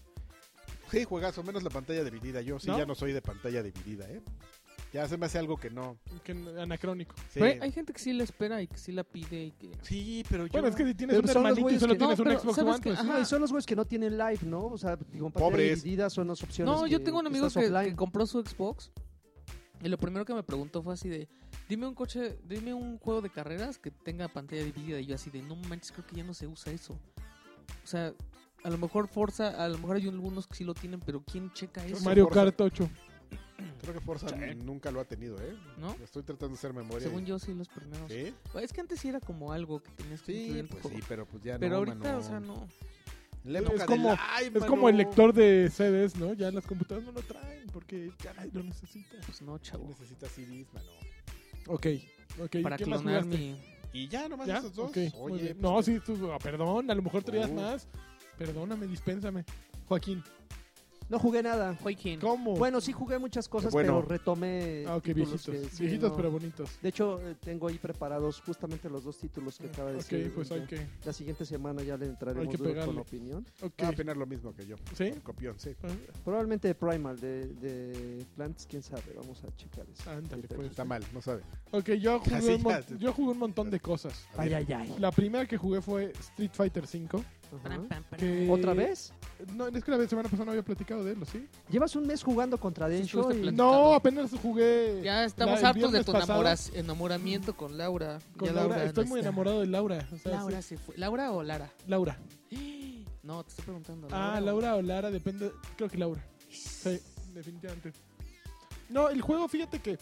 A: Sí, juegazo, menos la pantalla dividida. Yo sí
C: ¿No?
A: ya no soy de pantalla dividida, ¿eh? Ya se me hace algo que no.
C: Que- Anacrónico.
A: Sí.
D: Pero hay- hay gente que sí la espera y que sí la pide y que...
A: Sí, pero yo.
C: Bueno, es que si tienes
B: Pero
C: un
B: son los
C: hermanito y
B: güeyes
C: solo
B: que- no,
C: tienes un
D: pero
C: Xbox
D: ¿sabes
C: One,
D: qué?
A: Ah,
C: pues...
B: Ajá,
D: Ajá.
B: y son los güeyes que no tienen live, ¿no? O sea, digo,
A: Pobres.
B: Pobres. divididas son las opciones.
D: No, yo
B: que-
D: tengo un
B: que
D: amigo
B: estás
D: que,
B: offline.
D: que compró su Xbox y lo primero que me preguntó fue así de, dime un coche, dime un juego de carreras que tenga pantalla dividida y yo así de, no manches, creo que ya no se usa eso. O sea, a lo mejor Forza, a lo mejor hay algunos que sí lo tienen, pero ¿quién checa eso?
C: Mario
A: Forza.
C: Kart 8.
A: Creo que Forza nunca lo ha tenido, ¿eh?
D: ¿No?
A: Estoy tratando de hacer memoria.
D: Según
A: y-
D: yo sí los primeros.
A: ¿Sí?
D: Es que antes sí era como algo que tenías que incluir
A: Sí,
D: en tu
A: pues
D: juego.
A: sí, pero pues ya
D: Pero
A: no.
D: ahorita,
A: mano.
D: o sea, no.
A: En la
C: Es
A: época
C: como-
A: del iPad,
C: Es como el
A: ¿no?
C: lector de CDs, ¿no? Ya las computadoras no lo traen porque ya lo necesitas.
D: Pues no, chavo.
A: Necesita CDs, mano.
C: Ok, ok.
D: Para
C: ¿Qué más
D: clonar
C: jugaste?
D: mi.
A: Y ya, nomás
C: ¿Ya?
A: esos dos.
C: Ok, muy
A: Oye,
C: bien.
A: pues,
C: No,
A: ¿qué?
C: sí, tú, ah, perdón, a lo mejor traías
A: Uh.
C: más. Perdóname, dispénsame. Joaquín,
B: No jugué nada.
D: Joaquín.
C: ¿cómo?
B: Bueno, sí jugué muchas cosas,
A: bueno.
B: pero retomé.
C: ah, ok,
B: títulos
C: viejitos.
B: que sí,
C: viejitos,
B: no.
C: pero bonitos.
B: De hecho, eh, tengo ahí preparados justamente los dos títulos que acaba de
C: Ok,
B: decir.
C: pues hay que.
B: La siguiente semana ya le entraremos
C: Hay que
B: duro con
C: pegarle.
B: la opinión.
C: Ok.
A: Va a opinar lo mismo que yo.
C: ¿Sí?
A: Copión, sí.
B: Probablemente Primal de, de Plants, quién sabe. Vamos a checar eso.
C: Ándale, pues.
A: Está mal, no sabe.
C: Ok, yo
A: Así
C: jugué, un
A: ya
C: mon-
A: te-
C: yo jugué un montón de cosas.
A: A ver,
B: Ay, ay, ay.
C: La primera que jugué fue Street Fighter V.
B: Ajá.
C: que-
B: ¿Otra vez?
C: No, es que la semana pasada no había platicado de él, ¿o ¿sí?
B: Llevas un mes jugando contra Densho
D: estuviste
B: y-
D: platicando.
C: No, apenas jugué.
D: Ya estamos
C: La- el
D: hartos de
C: viernes
D: tu
C: pasado-
D: enamoras- enamoramiento con Laura.
C: con
D: Ya
C: Laura.
D: no
C: Estoy muy
D: está.
C: enamorado de Laura. o sea,
D: Laura se fue. ¿Laura o Lara?
C: sí. Laura.
D: No, te estoy preguntando.
C: Ah,
D: o-
C: Laura o Lara, depende. Creo que Laura. Sí, definitivamente. No, el juego, fíjate que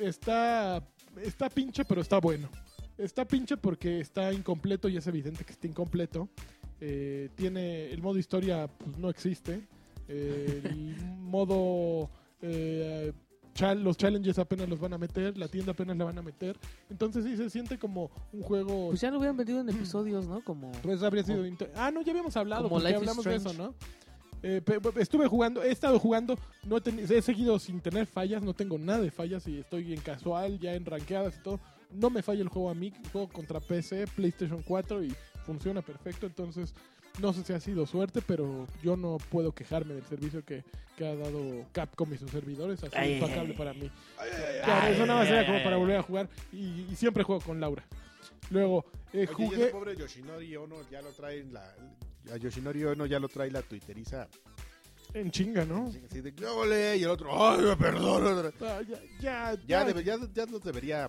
C: está, está pinche, pero está bueno. Está pinche porque está incompleto y es evidente que está incompleto. Eh, tiene el modo historia, pues no existe. Eh, el modo eh, chal- los challenges apenas los van a meter, la tienda apenas la van a meter. Entonces sí se siente como un juego.
D: Pues ya lo hubieran vendido
C: Mm.
D: en episodios, ¿no? Como.
C: Pues habría sido. inter- Ah, no, ya habíamos hablado.
D: Como
C: porque
D: Life is
C: hablamos de eso,
D: Strange.
C: ¿no? Eh, pe- pe- estuve jugando, he estado jugando, no he, teni- he seguido sin tener fallas, no tengo nada de fallas y estoy en casual, ya en ranqueadas y todo. No me falla el juego a mí, juego contra PC, PlayStation 4 y funciona perfecto. Entonces, no sé si ha sido suerte, pero yo no puedo quejarme del servicio que, que ha dado Capcom y sus servidores. Ha sido
D: Ay,
C: impagable
D: ay,
C: para mí. Claro,
D: ay,
C: eso nada más
D: ay,
C: era
D: ay,
C: como
D: ay,
C: para
D: ay.
C: volver a jugar y, y siempre juego con Laura. Luego, eh,
A: Oye, y
C: jugué.
A: ese pobre Yoshinori Ono ya lo trae la... A Yoshinori Ono ya lo trae la tuiteriza.
C: En chinga, ¿no?
A: Así de, "¿Qué ole?", Y el otro, ¡ay, me perdono!
C: Ah, ya, ya,
A: Ya,
C: ya
A: debe- ya, ya los debería...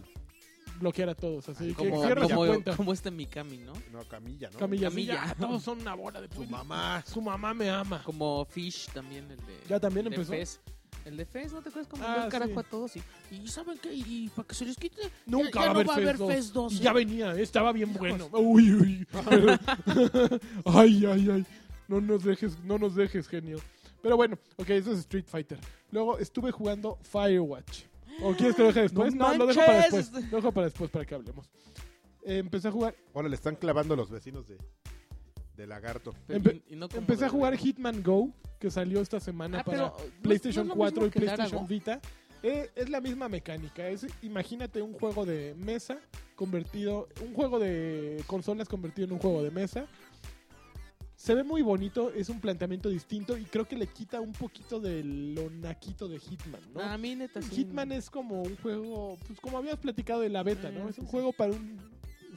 C: bloquear a todos, así que
D: Como,
C: cierra
D: como,
C: su cuenta.
D: como este Mikami, ¿no?
A: No, Camilla, ¿no?
C: Camilla,
D: Camilla.
C: sí, ya, todos son una bola de
A: Su
C: puños.
A: mamá.
C: Su mamá me ama.
D: Como Fish también, el de.
C: Ya también
D: el de
C: empezó.
D: Fez. El de Fez, ¿no te acuerdas? Como
C: Ah,
D: dio el carajo
C: sí.
D: a todos y. ¿Y saben qué? Y, para que se les quite. ya-
C: Nunca
D: ya,
C: va a haber
D: no va a haber
C: Fez 2.
D: Fez 2.
C: Y ya venía, estaba bien bueno. Uy, uy. pero- ay, ay, ay. No nos dejes, no nos dejes, genio. Pero bueno, ok, eso es Street Fighter. Luego estuve jugando Firewatch. ¿O quieres que lo deje después? No, lo dejo para
D: manches!
C: después. Lo dejo para después para que hablemos. Eh, empecé a jugar
A: Ahora le están clavando los vecinos de, de Lagarto.
D: Pero-
C: Empe-
D: y- y no como
C: Empecé
D: de-
C: a jugar Hitman Go, que salió esta semana
D: Ah,
C: para
D: pero, ¿no es-
C: PlayStation
D: no es lo
C: 4 y
D: mismo que Lara
C: PlayStation
D: Go?
C: Vita. Eh, es la misma mecánica. Es, imagínate un juego de mesa convertido, un juego de consolas convertido en un juego de mesa. Se ve muy bonito, es un planteamiento distinto y creo que le quita un poquito de lo naquito de Hitman, ¿no?
D: Nah, a mí, neta, Pues sí.
C: Hitman es como un juego, pues como habías platicado de la beta, ¿no?
D: Ah,
C: Es un
D: sí, sí.
C: juego para un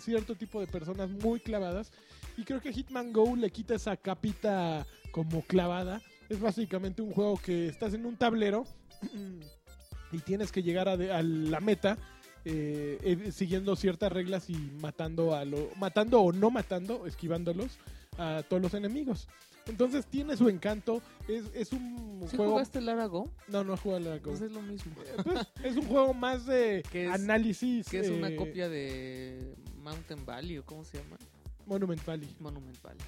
C: cierto tipo de personas muy clavadas. Y creo que Hitman Go le quita esa capita como clavada. Es básicamente un juego que estás en un tablero y tienes que llegar a, de- a la meta eh, eh, siguiendo ciertas reglas y matando a lo, matando o no matando, esquivándolos a todos los enemigos. Entonces tiene su encanto. Es, es un
D: ¿Sí
C: juego.
D: jugaste Lara Go?
C: No, no juega la Go.
D: Pues es lo mismo.
C: Pues, es un juego más de
D: Que es-
C: análisis.
D: Que es una
C: eh,
D: copia de Mountain Valley o cómo se llama?
C: Monument Valley.
D: Monument Valley.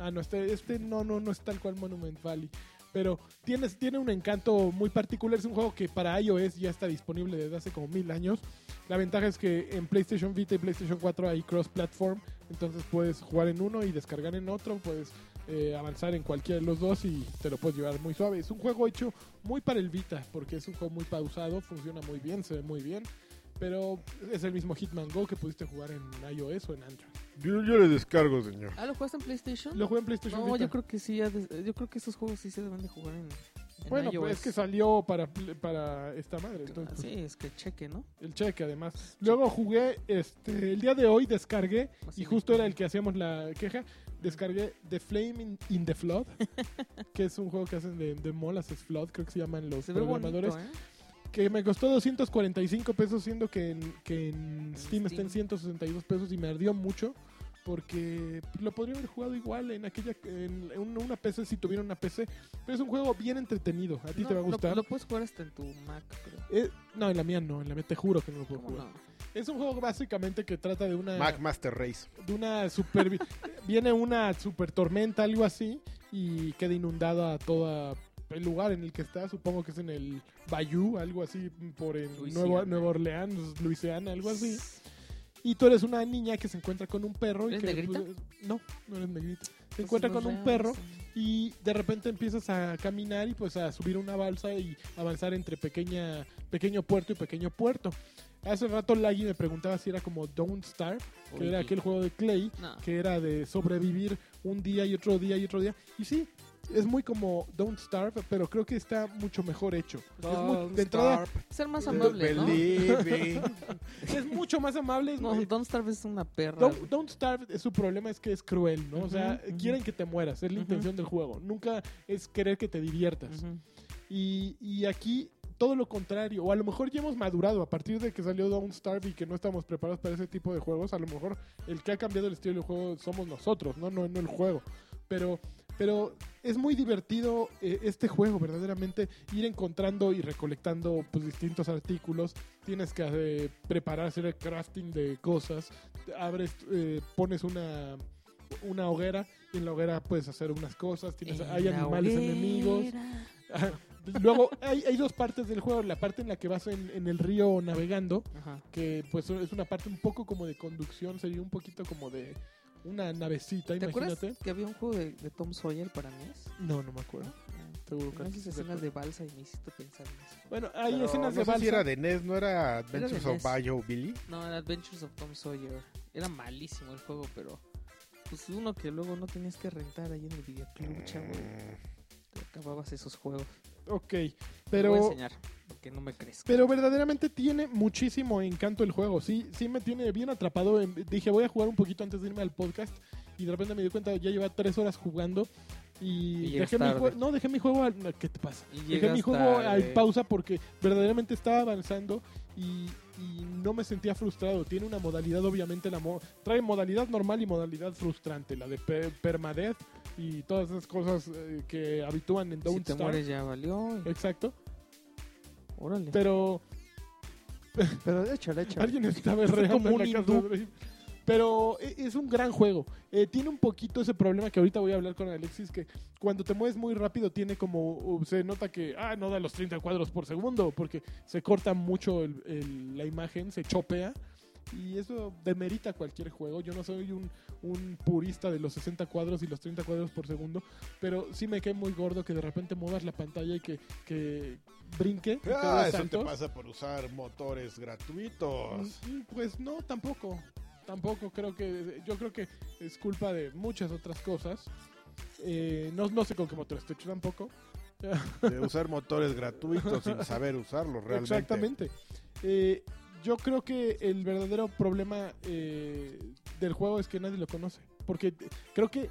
C: Ah, no, este, este no, no, no es tal cual Monument Valley. Pero tienes, tiene un encanto muy particular. Es un juego que para iOS ya está disponible desde hace como mil años. La ventaja es que en PlayStation Vita y PlayStation 4 hay cross-platform. Entonces puedes jugar en uno y descargar en otro. Puedes eh, avanzar en cualquiera de los dos y te lo puedes llevar muy suave. Es un juego hecho muy para el Vita, porque es un juego muy pausado, funciona muy bien, se ve muy bien. Pero es el mismo Hitman Go que pudiste jugar en iOS o en Android.
A: Yo, yo le descargo, señor.
D: ¿Ah, lo jugaste en PlayStation?
C: Lo jugué en PlayStation
D: no,
C: Vita.
D: yo creo que sí. ya des- Yo creo que esos juegos sí se deben de jugar en. en
C: Bueno,
D: iOS. Ah,
C: pues es que salió para, pl- para esta madre, entonces, pues,
D: Sí, es que cheque, ¿no?
C: el cheque además. Luego jugué, este, el día de hoy descargué,
D: Así
C: y
D: me-
C: justo era el que hacíamos la queja, descargué The Flame in, in the Flood, que es un juego que hacen de, de molas, es Flood, creo que se llaman los
D: Se ve bonito,
C: programadores,
D: ¿eh?
C: que me costó 245 pesos, siendo que en, que en Steam, está en
D: Steam.
C: 162 pesos y me ardió mucho. Porque lo podría haber jugado igual en aquella en un- una PC si tuviera una PC. Pero es un juego bien entretenido. A ti
D: No,
C: te va a
D: lo-
C: gustar.
D: Lo, puedes jugar hasta en tu Mac, creo.
C: Eh, no, en la mía no. En la mía te juro que no lo puedo
D: ¿Cómo
C: jugar.
D: no?
C: Es un juego básicamente que trata de una
A: Mac Master Race.
C: de una super viene una super tormenta algo así y queda inundada toda el lugar en el que está supongo que es en el Bayou algo así por el
D: Luisiana.
C: Nuevo, Nueva Orleans Luisiana algo así y tú eres una niña que se encuentra con un perro y
D: ¿Eres
C: que
D: negrita?
C: pues, no no eres negrita se
D: Entonces
C: encuentra
D: Pues, no
C: con un
D: sé,
C: perro
D: no sé.
C: y de repente empiezas a caminar y pues a subir una balsa y avanzar entre pequeña, pequeño puerto y pequeño puerto. Hace rato Laggy me preguntaba si era como Don't Starve, que
D: Oye.
C: era aquel juego de Clay,
D: No.
C: que era de sobrevivir un día y otro día y otro día. Y sí, es muy como Don't Starve, pero creo que está mucho mejor hecho.
D: Pues,
C: Es muy- de entrada
D: Ser más
C: Eh,
D: amable, ¿no?
A: Believe it.
C: es mucho más amable. es
D: No,
C: muy-
D: Don't Starve es una perra.
C: Don't, Don't Starve, eh, su problema es que es cruel, ¿no? O sea,
D: Ujú, ujú.
C: quieren que te mueras, es la
D: Ujú.
C: intención del juego. Nunca es querer que te diviertas.
D: Ujú.
C: Y, y aquí todo lo contrario, o a lo mejor ya hemos madurado a partir de que salió Don't Starve y que no estamos preparados para ese tipo de juegos. A lo mejor el que ha cambiado el estilo del juego somos nosotros, no, no, no el juego. Pero, pero es muy divertido eh, este juego, verdaderamente, ir encontrando y recolectando pues, distintos artículos. Tienes que eh, preparar, hacer el crafting de cosas. Abres, eh, pones una, una hoguera y en la hoguera puedes hacer unas cosas. Tienes,
D: En
C: pues, hay
D: la
C: animales
D: hoguera.
C: enemigos. Luego hay, hay dos partes del juego, la parte en la que vas en, en el río navegando,
D: Ajá.
C: que pues es una parte un poco como de conducción, sería un poquito como de una navecita,
D: ¿Te acuerdas
C: imagínate.
D: que había un juego de, de Tom Sawyer para NES?
C: No, no me acuerdo. Seguro que
D: Con esas
C: sí,
D: escenas
C: recuerdo.
D: de balsa y me hiciste pensar en eso.
C: Bueno, hay
A: Pero
C: escenas
A: no
C: de
A: sé
C: balsa.
A: si era de NES, no era Adventures
D: de
A: of
D: NES.
A: Bio Billy.
D: No, era Adventures of Tom Sawyer. Era malísimo el juego, pero... Pues uno que luego no tenías que rentar ahí en el videoclub, chavo. y Te acababas esos juegos.
C: Ok,
D: Te voy a
C: pero
D: enseñar, porque no me crees.
C: pero verdaderamente tiene muchísimo encanto el juego. Sí, sí me tiene bien atrapado. en- Dije, voy a jugar un poquito antes de irme al podcast. Y de repente me di cuenta, ya lleva tres horas jugando. Y,
D: Y llegas
C: dejé mi
D: tarde.
C: juego. No, dejé mi juego. al- ¿Qué te pasa?
D: Y eh,
C: Dejé
D: llegas
C: mi juego
D: tarde.
C: en pausa porque verdaderamente estaba avanzando y, y no me sentía frustrado. Tiene una modalidad, obviamente, la mo- trae modalidad normal y modalidad frustrante, la de pe- permadeath y todas esas cosas eh, que habitúan en
D: si
C: Don't
D: te
C: Starve.
D: mueres ya valió. y-
C: Exacto.
D: Órale.
C: Pero
B: Pero échale, échale.
C: Alguien estaba berreando
D: como
C: en
D: un
C: la casa
D: hindú.
C: de Brave. Pero e- es un gran juego. Eh, tiene un poquito ese problema que ahorita voy a hablar con Alexis, que cuando te mueves muy rápido tiene como... uh, Se nota que, ah, no da los 30 cuadros por segundo, porque se corta mucho el- el- la imagen, se chopea. Y eso demerita cualquier juego. Yo no soy un, un purista de los 60 cuadros y los 30 cuadros por segundo, pero sí me cae muy gordo que de repente muevas la pantalla y que, que brinque. y te
A: Ah,
C: dé
A: eso te
C: saltos.
A: pasa por usar motores gratuitos.
C: Mm, mm, Pues no, tampoco. Tampoco creo que. Yo creo que es culpa de muchas otras cosas. Eh, no, no sé con qué motor estoy hecho tampoco.
A: De usar motores gratuitos sin saber usarlos realmente.
C: Exactamente. Eh, yo creo que el verdadero problema eh, del juego es que nadie lo conoce. Porque t- creo que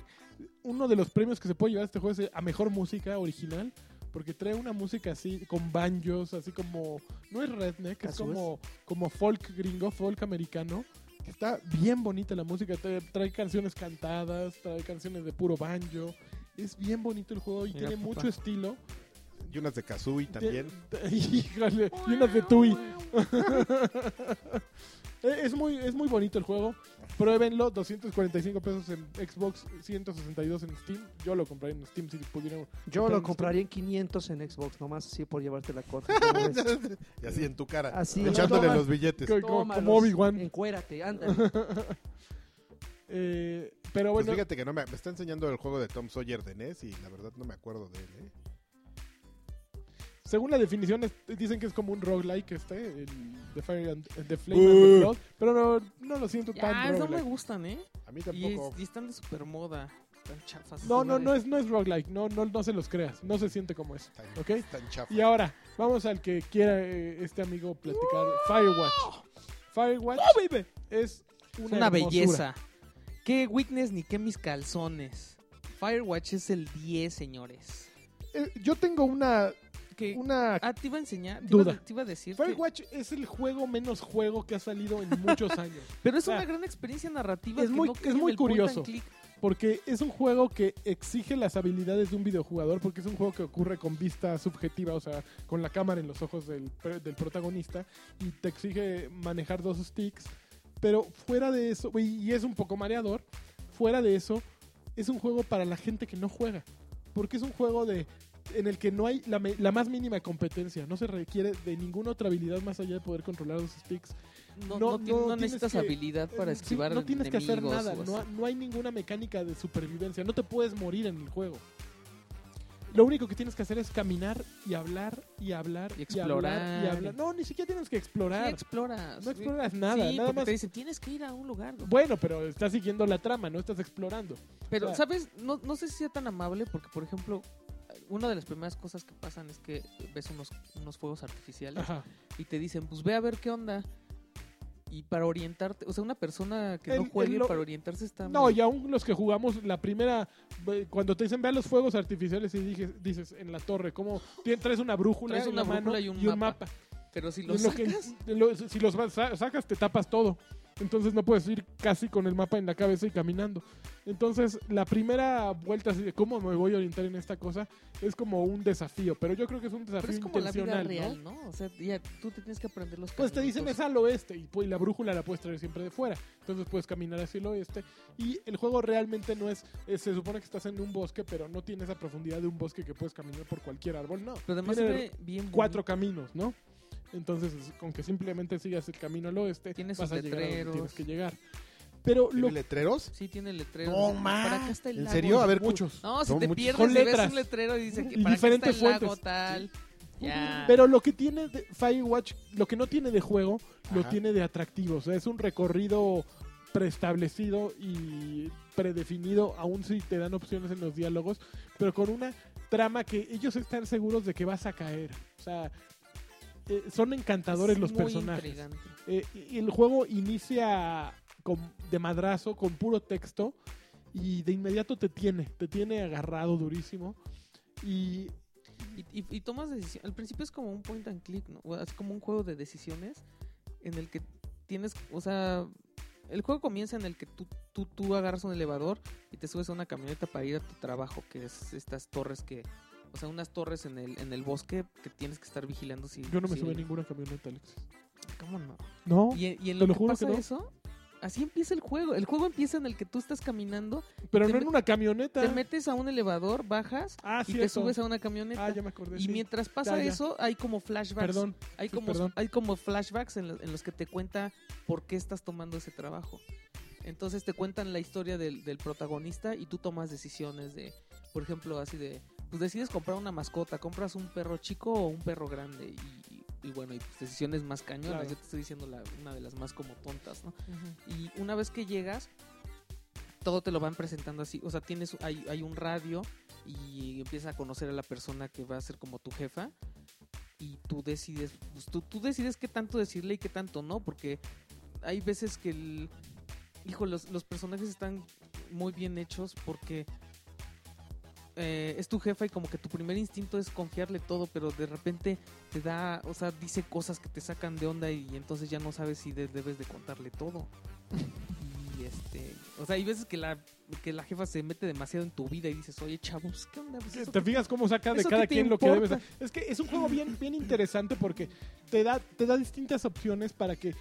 C: uno de los premios que se puede llevar este juego es a mejor música original. Porque trae una música así, con banjos, así como. No es redneck, es
B: Así es.
C: como, como folk gringo, folk americano. que Está bien bonita la música. Trae, trae canciones cantadas, trae canciones de puro banjo. Es bien bonito el juego y
D: Mira,
C: tiene
D: papá.
C: mucho estilo.
A: Y unas de Kazooie también.
C: Te- te- Híjole, y unas de Tui. Eh, es, muy, es muy bonito el juego. Pruébenlo, 245 pesos en Xbox, 162 en Steam. Yo lo compré en Steam si pudiera.
B: Yo lo compraría en 500 en Xbox, nomás así por llevarte la corte. ¿Cómo ves?
A: Y así en tu cara.
B: Así,
A: echándole
B: toma.
A: los billetes.
C: Co- co-
B: Tómalos,
C: como Obi-Wan.
B: Encuérate, ándale.
C: Eh, pero
A: Pues
C: bueno,
A: fíjate que no me, me está enseñando el juego de Tom Sawyer de NES y la verdad no me acuerdo de él. ¿eh?
C: según la definición, es- dicen que es como un roguelike este, el The Fire and the Flame and the
A: Uh.
C: Blood. Pero no, no lo siento
D: Ya,
C: tan
D: no me
C: roguelike.
D: gustan, ¿eh?
A: A mí
D: Y, es-
A: tampoco.
D: y están de super moda. Tan chafas.
C: No, no, no es, no es roguelike. No, no, no se los creas. No se siente como eso.
A: Tan,
C: ¿Ok?
A: tan chafa.
C: Y ahora, vamos al que quiera eh, este amigo platicar. Firewatch. Firewatch es una,
D: Es una
C: hermosura.
D: belleza. Qué weakness ni qué mis calzones. Firewatch es el 10, señores.
C: Eh, yo tengo una
D: que
C: una
D: ah, te iba a enseñar, te,
C: Duda.
D: Iba, a- te iba a decir. que-
C: Firewatch es el juego menos juego que ha salido en muchos años.
D: pero es
C: Ah.
D: una gran experiencia narrativa.
C: Es
D: que
C: muy-
D: no
C: es
D: cae en
C: muy
D: el point
C: curioso.
D: and click.
C: Porque es un juego que exige las habilidades de un videojugador, porque es un juego que ocurre con vista subjetiva, o sea, con la cámara en los ojos del, pr- del protagonista, y te exige manejar dos sticks. Pero fuera de eso, y y es un poco mareador, fuera de eso, es un juego para la gente que no juega. Porque es un juego de en el que no hay la, me- la más mínima competencia, no se requiere de ninguna otra habilidad más allá de poder controlar los sticks.
D: No,
C: No,
D: no, ti-
C: no
D: no
C: tienes
D: necesitas
C: que- eh,
D: habilidad para
C: Sí,
D: esquivar
C: no tienes que hacer
D: enemigos
C: nada,
D: o
C: no,
D: así.
C: no hay ninguna mecánica de supervivencia, no te puedes morir en el juego. Lo único que tienes que hacer es caminar y hablar y hablar hablar
D: Y
C: y
D: explorar.
C: hablar. No, ni siquiera tienes que
D: Sí,
C: explorar.
D: exploras.
C: no exploras nada,
D: Sí,
C: nada
D: porque
C: más.
D: te dicen, tienes que ir a un lugar. ¿no?
C: Bueno, pero estás siguiendo la trama, no estás explorando.
D: Pero,
C: Claro.
D: ¿sabes? No, no sé si sea tan amable porque, por ejemplo, una de las primeras cosas que pasan es que ves unos, unos fuegos artificiales
C: Ajá.
D: y te dicen, pues ve a ver qué onda. Y para orientarte, o sea, una persona que no
C: El- el
D: juegue
C: lo-
D: para orientarse está...
C: No,
D: medio-
C: y aún los que jugamos la primera, eh, cuando te dicen vean los fuegos artificiales y dije- dices en la torre, como traes una brújula,
D: Traes
C: en
D: una
C: la mano
D: brújula
C: y
D: y
C: un,
D: un
C: mapa.
D: mapa. Pero si
C: Y
D: lo
C: en lo que-
D: sacas...
C: lo- si los vas- sa- sacas, te tapas todo. Entonces no puedes ir casi con el mapa en la cabeza y caminando. Entonces, la primera vuelta así de cómo me voy a orientar en esta cosa es como un desafío. Pero yo creo que es un desafío
D: Pero es como la vida
C: intencional. ¿no?
D: real, ¿no? O sea, ya tú te tienes que aprender los
C: Pues te dicen es
D: caminos.
C: al oeste y, pues, y la brújula la puedes traer siempre de fuera. Entonces puedes caminar hacia el oeste. Y el juego realmente no es, eh, se supone que estás en un bosque, pero no tiene esa profundidad de un bosque que puedes caminar por cualquier árbol. No.
D: Pero además se
C: Tiene
D: ve bien
C: cuatro
D: bonito.
C: caminos, ¿no? Entonces, es- con que simplemente sigas el camino al oeste,
D: Tiene sus
C: vas a llegar a donde
D: letreros.
C: tienes que llegar. Pero lo
A: ¿Tiene letreros?
D: Sí, tiene letrero.
A: No, ma.
D: para acá está el
A: ¿En
D: lago.
A: serio? A ver,
C: muchos.
D: No, si
A: Son
D: te
A: muchos.
D: pierdes
C: Con
D: y ves
C: letras.
D: un letrero y dice que
C: Y
D: para acá está
C: diferentes
D: el lago
C: fuentes.
D: tal. Ya.
C: Pero lo que tiene de Firewatch, lo que no tiene de juego, lo
A: Ajá.
C: tiene de atractivo. O sea, es un recorrido preestablecido y predefinido, aún si te dan opciones en los diálogos, pero con una trama que ellos están seguros de que vas a caer. O sea, eh, son encantadores
D: Es
C: los
D: muy
C: personajes.
D: intrigante.
C: Eh, y el juego inicia con- de madrazo, con puro texto, y de inmediato te tiene, te tiene agarrado durísimo. Y
D: Y, y- y tomas decisiones. Al principio es como un point and click, ¿no? O sea, Es como un juego de decisiones en el que tienes, o sea, el juego comienza en el que tú, tú, tú agarras un elevador y te subes a una camioneta para ir a tu trabajo, que es estas torres que, o sea, unas torres en el, en el bosque que tienes que estar vigilando si...
C: yo no me
D: si-
C: sube ninguna camioneta, Alexis.
D: ¿Cómo no?
C: No,
D: Y, y en
C: Te
D: lo,
C: lo
D: que
C: juro que
D: pasa
C: no.
D: eso, así empieza el juego. El juego empieza en el que tú estás caminando,
C: pero
D: te
C: no en
D: met-
C: una camioneta.
D: te metes a un elevador, bajas
C: ah,
D: y
C: sí,
D: te subes a una camioneta.
C: Ah, ya me acordé.
D: y
C: sí.
D: mientras pasa
C: Ya, ya.
D: eso, hay como flashbacks.
C: Perdón.
D: hay
C: sí,
D: como,
C: perdón.
D: hay como flashbacks en, lo- en los que te cuenta por qué estás tomando ese trabajo. Entonces te cuentan la historia del, del protagonista y tú tomas decisiones de, por ejemplo, así de, pues decides comprar una mascota, compras un perro chico o un perro grande y, y- y bueno, y pues, decisiones más cañonas.
C: Claro.
D: Yo te estoy diciendo la- una de las más como tontas, ¿no? Y una vez que llegas, todo te lo van presentando así. O sea, tienes hay, hay un radio y empiezas a conocer a la persona que va a ser como tu jefa. Y tú decides, pues, tú, tú decides qué tanto decirle y qué tanto no, porque hay veces que el. Hijo, los, los personajes están muy bien hechos porque eh, es tu jefa y como que tu primer instinto es confiarle todo, pero de repente te da, o sea, dice cosas que te sacan de onda y entonces ya no sabes si de- debes de contarle todo. Y este, o sea, hay veces que la, que la jefa se mete demasiado en tu vida y dices, oye, chavos, ¿qué onda? Pues
C: Que
D: eso
C: te
D: que-
C: fijas cómo saca de
D: ¿Eso
C: cada
D: qué te
C: quien lo que debes
D: importa?
C: hacer. Es que es un juego bien, bien interesante porque te da, te da distintas opciones para que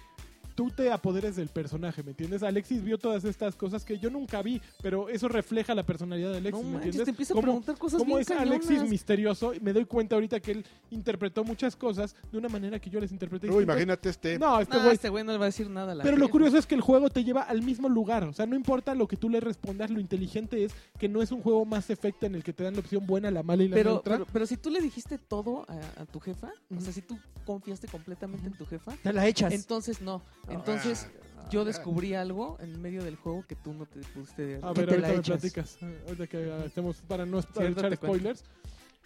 C: tú te apoderes del personaje, ¿me entiendes? Alexis vio todas estas cosas que yo nunca vi, pero eso refleja la personalidad de
D: no
C: Alexis, ¿me
D: manches, te
C: entiendes?
D: empieza a
C: Cómo-
D: preguntar cosas
C: Como
D: bien
C: es Alexis
D: cañonas.
C: misterioso, y me doy cuenta ahorita que él interpretó muchas cosas de una manera que yo les interpreté.
A: Uy,
C: distintas.
A: imagínate este.
C: No, este
D: Nah,
C: güey.
D: este güey no le va a decir nada a la
C: Pero lo
D: jefa.
C: curioso es que el juego te lleva al mismo lugar. O sea, no importa lo que tú le respondas, lo inteligente es que no es un juego más efecto en el que te dan la opción buena, la mala y la
D: Pero,
C: neutra.
D: pero, pero si tú le dijiste todo a, a tu jefa, o
C: Ujú.
D: sea, si tú confiaste completamente en tu jefa,
B: Te la echas.
D: entonces no. Entonces
A: Ah,
D: yo descubrí algo en medio del juego que tú no te pudiste
C: A
B: que
C: ver,
B: te
C: ahorita
B: la
C: me
B: echas.
C: platicas. Ah, Ahorita que ah, estemos para no para
D: ahorita
C: echar
D: te cuento.
C: spoilers.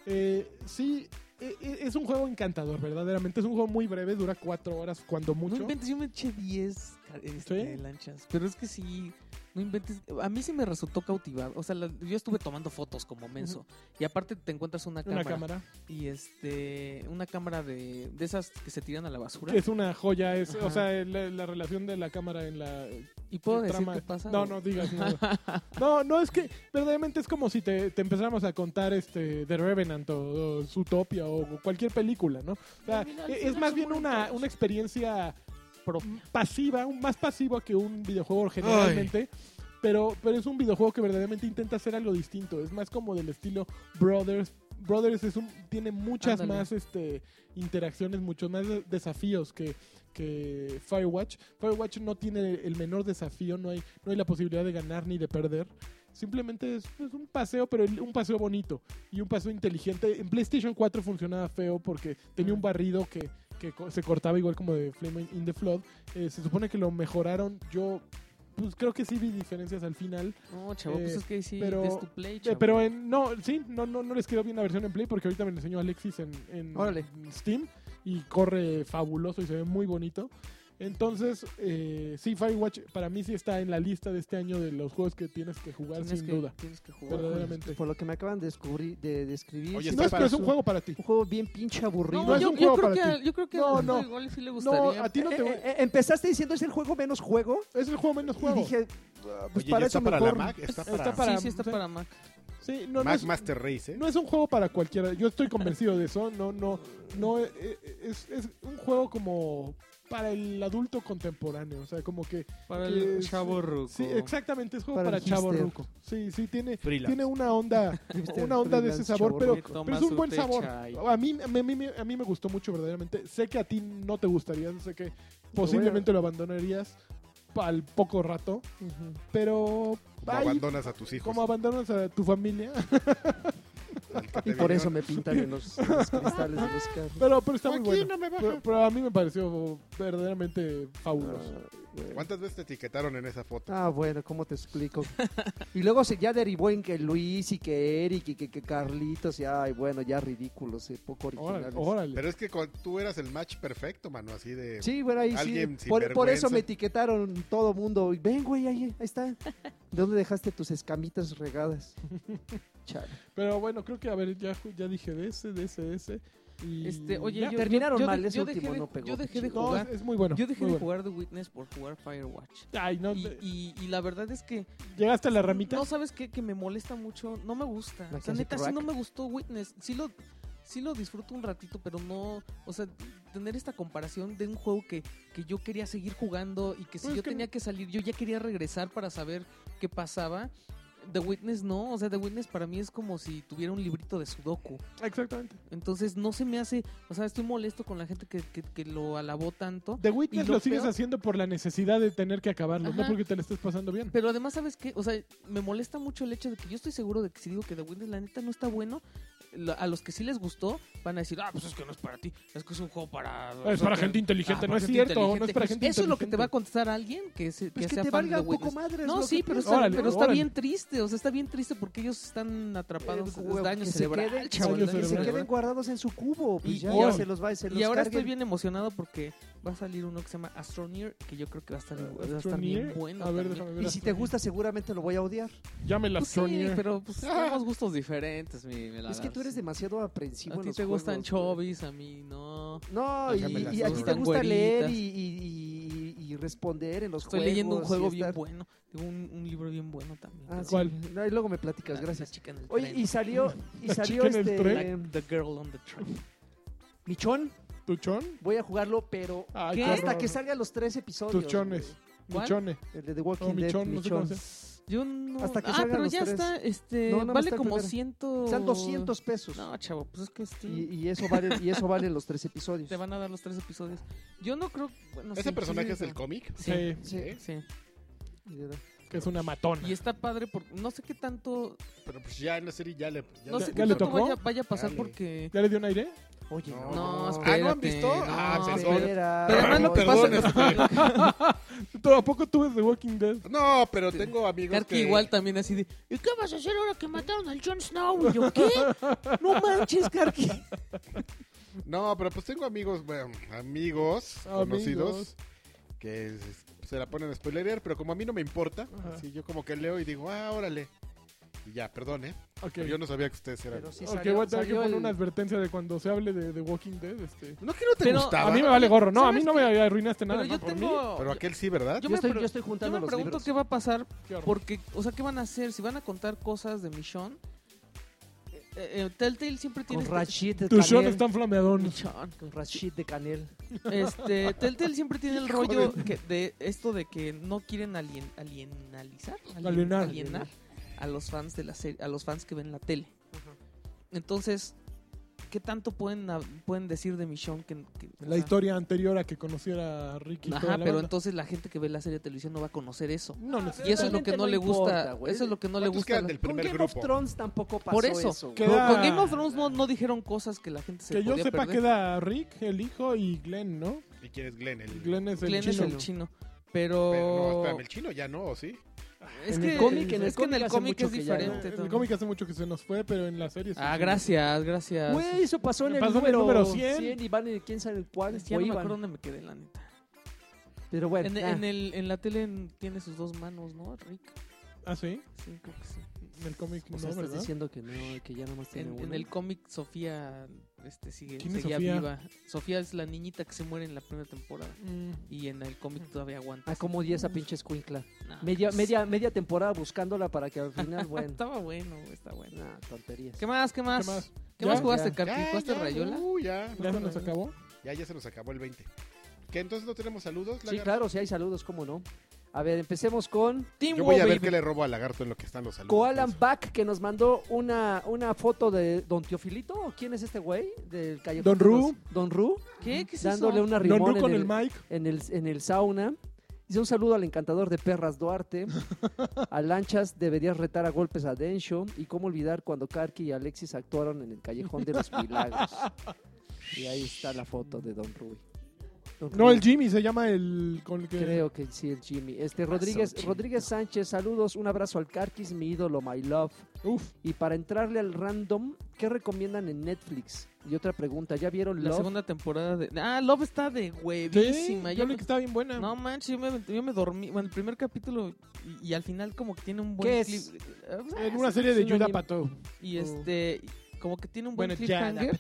C: Eh, sí, e- e- es un juego encantador, verdaderamente. Es un juego muy breve, dura cuatro horas, cuando
D: No
C: mucho.
D: inventes, yo me eché 10 ca- este,
C: ¿Sí?
D: lanchas. Pero es que sí, No inventes. A mí sí me resultó cautivado. O sea, la- yo estuve tomando fotos como menso. Y aparte te encuentras una
C: Una
D: cámara.
C: cámara.
D: Y este. Una cámara de, de esas que se tiran a la basura.
C: Es una joya, es,
D: Ajá.
C: o sea, la, la relación de la cámara en la
D: ¿Y puedo decir
C: trama-
D: qué pasa?
C: No,
D: o-
C: no digas nada. No, no, es que verdaderamente es como si te, te empezáramos a contar este The Revenant o, o Zootopia o, o cualquier película, ¿no? O sea,
D: Al final
C: e- es
D: suena
C: más
D: su
C: bien una,
D: bonito. Mm.
C: una experiencia
D: Propia.
C: pasiva, un- más pasiva que un videojuego generalmente. Pero, pero es un videojuego que verdaderamente intenta hacer algo distinto. Es más como del estilo Brothers. Brothers es un, tiene muchas
D: Ándale.
C: más este, interacciones, muchos más de- desafíos que, que Firewatch. Firewatch no tiene el menor desafío, no hay, no hay la posibilidad de ganar ni de perder. Simplemente es, es un paseo, pero el- un paseo bonito y un paseo inteligente. En PlayStation 4 funcionaba feo porque tenía un barrido que, que co- se cortaba igual como de Flame in the Flood. Eh, se supone que lo mejoraron. Yo pues creo que sí vi diferencias al final.
D: No, chavo, pues
C: Eh,
D: es que sí,
C: pero-
D: es tu play,
C: Eh,
D: chavo.
C: pero en, no, sí, no, no, no les quedó bien la versión en Play porque ahorita me lo enseñó Alexis en, en
B: Órale.
C: Steam y corre fabuloso y se ve muy bonito. Entonces, eh, sí, Firewatch para mí sí está en la lista de este año de los juegos que tienes que jugar
D: tienes
C: sin
D: que,
C: duda. eh,
D: Tienes que jugar.
C: Verdaderamente.
B: Por lo que me acaban de descubrir, de describir.
A: Oye,
B: sí
A: está
C: No,
B: me
C: es, pero es
B: parece
C: un juego para ti.
B: Un juego bien pinche aburrido.
D: No,
C: No, es
D: yo,
C: un
D: yo
C: juego
D: creo
C: para
D: que, a-
C: ti.
D: yo creo que
C: No,
D: al-
C: no.
D: igual sí le
C: No, ah,
D: gustaría.
C: a ti no
B: Eh,
C: te...
B: eh, eh, empezaste diciendo es el juego menos juego.
C: Es el juego menos juego.
B: Y dije, ah,
A: Oye,
B: pues
A: ya
B: para
A: está
B: eso
A: para la
B: mejor-
A: Mac, está para,
C: está para-
D: sí, sí, está
C: sí.
D: para Mac.
C: Sí, no, no
A: Mac
C: es-
A: Master Race, ¿eh?
C: No es un juego para cualquiera. Yo estoy convencido de eso. No, no, no. eh, eh, Es, es un juego como para el adulto contemporáneo. O sea, como que.
D: Para
C: que
D: el
C: es-
D: chavo ruco.
C: Sí, exactamente. Es juego
B: Para
C: para,
B: el
C: chavo
B: hipster.
C: ruco. Sí, sí, tiene,
A: Freelance.
C: tiene una onda.
B: Hipster,
C: una onda de
B: freelance,
C: ese sabor,
B: chavo
C: pero,
B: rico.
D: Toma
C: pero es un
D: su
C: buen
D: té
C: sabor.
D: chai.
C: A mí, a, mí, a mí- a mí me gustó mucho, verdaderamente. Sé que a ti no te gustaría. Sé que posiblemente lo abandonarías al poco rato.
B: Ujú.
C: Pero.
A: Como
C: ahí-
A: abandonas a tus hijos.
C: como abandonas a tu familia.
A: al que te
B: Y por eso
A: vendieron.
B: me pintan en los, en los cristales de los carros.
C: Pero, pero está muy
A: Aquí
C: bueno.
A: no me baja.
C: Pero, pero a mí me pareció verdaderamente fabuloso.
A: ¿Cuántas veces te etiquetaron en esa foto?
B: Ah, bueno, ¿cómo te explico? Y luego se ya derivó en que Luis y que Eric y que, que Carlitos y ay, bueno, ya ridículos, eh, poco
C: Órale,
B: originales.
C: órale.
A: Pero es que con- tú eras el match perfecto, mano, así de...
B: Sí, bueno, ahí
A: Alguien
B: sí. Por, por
A: sinvergüenza.
B: eso me etiquetaron todo mundo. Y ven, güey, ahí, ahí está. ¿De dónde dejaste tus escamitas regadas? Chale.
C: Pero bueno, creo que, a ver, ya, ju- ya dije de ese, de ese, de ese. Y
D: Este, oye,
C: ya.
D: yo-
B: Terminaron
D: yo de-
B: mal, ese
D: yo dejé
B: último
D: de-
B: no pegó.
D: Yo dejé de
C: No,
D: jugar.
C: es, es muy bueno.
D: Yo dejé
C: muy
D: de
C: bueno.
D: jugar The Witness por jugar Firewatch.
C: Ay, no,
D: Y,
C: te-
D: y- y la verdad es que
C: llegaste a la ramita.
D: no sabes qué que me molesta mucho, no me gusta.
B: La
D: O
B: que
D: sea,
B: hace
D: neta sí
B: crack.
D: no me gustó Witness. Sí lo sí lo disfruto un ratito, pero no, o sea, tener esta comparación de un juego que, que yo quería seguir jugando y que si
C: Pues es
D: yo
C: que-
D: tenía que salir, yo ya quería regresar para saber qué pasaba. The Witness no, o sea, The Witness para mí es como si tuviera un librito de Sudoku.
C: Exactamente.
D: Entonces no se me hace, o sea, estoy molesto con la gente que, que- que lo alabó tanto.
C: The Witness
D: Y
C: lo,
D: lo
C: sigues
D: peor-
C: haciendo por la necesidad de tener que acabarlo, no
D: Ajá.
C: porque te lo estés pasando bien.
D: Pero además, ¿sabes qué? O sea, me molesta mucho el hecho de que yo estoy seguro de que si digo que The Witness la neta no está bueno, la- a los que sí les gustó van a decir, ah, pues es que no es para ti, es que es un juego para... o
C: Es
D: sea,
C: para
D: que-
C: gente inteligente,
D: ah,
C: no
D: para
C: es
D: gente
C: cierto, no es
D: inteligente".
C: para gente
D: Eso es lo que te va a
C: inteligente.
D: contestar alguien que, se, que
B: Pues que
D: sea
B: te
D: fan de
B: valga
D: The
B: un poco
D: Witness.
B: madre. es
D: No,
B: lo
D: sí,
B: que
D: pero
B: pienso.
D: está,
C: Órale,
D: pero está
C: órale.
D: bien triste, o sea, está bien triste porque ellos están atrapados,
B: Eh, güey,
D: daño
B: que se
D: cerebral,
B: queden-
D: chavo,
C: daño
D: daño
B: Que se
C: cerebral.
B: queden guardados en su cubo. Pues
D: Y-
B: ya,
D: y
B: ya
D: ahora-
B: se los va, se los
D: Y ahora
B: carguen.
D: estoy bien emocionado porque va a salir uno que se llama Astroneer, que yo creo que va a estar, va a estar pues, bien
C: Eh, Astroneer.
D: bueno.
C: A ver,
D: también.
C: déjame ver.
B: Y si te gusta, seguramente lo voy a odiar.
C: Llame la
D: Pues sí,
C: Astroneer.
D: pero pues tenemos gustos diferentes, mi, mi
B: Es que tú eres demasiado aprensivo.
D: A
B: en
D: ti
B: los
D: te gustan
B: juegos, güey.
D: chovis, a mí no.
B: No,
A: Ay,
B: y,
A: ya me las
B: y a ti te
A: gustan
B: gusta leer
D: güeritas.
B: y, y- y- y responder en los
D: Estoy
B: juegos.
D: leyendo un juego
B: y
D: bien
B: estar-
D: bueno. Tengo un, un libro bien bueno también.
B: Ah,
D: pero-
B: sí.
C: ¿Cuál?
B: No, y luego me platicas,
D: La-
B: gracias.
D: La chica en el
B: Oye,
D: tren.
B: y salió, y
C: La
B: salió
C: chica en el
D: La-
B: este...
D: the Girl on the Train.
B: Michón,
C: ¿eh? ¿Tuchón?
B: voy a jugarlo, pero
C: Ay,
D: ¿Qué?
C: qué
B: hasta
C: horror.
B: que salgan los tres episodios.
C: Tuchones.
D: ¿Cuál?
C: Michone.
B: güey. El de The
C: No,
B: Walking Dead,
C: michón, no sé cómo
B: Michón.
C: se
D: Yo no.
B: Hasta que
D: ah,
B: salgan
D: pero
B: los
D: ya
B: tres.
D: está. Este,
B: No, nada más
D: vale
B: está el
D: como
B: primero.
D: 100.
B: Están 200 pesos.
D: No, chavo, pues es que Steam
B: Y, y eso vale, y eso valen los tres episodios.
D: Te van a dar los tres episodios. Yo no creo. Bueno,
A: ¿Ese
D: sí, sí,
A: personaje
D: sí,
A: es el
D: sí.
A: cómic?
D: Sí,
C: Sí,
B: Sí,
D: sí.
B: de verdad.
C: que es una matona.
D: Y está padre porque no sé qué tanto.
A: Pero pues ya en la serie ya le... ya
D: No
A: le-
D: sé
C: ya
D: qué
C: le
D: tanto
C: tocó?
D: vaya, vaya a pasar
A: Dale.
D: porque.
C: ¿Ya le dio un aire?
B: Oye,
A: No.
B: no.
D: No,
A: espera.
D: espérate.
A: Ah, ¿no han visto? Ah,
D: no,
A: perdón.
D: espérate.
B: espera.
D: Pero además lo que pasa
A: Perdón,
D: lo-
A: este-
C: ¿Tú, ¿A poco tú ves The Walking Dead?
A: No, pero tengo amigos
D: Karki
A: que...
D: igual también así de, ¿y qué vas a hacer ahora que mataron al Jon Snow? Y yo, ¿qué? No manches, Karki.
A: No, pero pues tengo amigos, bueno, amigos, conocidos,
C: Amigos.
A: que s- se la ponen a spoilerear, pero como a mí no me importa,
C: Ajá.
A: así yo como que leo y digo, ah, órale. Y ya, perdón, ¿eh?
C: Ok.
A: Pero yo no sabía que ustedes eran.
B: Pero sí
C: Ok,
B: salió,
C: voy a tener que
B: salió
C: poner
B: el-
C: una advertencia de cuando se hable de The Walking Dead. Este.
A: No que no te
D: Pero
A: gustaba.
C: A mí me vale gorro. No, a mí
D: ¿sabes
C: no me arruinaste nada.
D: Pero yo
C: ¿no? Por mí,
D: tengo.
A: Pero aquel sí, ¿verdad?
D: yo
B: Yo,
D: me
B: estoy,
D: pre-
B: yo estoy
D: Yo
B: juntando
D: me
B: los
D: pregunto
B: libros.
D: qué va a pasar
C: qué horror.
D: porque, o sea, ¿qué van a hacer? Si van a contar cosas de Michonne. Eh, eh, Telltale siempre tiene.
B: Con
D: este-
B: Rashid de
C: Tu shot
B: Canel.
C: es tan flameadón.
D: Michonne.
B: Con Rashid de Canel.
D: Este, Telltale siempre tiene el
A: Hijo de-
D: rollo que- de esto de que no quieren alien, alienalizar, alien-
C: Alienar.
D: alienar a los fans de la serie, a los fans que ven la tele. Entonces, ¿qué tanto pueden, hab- pueden decir de Michonne que, que- o
C: La
D: sea,
C: historia anterior a que conociera a Ricky. y toda
D: Ajá,
C: la
D: pero
C: banda.
D: entonces la gente que ve la serie de televisión no va a conocer eso.
C: No, no
D: Y eso es lo
B: Realmente
D: que no,
B: no
D: le gusta.
B: importa, güey.
D: eso es lo que no le
A: ¿Cuántos
D: gusta. a
A: quedan
D: la-
A: del
B: Con
A: primer
B: Game of
A: grupo?
B: Thrones tampoco pasó
D: Por eso.
B: eso
C: Que
B: güey.
C: da-
D: Con Game of Thrones no, no dijeron cosas que la gente se
C: Que yo
D: podía
C: sepa
D: perder.
C: queda Rick, el hijo, y Glenn, ¿no?
A: ¿Y quién es Glenn? El...
C: Glenn es el
D: Glenn oh.
C: chino.
D: es el chino. Pero,
A: Pero no, espérame, el chino ya no, ¿o ¿sí?
D: es
C: En
D: que
C: el cómic, en
B: el
D: es que en
B: cómic
D: el
B: hace
D: cómic
B: mucho
D: es
B: que ya no.
D: diferente.
C: En el
D: Tony.
C: cómic hace mucho que se nos fue, pero en la serie. sí,
D: este Ah,
C: sí.
D: gracias, gracias. Pues
B: Güey, eso pasó en el
C: Pasó en el
B: número,
C: número 100.
B: 100 y van en quién sabe cuál.
D: Ya
B: o
D: no me
B: iban.
D: acuerdo dónde me quedé, la neta.
B: Pero bueno,
D: En,
B: ah,
D: en el, en la tele en- tiene sus dos manos, ¿no? Rick.
C: Ah, sí.
D: Sí, creo que sí.
C: En el cómic,
D: Pues
B: o sea,
C: no,
B: estás
C: ¿verdad?
B: diciendo que no, que ya nomás tiene
D: En,
B: una.
D: en el cómic, Sofía este, sigue
C: ¿Quién es
D: seguía
C: Sofía?
D: viva. Sofía es la niñita que se muere en la primera temporada.
C: Mm.
D: Y en el cómic todavía aguanta.
B: Ah, como di esa pinche escuincla.
D: No,
B: Media,
D: pues,
B: media, media temporada buscándola para que al final, bueno.
D: Estaba bueno, güey, está bueno.
B: nah, tonterías.
D: ¿Qué más? ¿Qué más?
C: ¿Qué más?
D: ¿Qué
C: Ya,
D: más jugaste,
B: ya.
D: Carpi? ¿Jugaste Rayola?
A: Uh, ya.
C: ¿Ya se nos acabó?
A: Ya, ya se nos acabó el 20. ¿Que entonces no tenemos saludos?
B: Sí,
A: Lagarto?
B: claro, si hay saludos, cómo no. A ver, empecemos con
D: Team
A: Yo voy a
D: Wo,
A: ver
D: baby.
A: qué le robo a Lagarto en lo que están los saludos.
B: Koalan Back, que nos mandó una, una foto de Don Teofilito. ¿o ¿Quién es este güey? Del callejón
C: Don
B: de los-
C: Ru.
B: Don Ru,
D: ¿Qué? ¿Qué es
B: dándole
D: eso?
B: una
C: Don
B: rimón
C: Ru
B: en
C: con el
B: el-
C: Mike.
B: en el, en el sauna. Dice un saludo al encantador de perras Duarte. A Lanchas deberías retar a golpes a Densho. Y cómo olvidar cuando Karki y Alexis actuaron en el Callejón de los Milagros. Y ahí está la foto de Don Rui. Don
C: No,
B: Rui,
C: el Jimmy se llama el. Con el que...
B: Creo que sí, el Jimmy.
C: Ah,
B: Este, Rodríguez,
D: Jimmy?
B: Rodríguez Sánchez, saludos. Un abrazo al Karkis, mi ídolo, my love.
C: Uf,
B: Y para entrarle al random, ¿qué recomiendan en Netflix? Y otra pregunta, ¿ya vieron
D: La
B: Love?
D: segunda temporada de... Ah, Love está de
C: sí,
D: huevísima.
C: yo
D: Yo
C: leí que estaba bien buena.
D: No manches, yo me, yo me dormí. Bueno, el primer capítulo y, y al final como que tiene un buen
B: ¿Qué es?
D: clip- eh, o sea,
C: en una
D: es-
C: serie
D: es
C: de
D: un
C: Judah
D: anime.
C: Pato.
D: Y
C: Oh.
D: este, y como que tiene un buen
C: Bueno, ya,
D: cliffhanger.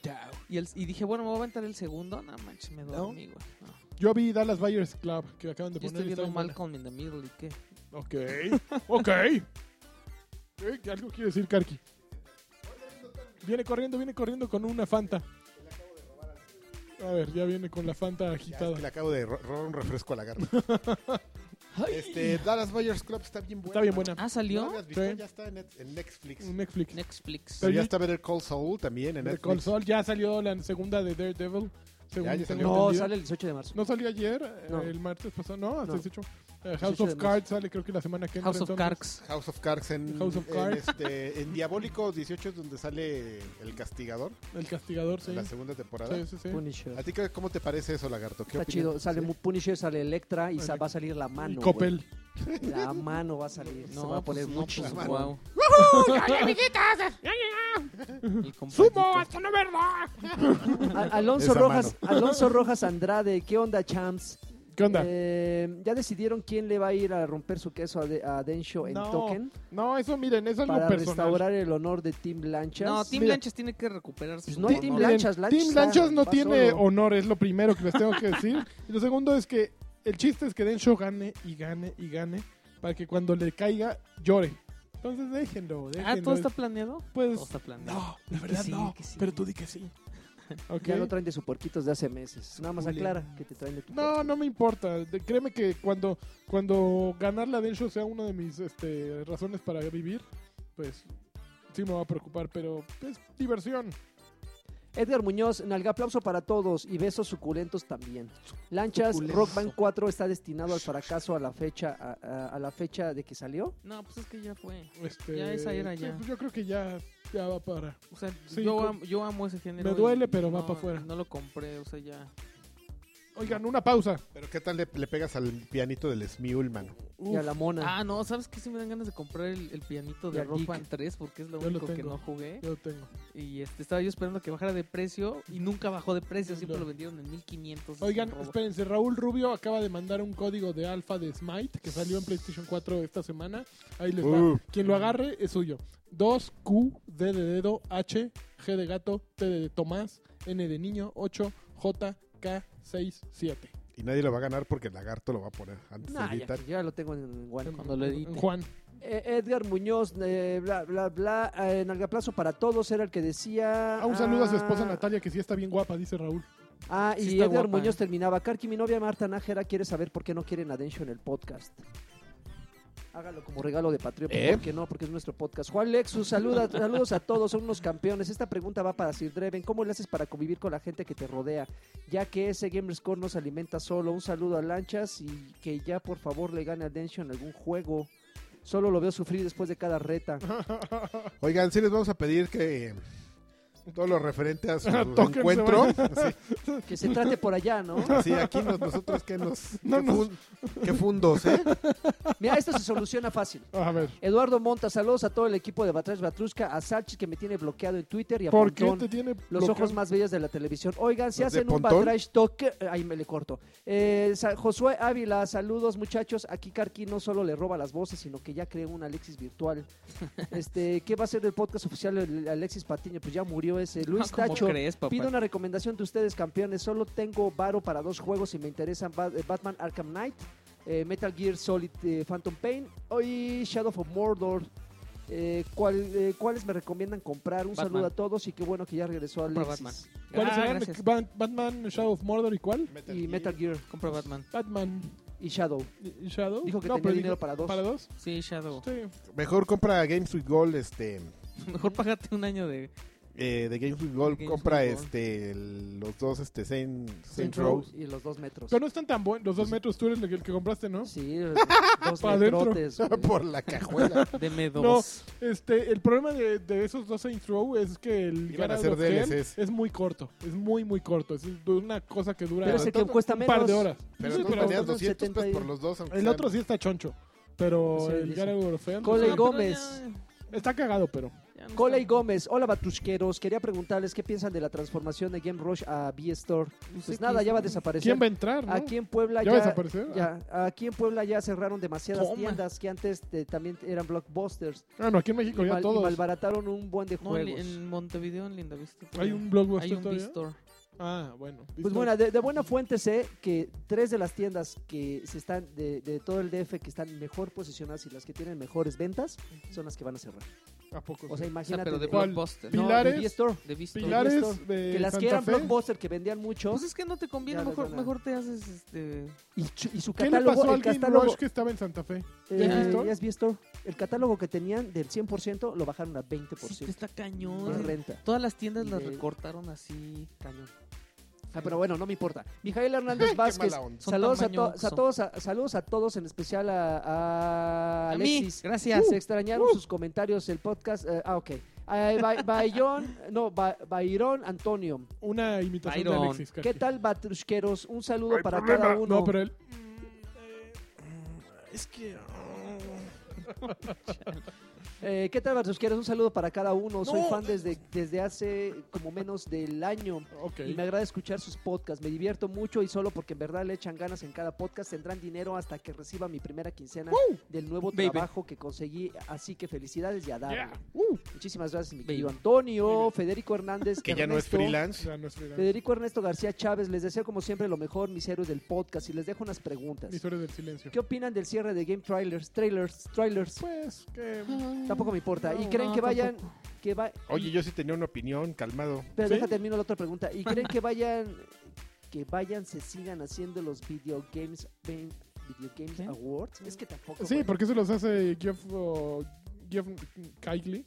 D: Y, el- y dije, bueno, me voy a aventar el segundo. No manches, me dormí, güey. No.
C: Yo vi Dallas Buyers Club, que acaban de
D: Yo
C: poner.
D: estoy
C: y está
D: viendo
C: bien
D: Malcolm in the Middle y qué.
C: buena. Ok, ok. Eh, Algo quiere decir Karki. Viene corriendo, viene corriendo con una Fanta. A ver, ya viene con la Fanta
A: Ya, es
C: agitada.
A: que le acabo de ro- robar un refresco a Lagarto. este, Dallas Buyers Club está bien buena.
C: Está bien buena.
D: Ah,
A: ¿No
D: salió
A: la has visto?
C: Sí.
A: Ya está en, Net- en Netflix.
C: Netflix.
D: Netflix.
A: Pero ya está Better Call Saul también en
C: De
A: Netflix.
C: console ya salió la segunda de Daredevil. según
A: Ya, ya
C: tengo
A: salió.
B: no,
C: entendido.
B: sale el 18 de marzo.
C: No salió ayer, eh,
B: No.
C: el martes pasado, no, hasta
B: No.
C: el 18. Eh, House
B: 18 de
C: of
B: marzo.
C: Cards sale creo que la semana que entra.
D: House of
C: entonces.
D: Cards.
A: House of Cards en,
C: House of
A: en
C: Cards.
A: este, en Diabólico 18 es donde sale El Castigador,
C: El castigador, sí.
A: en la segunda temporada.
C: Sí, sí, sí.
B: Punisher.
A: ¿A ti qué- cómo te parece eso, Lagarto? ¿Qué
B: Está
A: opinión?
B: chido, sale
A: Sí.
B: mu- Punisher, sale Electra y sa-
C: Electra.
B: va a salir la mano. güey.
C: y Coppel.
B: La mano va a salir, se va a poner
D: pues,
B: muy
D: no, pues,
B: chingón.
D: wow. El
C: ¡Sumo!
D: compañito.
C: ¡Hasta no verdad!
B: A- Alonso
A: Esa
B: Rojas, Alonso Rojas Andrade, ¿qué onda, champs?
C: ¿Qué onda?
B: Eh, ¿Ya decidieron quién le va a ir a romper su queso a, de- a Densho en
C: No,
B: Token
C: No, eso miren, es algo
B: para
C: personal.
B: restaurar el honor de Team Lanchas?
D: No, Tim
C: Mira.
D: Lanchas tiene que recuperarse.
B: Pues no hay Team Lanchas,
C: Miren,
B: Lanchas
C: Team
B: está-
C: Lanchas no
B: va
C: tiene
B: solo.
C: honor, es lo primero que les tengo que decir. Y lo segundo es que el chiste es que Densho gane y gane y gane para que cuando le caiga llore. Entonces déjenlo,
D: Ah,
C: déjenlo.
D: ¿todo está planeado?
C: Pues,
D: Todo está planeado.
C: No, la verdad
D: sí,
C: no,
D: que sí.
C: pero tú di que sí. Ok.
B: Ya lo traen de su porquitos de hace meses. Nada más
C: Muy bien.
B: aclara que te traen de tu
C: No, no me importa. De- créeme que cuando, cuando ganar la Densho sea una de mis este, razones para vivir, pues sí me va a preocupar, pero es diversión.
B: Edgar Muñoz, nalga aplauso para todos y besos suculentos también. Lanchas, Rock Band 4 está destinado al fracaso a la fecha a, a- a la fecha de que salió.
D: No, pues es que ya fue.
C: Este,
D: Ya esa era
C: sí,
D: ya.
C: pues yo creo que ya, ya va para.
D: O sea,
C: Sí,
D: yo,
C: co-
D: am- yo amo ese género.
C: me
D: y
C: duele, pero va
D: no-
C: pa' afuera.
D: No lo compré, o sea, ya.
C: Oigan, una pausa.
A: Pero ¿qué tal le, le pegas al pianito del Smiul, mano?
B: Y a la mona.
D: Ah, no, ¿sabes qué? Si me dan ganas de comprar el, el pianito
B: Ya,
D: de
B: geek.
D: Rockman 3 porque es lo
C: Yo lo
D: único que
C: tengo.
D: no jugué.
C: Yo lo tengo.
D: Y este, estaba yo esperando que bajara de precio y nunca bajó de precio, siempre
C: No.
D: lo vendieron en 1500. es
C: Oigan,
D: un robo.
C: espérense, Raúl Rubio acaba de mandar un código de alfa de Smite que salió en PlayStation 4 esta semana. Ahí les va.
A: Uh.
C: Quien lo agarre es suyo. 2Q, D de dedo, H, G de gato, T de Tomás, N de niño, 8, J, K, 6, 7.
A: Y nadie lo va a ganar porque el lagarto lo va a poner antes
B: Nah,
A: de
B: ya,
A: editar.
B: yo ya lo tengo en, en guante.
D: Cuando lo edite.
C: Juan.
B: Eh, Edgar Muñoz, eh, bla, bla, bla, eh, Nalgaplazo para todos era el que decía...
C: Ah, un saludo a su esposa
B: ah,
C: Natalia, que sí está bien guapa, dice Raúl.
B: Ah,
D: Sí
B: y
D: está
B: Edgar
D: guapa.
B: Muñoz terminaba. Karki, mi novia Marta Nájera quiere saber por qué no quieren a Densho en el podcast. Hágalo como regalo de patriota.
A: ¿Eh?
B: ¿Por qué no? Porque es nuestro podcast. Juan Lexus, saluda, saludos a todos, son unos campeones. Esta pregunta va para Sir Dreven. ¿Cómo le haces para convivir con la gente que te rodea? Ya que ese Gamerscore nos alimenta solo. Un saludo a Lanchas y que ya por favor le gane a Densho en algún juego. Solo lo veo sufrir después de cada reta.
A: Oigan, sí les vamos a pedir que eh, todo lo referente a su
C: Tóquense,
A: encuentro. Sí,
B: Que se trate por allá, ¿no?
A: sí, aquí nos- nosotros que nos...
C: No
A: qué
C: nos-
A: fun- qué fundos, ¿eh?
B: Mira, esto se soluciona fácil.
C: A ver.
B: Eduardo Monta, saludos a todo el equipo de Batrash Batrushka, a Salchis que me tiene bloqueado en Twitter y a
C: ¿Por qué
B: Pontón,
C: te tiene
B: los
C: bloqueado?
B: ojos más bellos de la televisión. Oigan, si
A: ¿Los de
B: hacen un
A: Pontón?
B: Batrash Talk, eh, ahí me le corto. Eh, Sa- Josué Ávila, saludos muchachos. Aquí Karki no solo le roba las voces, sino que ya creó un Alexis virtual. este, ¿Qué va a ser el podcast oficial de Alexis Patiño? Pues ya murió ese. Luis
D: Ah, ¿cómo
B: Tacho.
D: crees, papá?
B: Pido una recomendación de ustedes, campeones. Solo tengo varo para dos juegos y me interesan Ba- eh, Batman Arkham Knight, eh, Metal Gear Solid eh, Phantom Pain oh, y Shadow of Mordor. Eh, ¿cuál- eh, ¿Cuáles me recomiendan comprar? Un
D: Batman.
B: saludo a todos y qué bueno que ya regresó
D: Compra
B: Alexis.
C: ¿Cuáles
D: Ah,
C: serán?
D: gracias.
C: Bat- Batman, Shadow of Mordor y cuál?
B: Y Metal Gear
D: Compra Batman.
C: Batman
B: y Shadow.
C: y Shadow.
B: Dijo que tenía
C: pero
B: dinero para dos.
C: ¿Para dos?
D: Sí, Shadow.
C: Sí.
A: Mejor compra Games with Gold, este...
D: Mejor págate un año de.
A: eh, de Games with Gold
D: Games
A: compra
D: with Gold.
A: este el- los dos este Saint, Saint
B: Row
A: Row.
B: y los dos metros.
C: Pero no están tan buenos. Los dos metros, tú eres el que, el que compraste, ¿no?
B: Sí, los dos
C: Pa' adentro.
B: metrotes. güey.
A: por la cajuela.
D: DM2.
C: Este, el problema de, de esos dos Saints Row es que el
A: Iban a
C: Garage
A: hacer
C: of Hell
A: DLCs.
C: es muy corto. Es muy, muy corto. Es una cosa que dura
B: Pero es el que
A: Entonces,
B: cuesta
C: un
B: menos.
C: par de horas.
A: Pero
C: Sí,
A: no
C: pero
A: tenías
B: son
A: 200 pesos
B: 70 y-
A: por los dos. aunque
C: el
A: sean-
C: otro sí está choncho. Pero
B: Sí,
C: el
B: dice.
C: Garage of Hell
B: Cole
C: pues,
D: Ah, pero
B: Gómez.
C: no, está cagado, pero.
D: ya no
B: Coley
D: está-
B: Gómez, hola batusqueros, quería preguntarles qué piensan de la transformación de Game Rush a B-Store.
D: No sé
B: Pues
D: qué
B: nada,
D: es.
B: ya va a desaparecer.
C: ¿Quién va a entrar? no?
B: Aquí en Puebla
C: ¿Ya
B: ya,
C: va a desaparecer?
B: ya- aquí en Puebla ya cerraron demasiadas
D: Toma.
B: tiendas que antes eh, también eran blockbusters
C: Ah, no, aquí en México
B: y,
C: ya
B: mal- y
C: todos.
B: malbarataron un buen de
D: No, en,
B: juegos.
D: en Montevideo, en Linda Vista.
C: Hay un
D: Hay
C: blockbuster
D: un
C: todavía.
D: V-Store.
C: Ah, bueno.
B: Pues bueno, de, de buena fuente sé que tres de las tiendas que se están de, de todo el DF que están mejor posicionadas y las que tienen mejores ventas son las que van a cerrar.
C: ¿A poco?
B: O sea,
C: sí?
D: O sea,
B: imagínate
D: pero de
B: de-
C: ¿Cuál?
D: Blockbuster.
B: no,
D: No,
B: de
C: Pilares,
B: B-Store,
D: de V-Store.
C: Pilares
B: Store,
C: de
B: que las que
C: Santa
B: eran
C: Fe.
B: blockbuster que vendían mucho
D: Pues es que no te conviene,
B: Ya las
D: mejor,
B: van a-
D: mejor te haces este.
B: y, su- y su
C: ¿Qué le
B: catálogo,
C: pasó al
B: el
C: Game
B: catálogo
C: Rush que estaba en Santa Fe?
B: Eh,
D: ¿Ya es
C: Store?
B: ya es V-Store. El catálogo que tenían del 100% lo bajaron a 20%.
D: Sí, pues, está
B: Por
D: cañón.
B: renta.
D: Todas las tiendas las
B: Y de-
D: recortaron así.
B: Cañón. Ah, pero bueno, no me importa. Mijael Hernández
A: Qué
B: Vázquez.
A: mala onda.
D: Son
B: Saludos a,
D: tamaño
B: to-
D: Oxxo.
B: a todos, a- saludos a todos, en especial a, a
D: A mí, Uh,
B: Alexis.
D: gracias.
B: Se extrañaron sus comentarios, el podcast. eh, ah, ok. Eh, Ba- Bayón, no, Ba- Bayrón Antonio.
C: Una imitación de
D: Byron.
C: Alexis.
B: ¿Qué
C: casi.
B: tal, batrusqueros? Un saludo
A: No hay
B: para
A: problema.
B: cada uno.
C: No, pero él.
A: Es que
B: Eh, ¿Qué tal, batrusqueros? Un saludo para cada uno. Soy
C: No.
B: fan desde, desde hace como menos del año.
C: Ok.
B: Y me agrada escuchar sus podcasts. Me divierto mucho y solo porque en verdad le echan ganas en cada podcast. Tendrán dinero hasta que reciba mi primera quincena del nuevo
D: Baby.
B: trabajo que conseguí. Así que felicidades y a darle.
C: Yeah.
B: Muchísimas gracias, mi
D: Baby.
B: querido Antonio,
C: Baby.
B: Federico Hernández.
A: que ya no es
B: Ernesto,
A: freelance.
C: Ya no es freelance.
B: Federico Ernesto García Chávez. Les deseo, como siempre, lo mejor, mis héroes del podcast. Y les dejo unas preguntas.
C: Mis horas del silencio.
B: ¿Qué opinan del cierre de Game Trailers? Trailers, trailers.
C: Pues que.
B: Ah, Tampoco me importa. ¿Y
D: No,
B: creen
D: no,
B: que vayan.? Que va...
A: Oye, yo sí tenía una opinión, calmado.
B: Pero
C: ¿Sí?
B: deja termino la otra pregunta. ¿Y creen que vayan que vayan se sigan haciendo los video games ven- video games
D: ¿Qué?
B: awards? Es que tampoco.
C: Sí,
B: güey.
C: porque eso los hace Jeff, o Jeff Kylie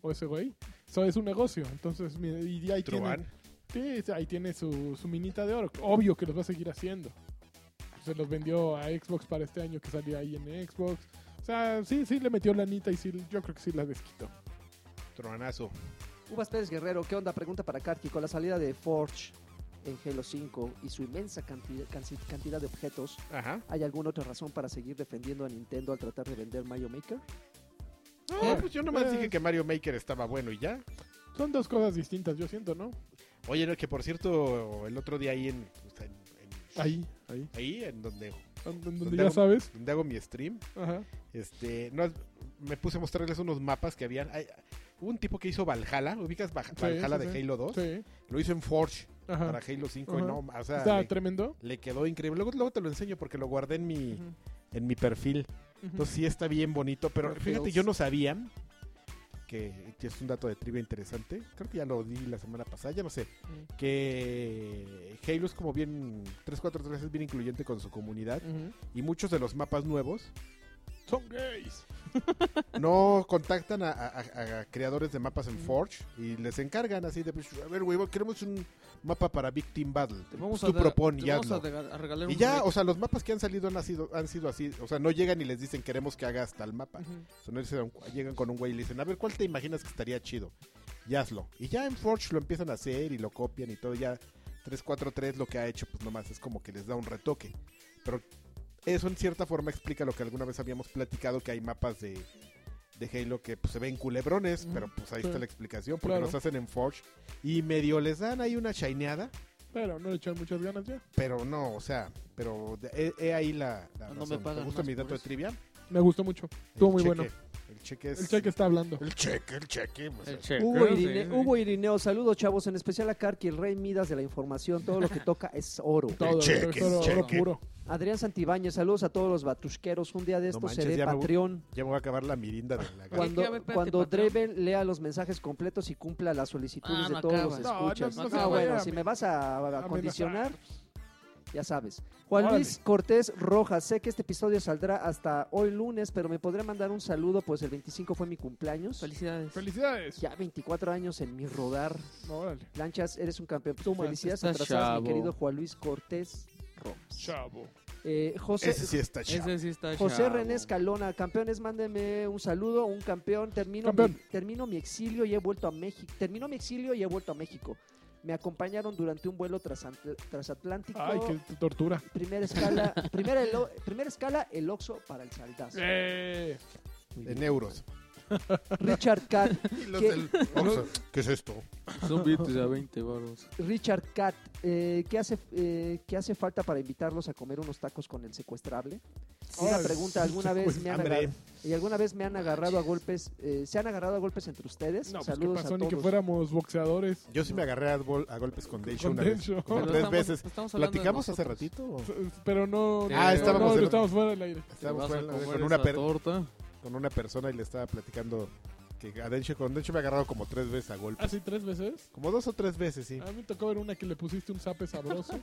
C: o ese güey. Eso es un negocio. Entonces, mi- y ahí tiene,
A: Truán.
C: sí, ahí tiene su, su minita de oro. Obvio que los va a seguir haciendo. Se los vendió a Xbox para este año que salía ahí en Xbox. O sea, sí, sí le metió la nita y sí, yo creo que sí la desquitó.
A: Truanazo.
B: Uvas Pérez Guerrero, ¿qué onda? Pregunta para Karki con la salida de Forge. en Halo 5 y su inmensa cantidad, cantidad de objetos,
A: Ajá.
B: ¿hay alguna otra razón para seguir defendiendo a Nintendo al tratar de vender Mario Maker?
A: No,
C: Eh,
A: pues yo nomás
C: eh.
A: dije que Mario Maker estaba bueno y ya.
C: Son dos cosas distintas, yo siento, ¿no?
A: Oye, no, que por cierto, el otro día ahí en. o sea, en- en-
C: Ahí, ahí.
A: ahí, en donde,
C: Don- don- Donde
A: Donde
C: ya
A: hago-
C: sabes.
A: donde hago mi stream,
C: Ajá.
A: este, no, me puse a mostrarles unos mapas que habían. Hay- hubo un tipo que hizo Valhalla, ubicas Vaj-
C: Sí,
A: Valhalla
C: sí,
A: de
C: sí.
A: Halo 2,
C: Sí.
A: lo hizo en Forge
C: Ajá.
A: para Halo 5 y
C: Ajá.
A: no, o sea,
C: Está
A: le,
C: tremendo.
A: le quedó increíble. Luego, luego te lo enseño porque lo guardé en mi,
C: Ujú.
A: en mi perfil. Entonces sí está bien bonito, pero
B: Perfils.
A: fíjate, yo no sabía que, que es un dato de trivia interesante. Creo que ya lo di la semana pasada, ya no sé.
C: Ujú.
A: Que Halo es como bien 343 es bien incluyente con su comunidad
C: Ujú.
A: y muchos de los mapas nuevos
C: Son gays.
A: no contactan a, a- a- a creadores de mapas en Forge y les encargan así de pues, a ver, güey, queremos un mapa para Big Team Battle.
D: Te vamos
A: Tú
D: a, dar-
A: propon
D: te
A: y
D: vamos a
A: hazlo.
D: regalar- a regalar
A: Y
D: un
A: ya,
D: juguete.
A: o sea, los mapas que han salido han sido, han sido así. O sea, no llegan y les dicen queremos que hagas tal mapa. O sea, no se dan cu- llegan con un güey y le dicen, a ver, ¿cuál te imaginas que estaría chido? Y hazlo. Y ya en Forge lo empiezan a hacer y lo copian y todo. Ya 343 lo que ha hecho, pues nomás es como que les da un retoque. Pero eso en cierta forma explica lo que alguna vez habíamos platicado, que hay mapas de, de Halo que pues, se ven culebrones,
C: Ujú,
A: pero pues ahí
C: sí.
A: está la explicación, porque
C: Claro.
A: los hacen en Forge. Y medio les dan ahí una shineada,
C: Pero no le echan muchas ganas ya.
A: pero no, o sea, pero de- he, he ahí la, la
D: No me
A: razón. ¿Te
D: pagan
A: gusta
D: más
A: mi
D: por
A: dato de
D: eso.
A: trivia?
C: Me gustó mucho. Estuvo
A: El
C: muy
A: cheque.
C: bueno.
A: El cheque es...
C: El cheque está hablando.
A: El cheque, el cheque. pues,
D: El checker,
B: Hugo,
D: sí,
B: Irine-
D: sí.
B: Hugo Irineo, saludos chavos, en especial a Karki, el rey Midas de la información, todo lo que toca es oro.
C: Todo,
A: cheque,
C: todo, todo
D: cheque.
C: oro puro.
B: Adrián Santibáñez, saludos a todos los batusqueros, un día de
A: No
B: estos
A: manches,
B: seré
A: ya me voy.
B: Patreon.
A: Ya me voy a acabar la mirinda de la gana.
B: Cuando,
D: Ya, espérate,
B: cuando
D: patrón.
B: Draven lea los mensajes completos y cumpla las solicitudes
D: Ah,
B: de
D: me
B: todos los
D: acabas. No,
C: no,
B: escuchas.
C: no,
D: no se Ah,
B: Ah,
D: vaya
B: bueno,
C: a
B: si
C: me-
B: me vas a, a
C: amenazar.
B: condicionar, ya sabes. Juan
C: Órale.
B: Luis Cortés Rojas, sé que este episodio saldrá hasta hoy lunes, pero me podré mandar un saludo, pues el 25 fue mi cumpleaños.
D: Felicidades.
C: Felicidades.
B: Ya 24 años en mi rodar.
C: Órale.
B: Lanchas, eres un campeón.
D: man,
B: Felicidades
D: estás
B: atrasadas, mi
D: chavo.
B: querido Juan Luis Cortés Rojas.
C: Chavo.
B: Eh, José,
A: Ese sí está chido.
D: Ese sí está
B: José
D: chavo.
B: René Escalona, campeones, mándenme un saludo, un campeón. Termino,
C: Campeón.
B: Mi, termino mi exilio y he vuelto a México. Termino mi exilio y he vuelto a México. Me acompañaron durante un vuelo transatl- transatlántico.
C: Ay, qué tortura.
B: Primera escala, primera, elo- primera escala, el Oxxo para el saldazo.
C: Eh.
B: Muy bien.
A: En euros.
B: Richard Cat,
A: Y los
B: ¿Qué?
A: del Oxxo. ¿Qué es esto?
D: Son billetes a 20 baros.
B: Richard Cat, eh, ¿qué, hace, eh, ¿qué hace falta para invitarlos a comer unos tacos con el secuestrable? Una
C: Ay,
B: pregunta, ¿alguna vez me han
A: Hambre.
B: agarrado, y alguna vez me han agarrado a golpes, eh, se han agarrado a golpes entre ustedes?
C: No, pues qué
B: Saludos
C: pasó,
B: a
C: ni que
B: todos.
C: fuéramos boxeadores.
A: Yo sí me agarré a, bol- a golpes con Deisha
C: Con
A: una vez.
C: Dencho.
A: Como
D: Pero
A: tres
D: estamos-
A: veces.
D: estamos hablando de
A: ¿Platicamos hace
D: nosotros.
A: ratito? o?
C: Pero no.
D: Sí.
A: Ah,
C: no,
A: estábamos
C: no,
A: en-
C: estamos fuera del aire.
A: Estábamos
D: Vas a
A: con,
D: comer
A: con una
D: esa
A: per-
D: torta.
A: con una persona y le estaba platicando que a Dencho, con Dencho me ha agarrado como tres veces a golpes.
C: ¿Así tres veces?
A: Como dos o tres veces, sí.
C: A mí me tocó ver una que le pusiste un zape sabroso.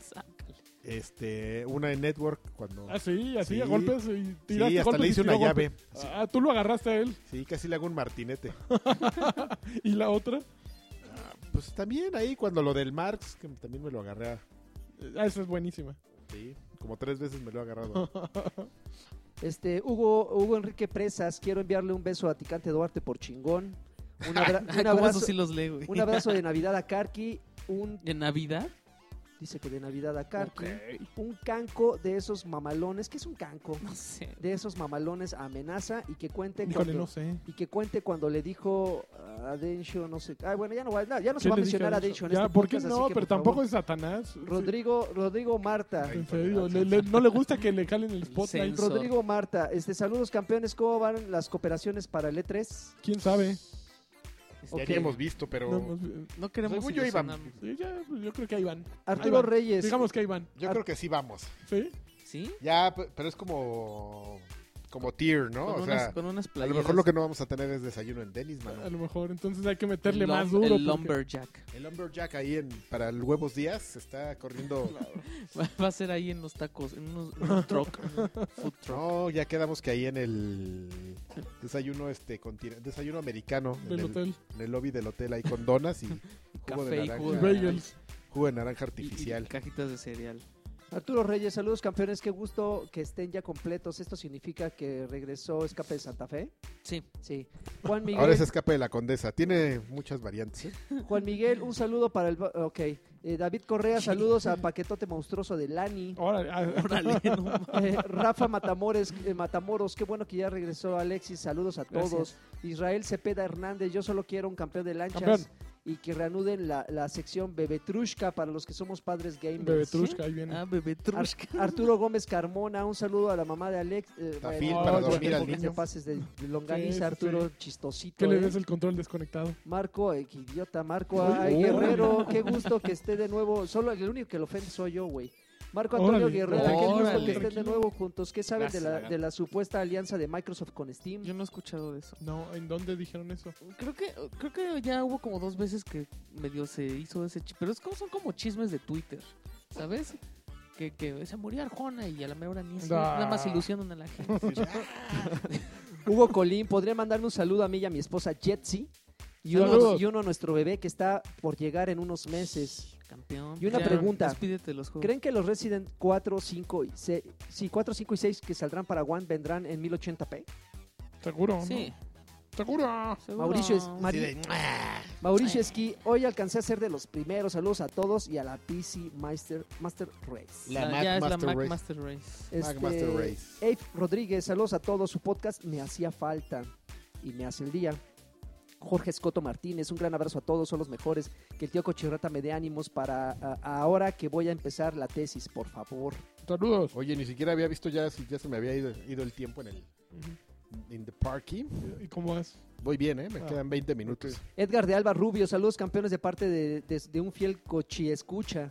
A: Este, una en Network cuando...
D: Ah,
C: Así, Ah, así,
A: Sí.
C: a golpes y
A: Sí,
C: tiraste
A: hasta
C: golpes
A: le
C: y
A: hice una
C: tiró
A: llave.
C: golpes. Ah, tú lo agarraste a él.
A: Sí, casi le hago un martinete.
C: ¿Y la otra?
A: Pues también ahí cuando lo del Marx, que también me lo agarré a...
C: Ah, esa es buenísima.
A: Sí, como tres veces me lo he agarrado.
B: Este, Hugo, Hugo Enrique Presas, quiero enviarle un beso a Ticante Duarte por chingón. Un, abra- un
D: Ay, ¿Cómo
B: abrazo,
D: eso sí los leo, güey?
B: un abrazo de Navidad a Karki, un,
D: ¿De Navidad?
B: dice que de Navidad a Karki,
D: Ok.
B: un canco de esos mamalones, ¿qué es un canco?
D: No sé.
B: De esos mamalones a amenaza y que cuente
C: Híjole,
B: cuando-
C: no sé.
B: y que cuente cuando le dijo a Densho, no sé, ah bueno, ya no, va- no, ya no se
C: ¿Qué
B: va a
C: le dije
B: mencionar a
C: eso?
B: Densho en
C: Ya,
B: este
C: ¿por qué
B: podcast,
C: no?
B: así que,
C: Pero
B: por
C: tampoco
B: favor.
C: es Satanás. Sí,
B: Rodrigo, Rodrigo Marta.
A: Ay.
C: En serio, le- le- no le gusta que le calen el spotlight.
D: Censo.
B: Rodrigo Marta, este saludos campeones, ¿cómo van las cooperaciones para el E E3?
C: ¿Quién sabe?
A: Ya
B: Ok.
A: ni hemos visto, pero...
C: No, pues,
D: No queremos
A: Según yo, Iván.
D: ilusionarnos.
C: eh, ya, pues, yo creo que ahí van. Ahí
B: Arturo
C: van.
B: Reyes.
C: Digamos que ahí van.
A: Yo
D: Ah.
B: Ar-
A: creo que sí vamos.
C: ¿Sí?
D: ¿Sí?
A: Ya, pe- pero es como como tier, ¿no?
D: con,
A: O
D: unas,
A: sea,
D: con unas
A: a
D: playeras.
A: lo mejor lo que no vamos a tener es desayuno en Dennis,
C: A
A: mano.
C: lo mejor. Entonces hay que meterle
D: El
C: más
D: lum-
C: duro. porque-
D: El Lumberjack.
A: El Lumberjack ahí en para el Huevos Díaz está corriendo.
D: Va- Va a ser ahí en los tacos, en unos, en un truck. en un food truck.
A: No, ya quedamos que ahí en el desayuno este contin- desayuno americano en
C: del
A: el,
C: hotel.
A: en el lobby del hotel ahí con donas y jugo
D: Café
A: de
D: y
A: naranja,
D: jugo de
C: Bagels.
A: jugo de naranja
D: Y- y
A: artificial.
D: cajitas de cereal.
B: Arturo Reyes, saludos campeones, qué gusto que estén ya completos. Esto significa que regresó Escape de Santa Fe.
D: Sí.
B: Sí. Juan Miguel,
A: Ahora es escape de la condesa. Tiene muchas variantes. ¿eh?
B: Juan Miguel, un saludo para el ba- ok. Eh, David Correa, saludos a Paquetote Monstruoso de Lani.
C: Órale, ah,
D: Órale, no mames.
B: Eh, Rafa Matamores, eh, Matamoros, qué bueno que ya regresó Alexis, saludos a
D: Gracias.
B: todos. Israel Cepeda Hernández, yo solo quiero un campeón de lanchas
C: Campeón.
B: y que reanuden la, la sección Bebetrushka para los que somos padres gamers.
C: Bebetrushka, ahí viene.
D: Ah, bebé
B: Ar-
D: trushka.
B: Arturo Gómez Carmona, un saludo a la mamá de Alex. eh,
A: Tafil
B: bueno,
C: para
B: no,
C: dormir
B: no
C: al
B: te
C: niño.
B: pases de, de
C: Sí, sí, sí.
B: longaniza, Arturo, chistosito.
C: que le
B: ¿eh?
C: des el control desconectado.
B: Marco, eh, qué idiota, Marco
C: Uy,
B: ay,
C: uy.
B: Guerrero, qué gusto que esté de nuevo. Solo el único que lo ofende soy yo, güey. Marco Antonio
C: Órale,
B: Guerrero, qué gusto que
D: órale.
B: estén de nuevo juntos. ¿Qué saben de la,
D: Gracias.
B: de la supuesta alianza de Microsoft con Steam?
D: Yo no he escuchado de eso.
C: No, ¿en dónde dijeron eso?
D: Creo que, creo que ya hubo como dos veces que medio se hizo ese chisme. Pero es como, son como chismes de Twitter, ¿sabes? Que, que se murió Arjona y a la mera hora ni es cierto, Nada más ilusionan a la gente.
B: Hugo Colín, ¿podría mandarme un saludo a mí y a mi esposa Jetsi? Y uno,
C: Saludos.
B: y uno a nuestro bebé que está por llegar en unos meses.
D: Campeón.
B: Y una pregunta.
D: Despídete de los juegos.
B: ¿Creen que los Resident 4, 5 y 6, sí, 4, 5 y 6 que saldrán para One vendrán en 1080p?
C: Seguro.
D: Sí.
C: ¿no? Seguro.
D: seguro.
B: Mauricio, es- Mari- Mauricio Esquí, hoy alcancé a ser de los primeros. Saludos a todos y a la PC Master, Master Race. Este,
A: La
D: La-
A: Mac
D: Ah, ya es
A: Master
D: la Mac
A: Race.
D: Master Race.
A: Mac Master Race.
B: Abe Rodríguez, saludos a todos. Su podcast me hacía falta y me hace el día. Jorge Escoto Martínez, un gran abrazo a todos, son los mejores. Que el tío Cochirrata me dé ánimos para a- ahora que voy a empezar la tesis, por favor.
C: Saludos.
A: Oye, ni siquiera había visto ya si ya se me había ido, ido el tiempo en el in the parking.
C: ¿Y cómo vas?
A: Voy bien, ¿eh? Me
C: Ah,
A: quedan 20 minutos.
B: Edgar de Alba Rubio, saludos campeones de parte de, de- de un fiel cochi escucha.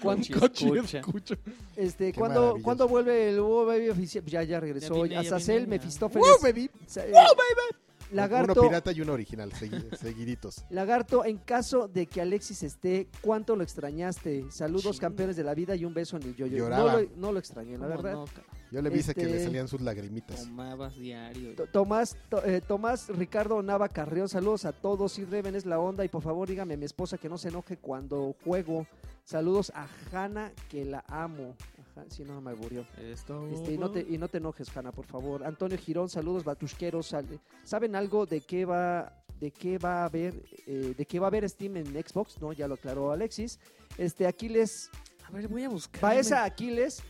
B: ¿Cuándo,
D: Cochi
C: Coche,
D: escucha.
C: escucha.
B: este,
A: Qué
B: ¿cuándo,
A: maravilloso.
B: ¿cuándo vuelve el WoW Baby oficial? Pues Ya, ya regresó.
D: Ya vine, ya
B: Azazel,
D: vine, ya.
B: Mefistófeles.
A: baby!
B: Sa- eh,
A: Uno
B: Lagarto,
A: pirata y uno original, segui- seguiditos.
B: Lagarto, en caso de que Alexis esté, ¿cuánto lo extrañaste? Saludos,
D: Chinga.
B: campeones de la vida y un beso en el yoyo. No
A: Lloraba.
B: lo, no lo extrañé, la
D: ¿Cómo
B: verdad.
D: no, cara?
A: Yo le avise que le
B: Este-
A: salían sus lagrimitas.
D: Tomabas diario.
B: To- Tomás, to- eh, Tomás Ricardo Nava Carrión, saludos a todos. y Reven es la onda y por favor dígame a mi esposa que no se enoje cuando juego. Saludos a Hanna, que la amo. Ajá, sí, no me aburrió.
D: Eres todo.
B: Este, y, no te, y no te enojes, Hanna, por favor. Antonio Girón, saludos batusqueros. Sal- ¿Saben algo de qué va de qué va a haber eh, de qué va a haber Steam en Xbox? No, ya lo aclaró Alexis. Este Aquiles,
D: A ver, voy a buscar.
B: Paesa Aquiles,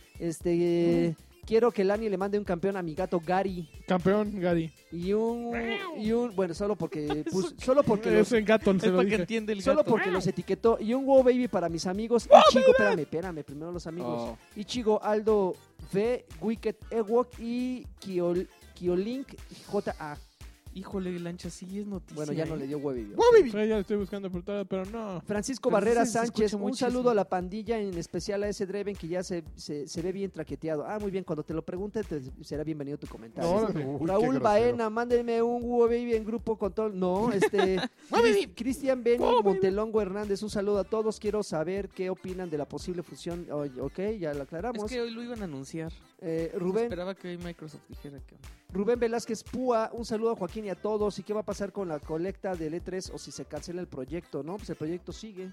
B: este quiero que Lani le mande un campeón a mi gato Gary
C: Campeón, Gary.
B: y un y un bueno, solo porque pus- solo porque los,
C: Es en Gaton,
D: Es
C: se lo
D: para que
C: dije.
D: entiende el gato.
B: solo porque los etiquetó y un wow baby para mis amigos. Ichigo, espérame, espérame, primero los amigos.
D: Oh.
B: Ichigo, Aldo V, Wicked Ewok y Kiol, Kiolink JA.
D: Ah, Híjole, Lancha, sí es noticia.
B: Bueno, ya no
D: ¿eh?
B: le dio huevo. y-
C: Sí, ya lo estoy buscando por todo, pero no.
B: Francisco
D: Pero
B: Barrera
D: sí se escucha
B: Sánchez, un
D: muchísimo.
B: saludo a la pandilla, en especial a ese Dreven que ya se, se, se ve bien traqueteado. Ah, muy bien, cuando te lo pregunte te- será bienvenido tu comentario.
C: No,
A: Uy, qué
B: Raúl
A: grosero.
B: Baena, mándenme un Hugo Baby en grupo con todo. No, este. Cris- Cristian Beni Montelongo Hernández, un saludo a todos. Quiero saber qué opinan de la posible fusión. Oye, ok, ya la aclaramos.
D: Es que hoy lo iban a anunciar.
B: Eh, Rubén,
D: Esperaba que hoy Microsoft dijera que.
B: Rubén Velázquez Púa, un saludo a Joaquín y a todos. ¿Y qué va a pasar con la colecta del E3 o si se cancela el proyecto? No, pues el proyecto sigue.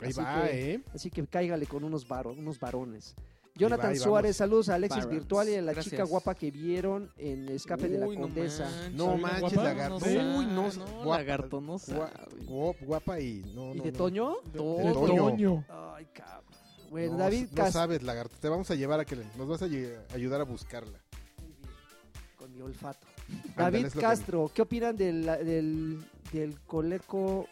A: Ahí
B: Así
A: va,
B: que-
A: ¿eh?
B: Así que cáigale con unos, varo- unos varones.
A: Ahí va,
B: Jonathan
A: ahí vamos.
B: Suárez, saludos a Alexis
D: Barons.
B: Virtual y a la
D: Gracias.
B: chica guapa que vieron en Escape de la
D: Uy,
B: Condesa.
A: No manches,
C: guapa?
A: lagarto.
D: sabe,
A: Uy, no, guapa-
D: lagarto, Ah, no sabe.
A: gua- guap- guapa y... No,
B: ¿Y
A: no,
B: de
A: no.
B: Toño?
A: De
C: De
A: Toño.
C: Toño.
B: Ay, cabrón. Bueno,
A: No,
B: David
A: no
B: Cas-
A: sabes, lagarto. Te vamos a llevar a que le- nos vas a ayu- ayudar a buscarla.
B: Con mi olfato.
A: Ándale,
B: David
A: es lo que-
B: Castro, ¿qué opinan del, del, del Coleco,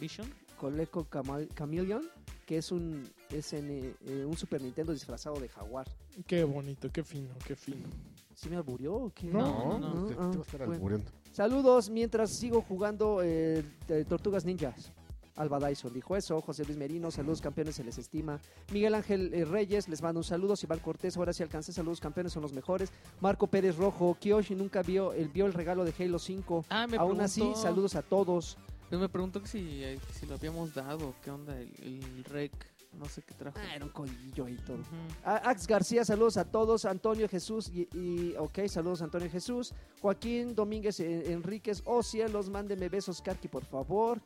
D: Vision.
B: Coleco Camal- Chameleon? Que es un, es en, eh, eh, un Super Nintendo disfrazado de jaguar.
C: Qué bonito, qué fino, qué fino.
B: ¿Sí me alburió o qué?
D: No, no,
A: te, te va a estar
B: ah, bueno.
A: albureando.
B: Saludos mientras sigo jugando eh, de Tortugas Ninjas. Alba Dyson dijo eso. José Luis Merino, saludos campeones, se les estima. Miguel Ángel eh, Reyes, les mando un saludo. Iván Cortés, ahora sí alcancé, saludos campeones, son los mejores. Marco Pérez Rojo, Kiyoshi nunca vio el, vio el regalo de Halo 5.
D: Ah, me
B: Aún
D: preguntó,
B: así, saludos a todos.
D: Pero me preguntó que si, eh, si lo habíamos dado. ¿Qué onda? El, el rec. No sé qué trajo.
B: Ah, era un colillo y todo.
D: Ujú.
B: A- Ax García, saludos a todos. Antonio Jesús, y, y- ok, saludos Antonio Jesús. Joaquín Domínguez eh, Enríquez, oh cielos, mándeme besos, Karki, por favor.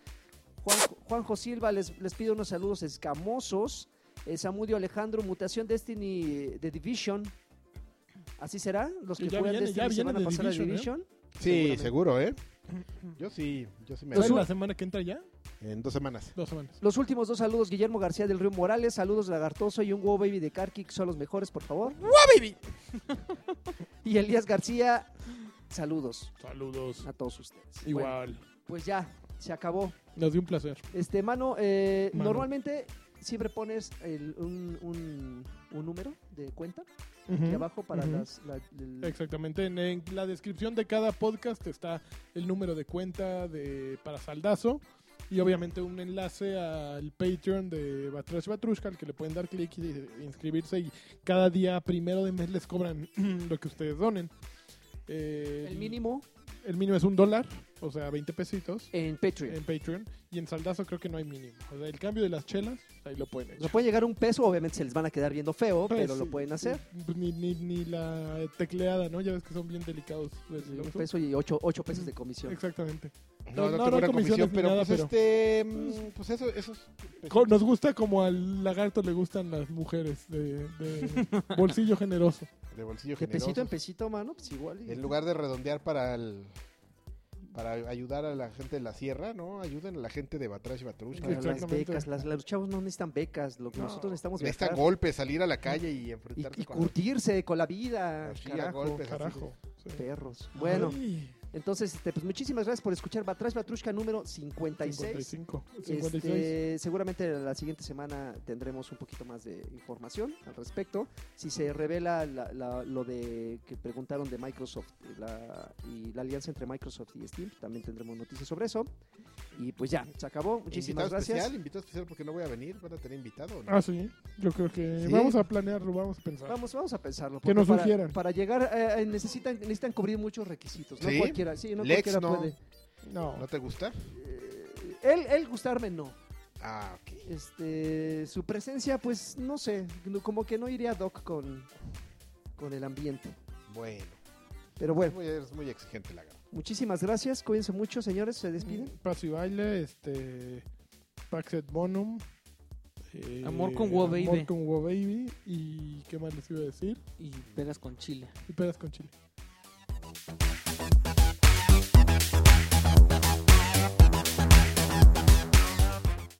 B: Juan, Juanjo Silva, les, les pido unos saludos escamosos. Eh, Samudio Alejandro, Mutación Destiny eh, de Division. ¿Así será? ¿Los que
C: Ya
B: juegan
C: viene- ya
B: Destiny se
C: viene
B: van a
C: de
B: pasar a
C: Division,
B: Division?
C: ¿eh?
A: Sí,
B: Seguramente.
A: seguro, ¿eh? Yo sí, yo sí me
C: ¿Sale
A: animo.
C: la semana que entra ya?
A: en dos semanas.
C: Dos semanas.
B: Los últimos dos saludos, Guillermo García del Río Morales, saludos Lagartoso y un Wow Baby de Karki, que son los mejores, por favor. ¡Wow Baby! y Elías García, saludos
C: Saludos.
B: a todos ustedes. Bueno,
C: Igual.
B: pues ya, se acabó.
C: Nos dio un placer.
B: Este, mano, eh,
C: Mano.
B: normalmente siempre pones el- un, un- un número de cuenta aquí
C: Ujú.
B: abajo para
C: ujú.
B: las... la- el-
C: Exactamente, en, en la descripción de cada podcast está el número de cuenta de para Saldazo y obviamente un enlace al Patreon de Batrash Batrushka al que le pueden dar clic y eh, inscribirse y cada día primero de mes les cobran lo que ustedes donen. Eh,
B: el mínimo
C: El mínimo es un dólar, o sea, 20 pesitos
B: en Patreon.
C: en Patreon y en Saldazo creo que no hay mínimo. O sea, el cambio de las chelas, ahí lo pueden
B: O
C: echar.
B: sea, puede llegar un peso, obviamente se les van a quedar viendo feo,
C: Pues,
B: pero lo
C: sí, pues,
B: pueden hacer.
C: Ni, ni, ni la tecleada, ¿no? Ya ves que son bien delicados. desde el
B: Un
C: otro.
B: peso y ocho, ocho pesos de comisión.
C: Exactamente.
A: No,
C: No,
A: no,
C: no
A: tengo
C: habrá
A: una comisión,
C: comisiones ni
A: pero
C: nada,
A: pues
C: pero-
A: este. mm, Pues eso, esos.
C: Co- Nos gusta como al lagarto le gustan las mujeres de, de bolsillo generoso.
A: De bolsillo
B: De pesito en
A: generoso.
B: pesito, mano, pues igual. y-
A: En lugar de redondear para el. Para ayudar a la gente de la sierra, ¿no? Ayuden a la gente de Batrash Batrushka.
B: Pero las
C: Exactamente.
B: becas, las, los chavos no necesitan becas, lo que nosotros necesitamos
A: Necesitan
B: viajar
A: golpes, salir a la calle y
B: y,
A: enfrentarse
B: y
A: con-
B: curtirse con la vida,
A: Así, a
B: carajo,
A: golpes.
C: Oh, Carajo. Sí.
B: perros. Bueno,
C: Ay,
B: entonces, este, pues muchísimas gracias por escuchar Batrash Batrushka número 56.
C: 55. 56.
B: Este, seguramente la siguiente semana tendremos un poquito más de información al respecto. Si se revela la- la- lo de que preguntaron de Microsoft eh, la- y la alianza entre Microsoft y Steam, también tendremos noticias sobre eso. Y pues ya, se acabó. Muchísimas
A: invitado
B: gracias.
A: especial, invitado especial porque no voy a venir, van a tener invitado. ¿no?
C: Ah, sí. Yo creo que
A: Sí.
C: vamos a planearlo, vamos a pensar.
B: Vamos, vamos a pensarlo.
C: Que
B: porque
C: nos
B: para,
C: sugieran.
B: Para llegar eh, eh, necesitan, necesitan cubrir muchos requisitos. No
A: ¿Sí?
B: cualquiera, sí, no
A: Lex,
B: cualquiera
A: no.
B: puede.
C: No.
A: ¿No te gusta?
B: Eh, él, él gustarme no.
A: Ah, ok.
B: Este, su presencia, pues no sé, no- como que no iría doc con, con el ambiente.
A: Bueno.
B: Pero
A: Es
B: bueno,
A: muy, eres muy exigente la gana.
B: muchísimas gracias, cuídense mucho, señores, se despiden.
C: Paso Mm. y baile, este. Paxet Bonum. eh,
D: Amor con Wo Baby.
C: Amor con Wo Baby. ¿Y qué más les iba a decir?
D: Y pegas con chile.
C: Y peras con chile.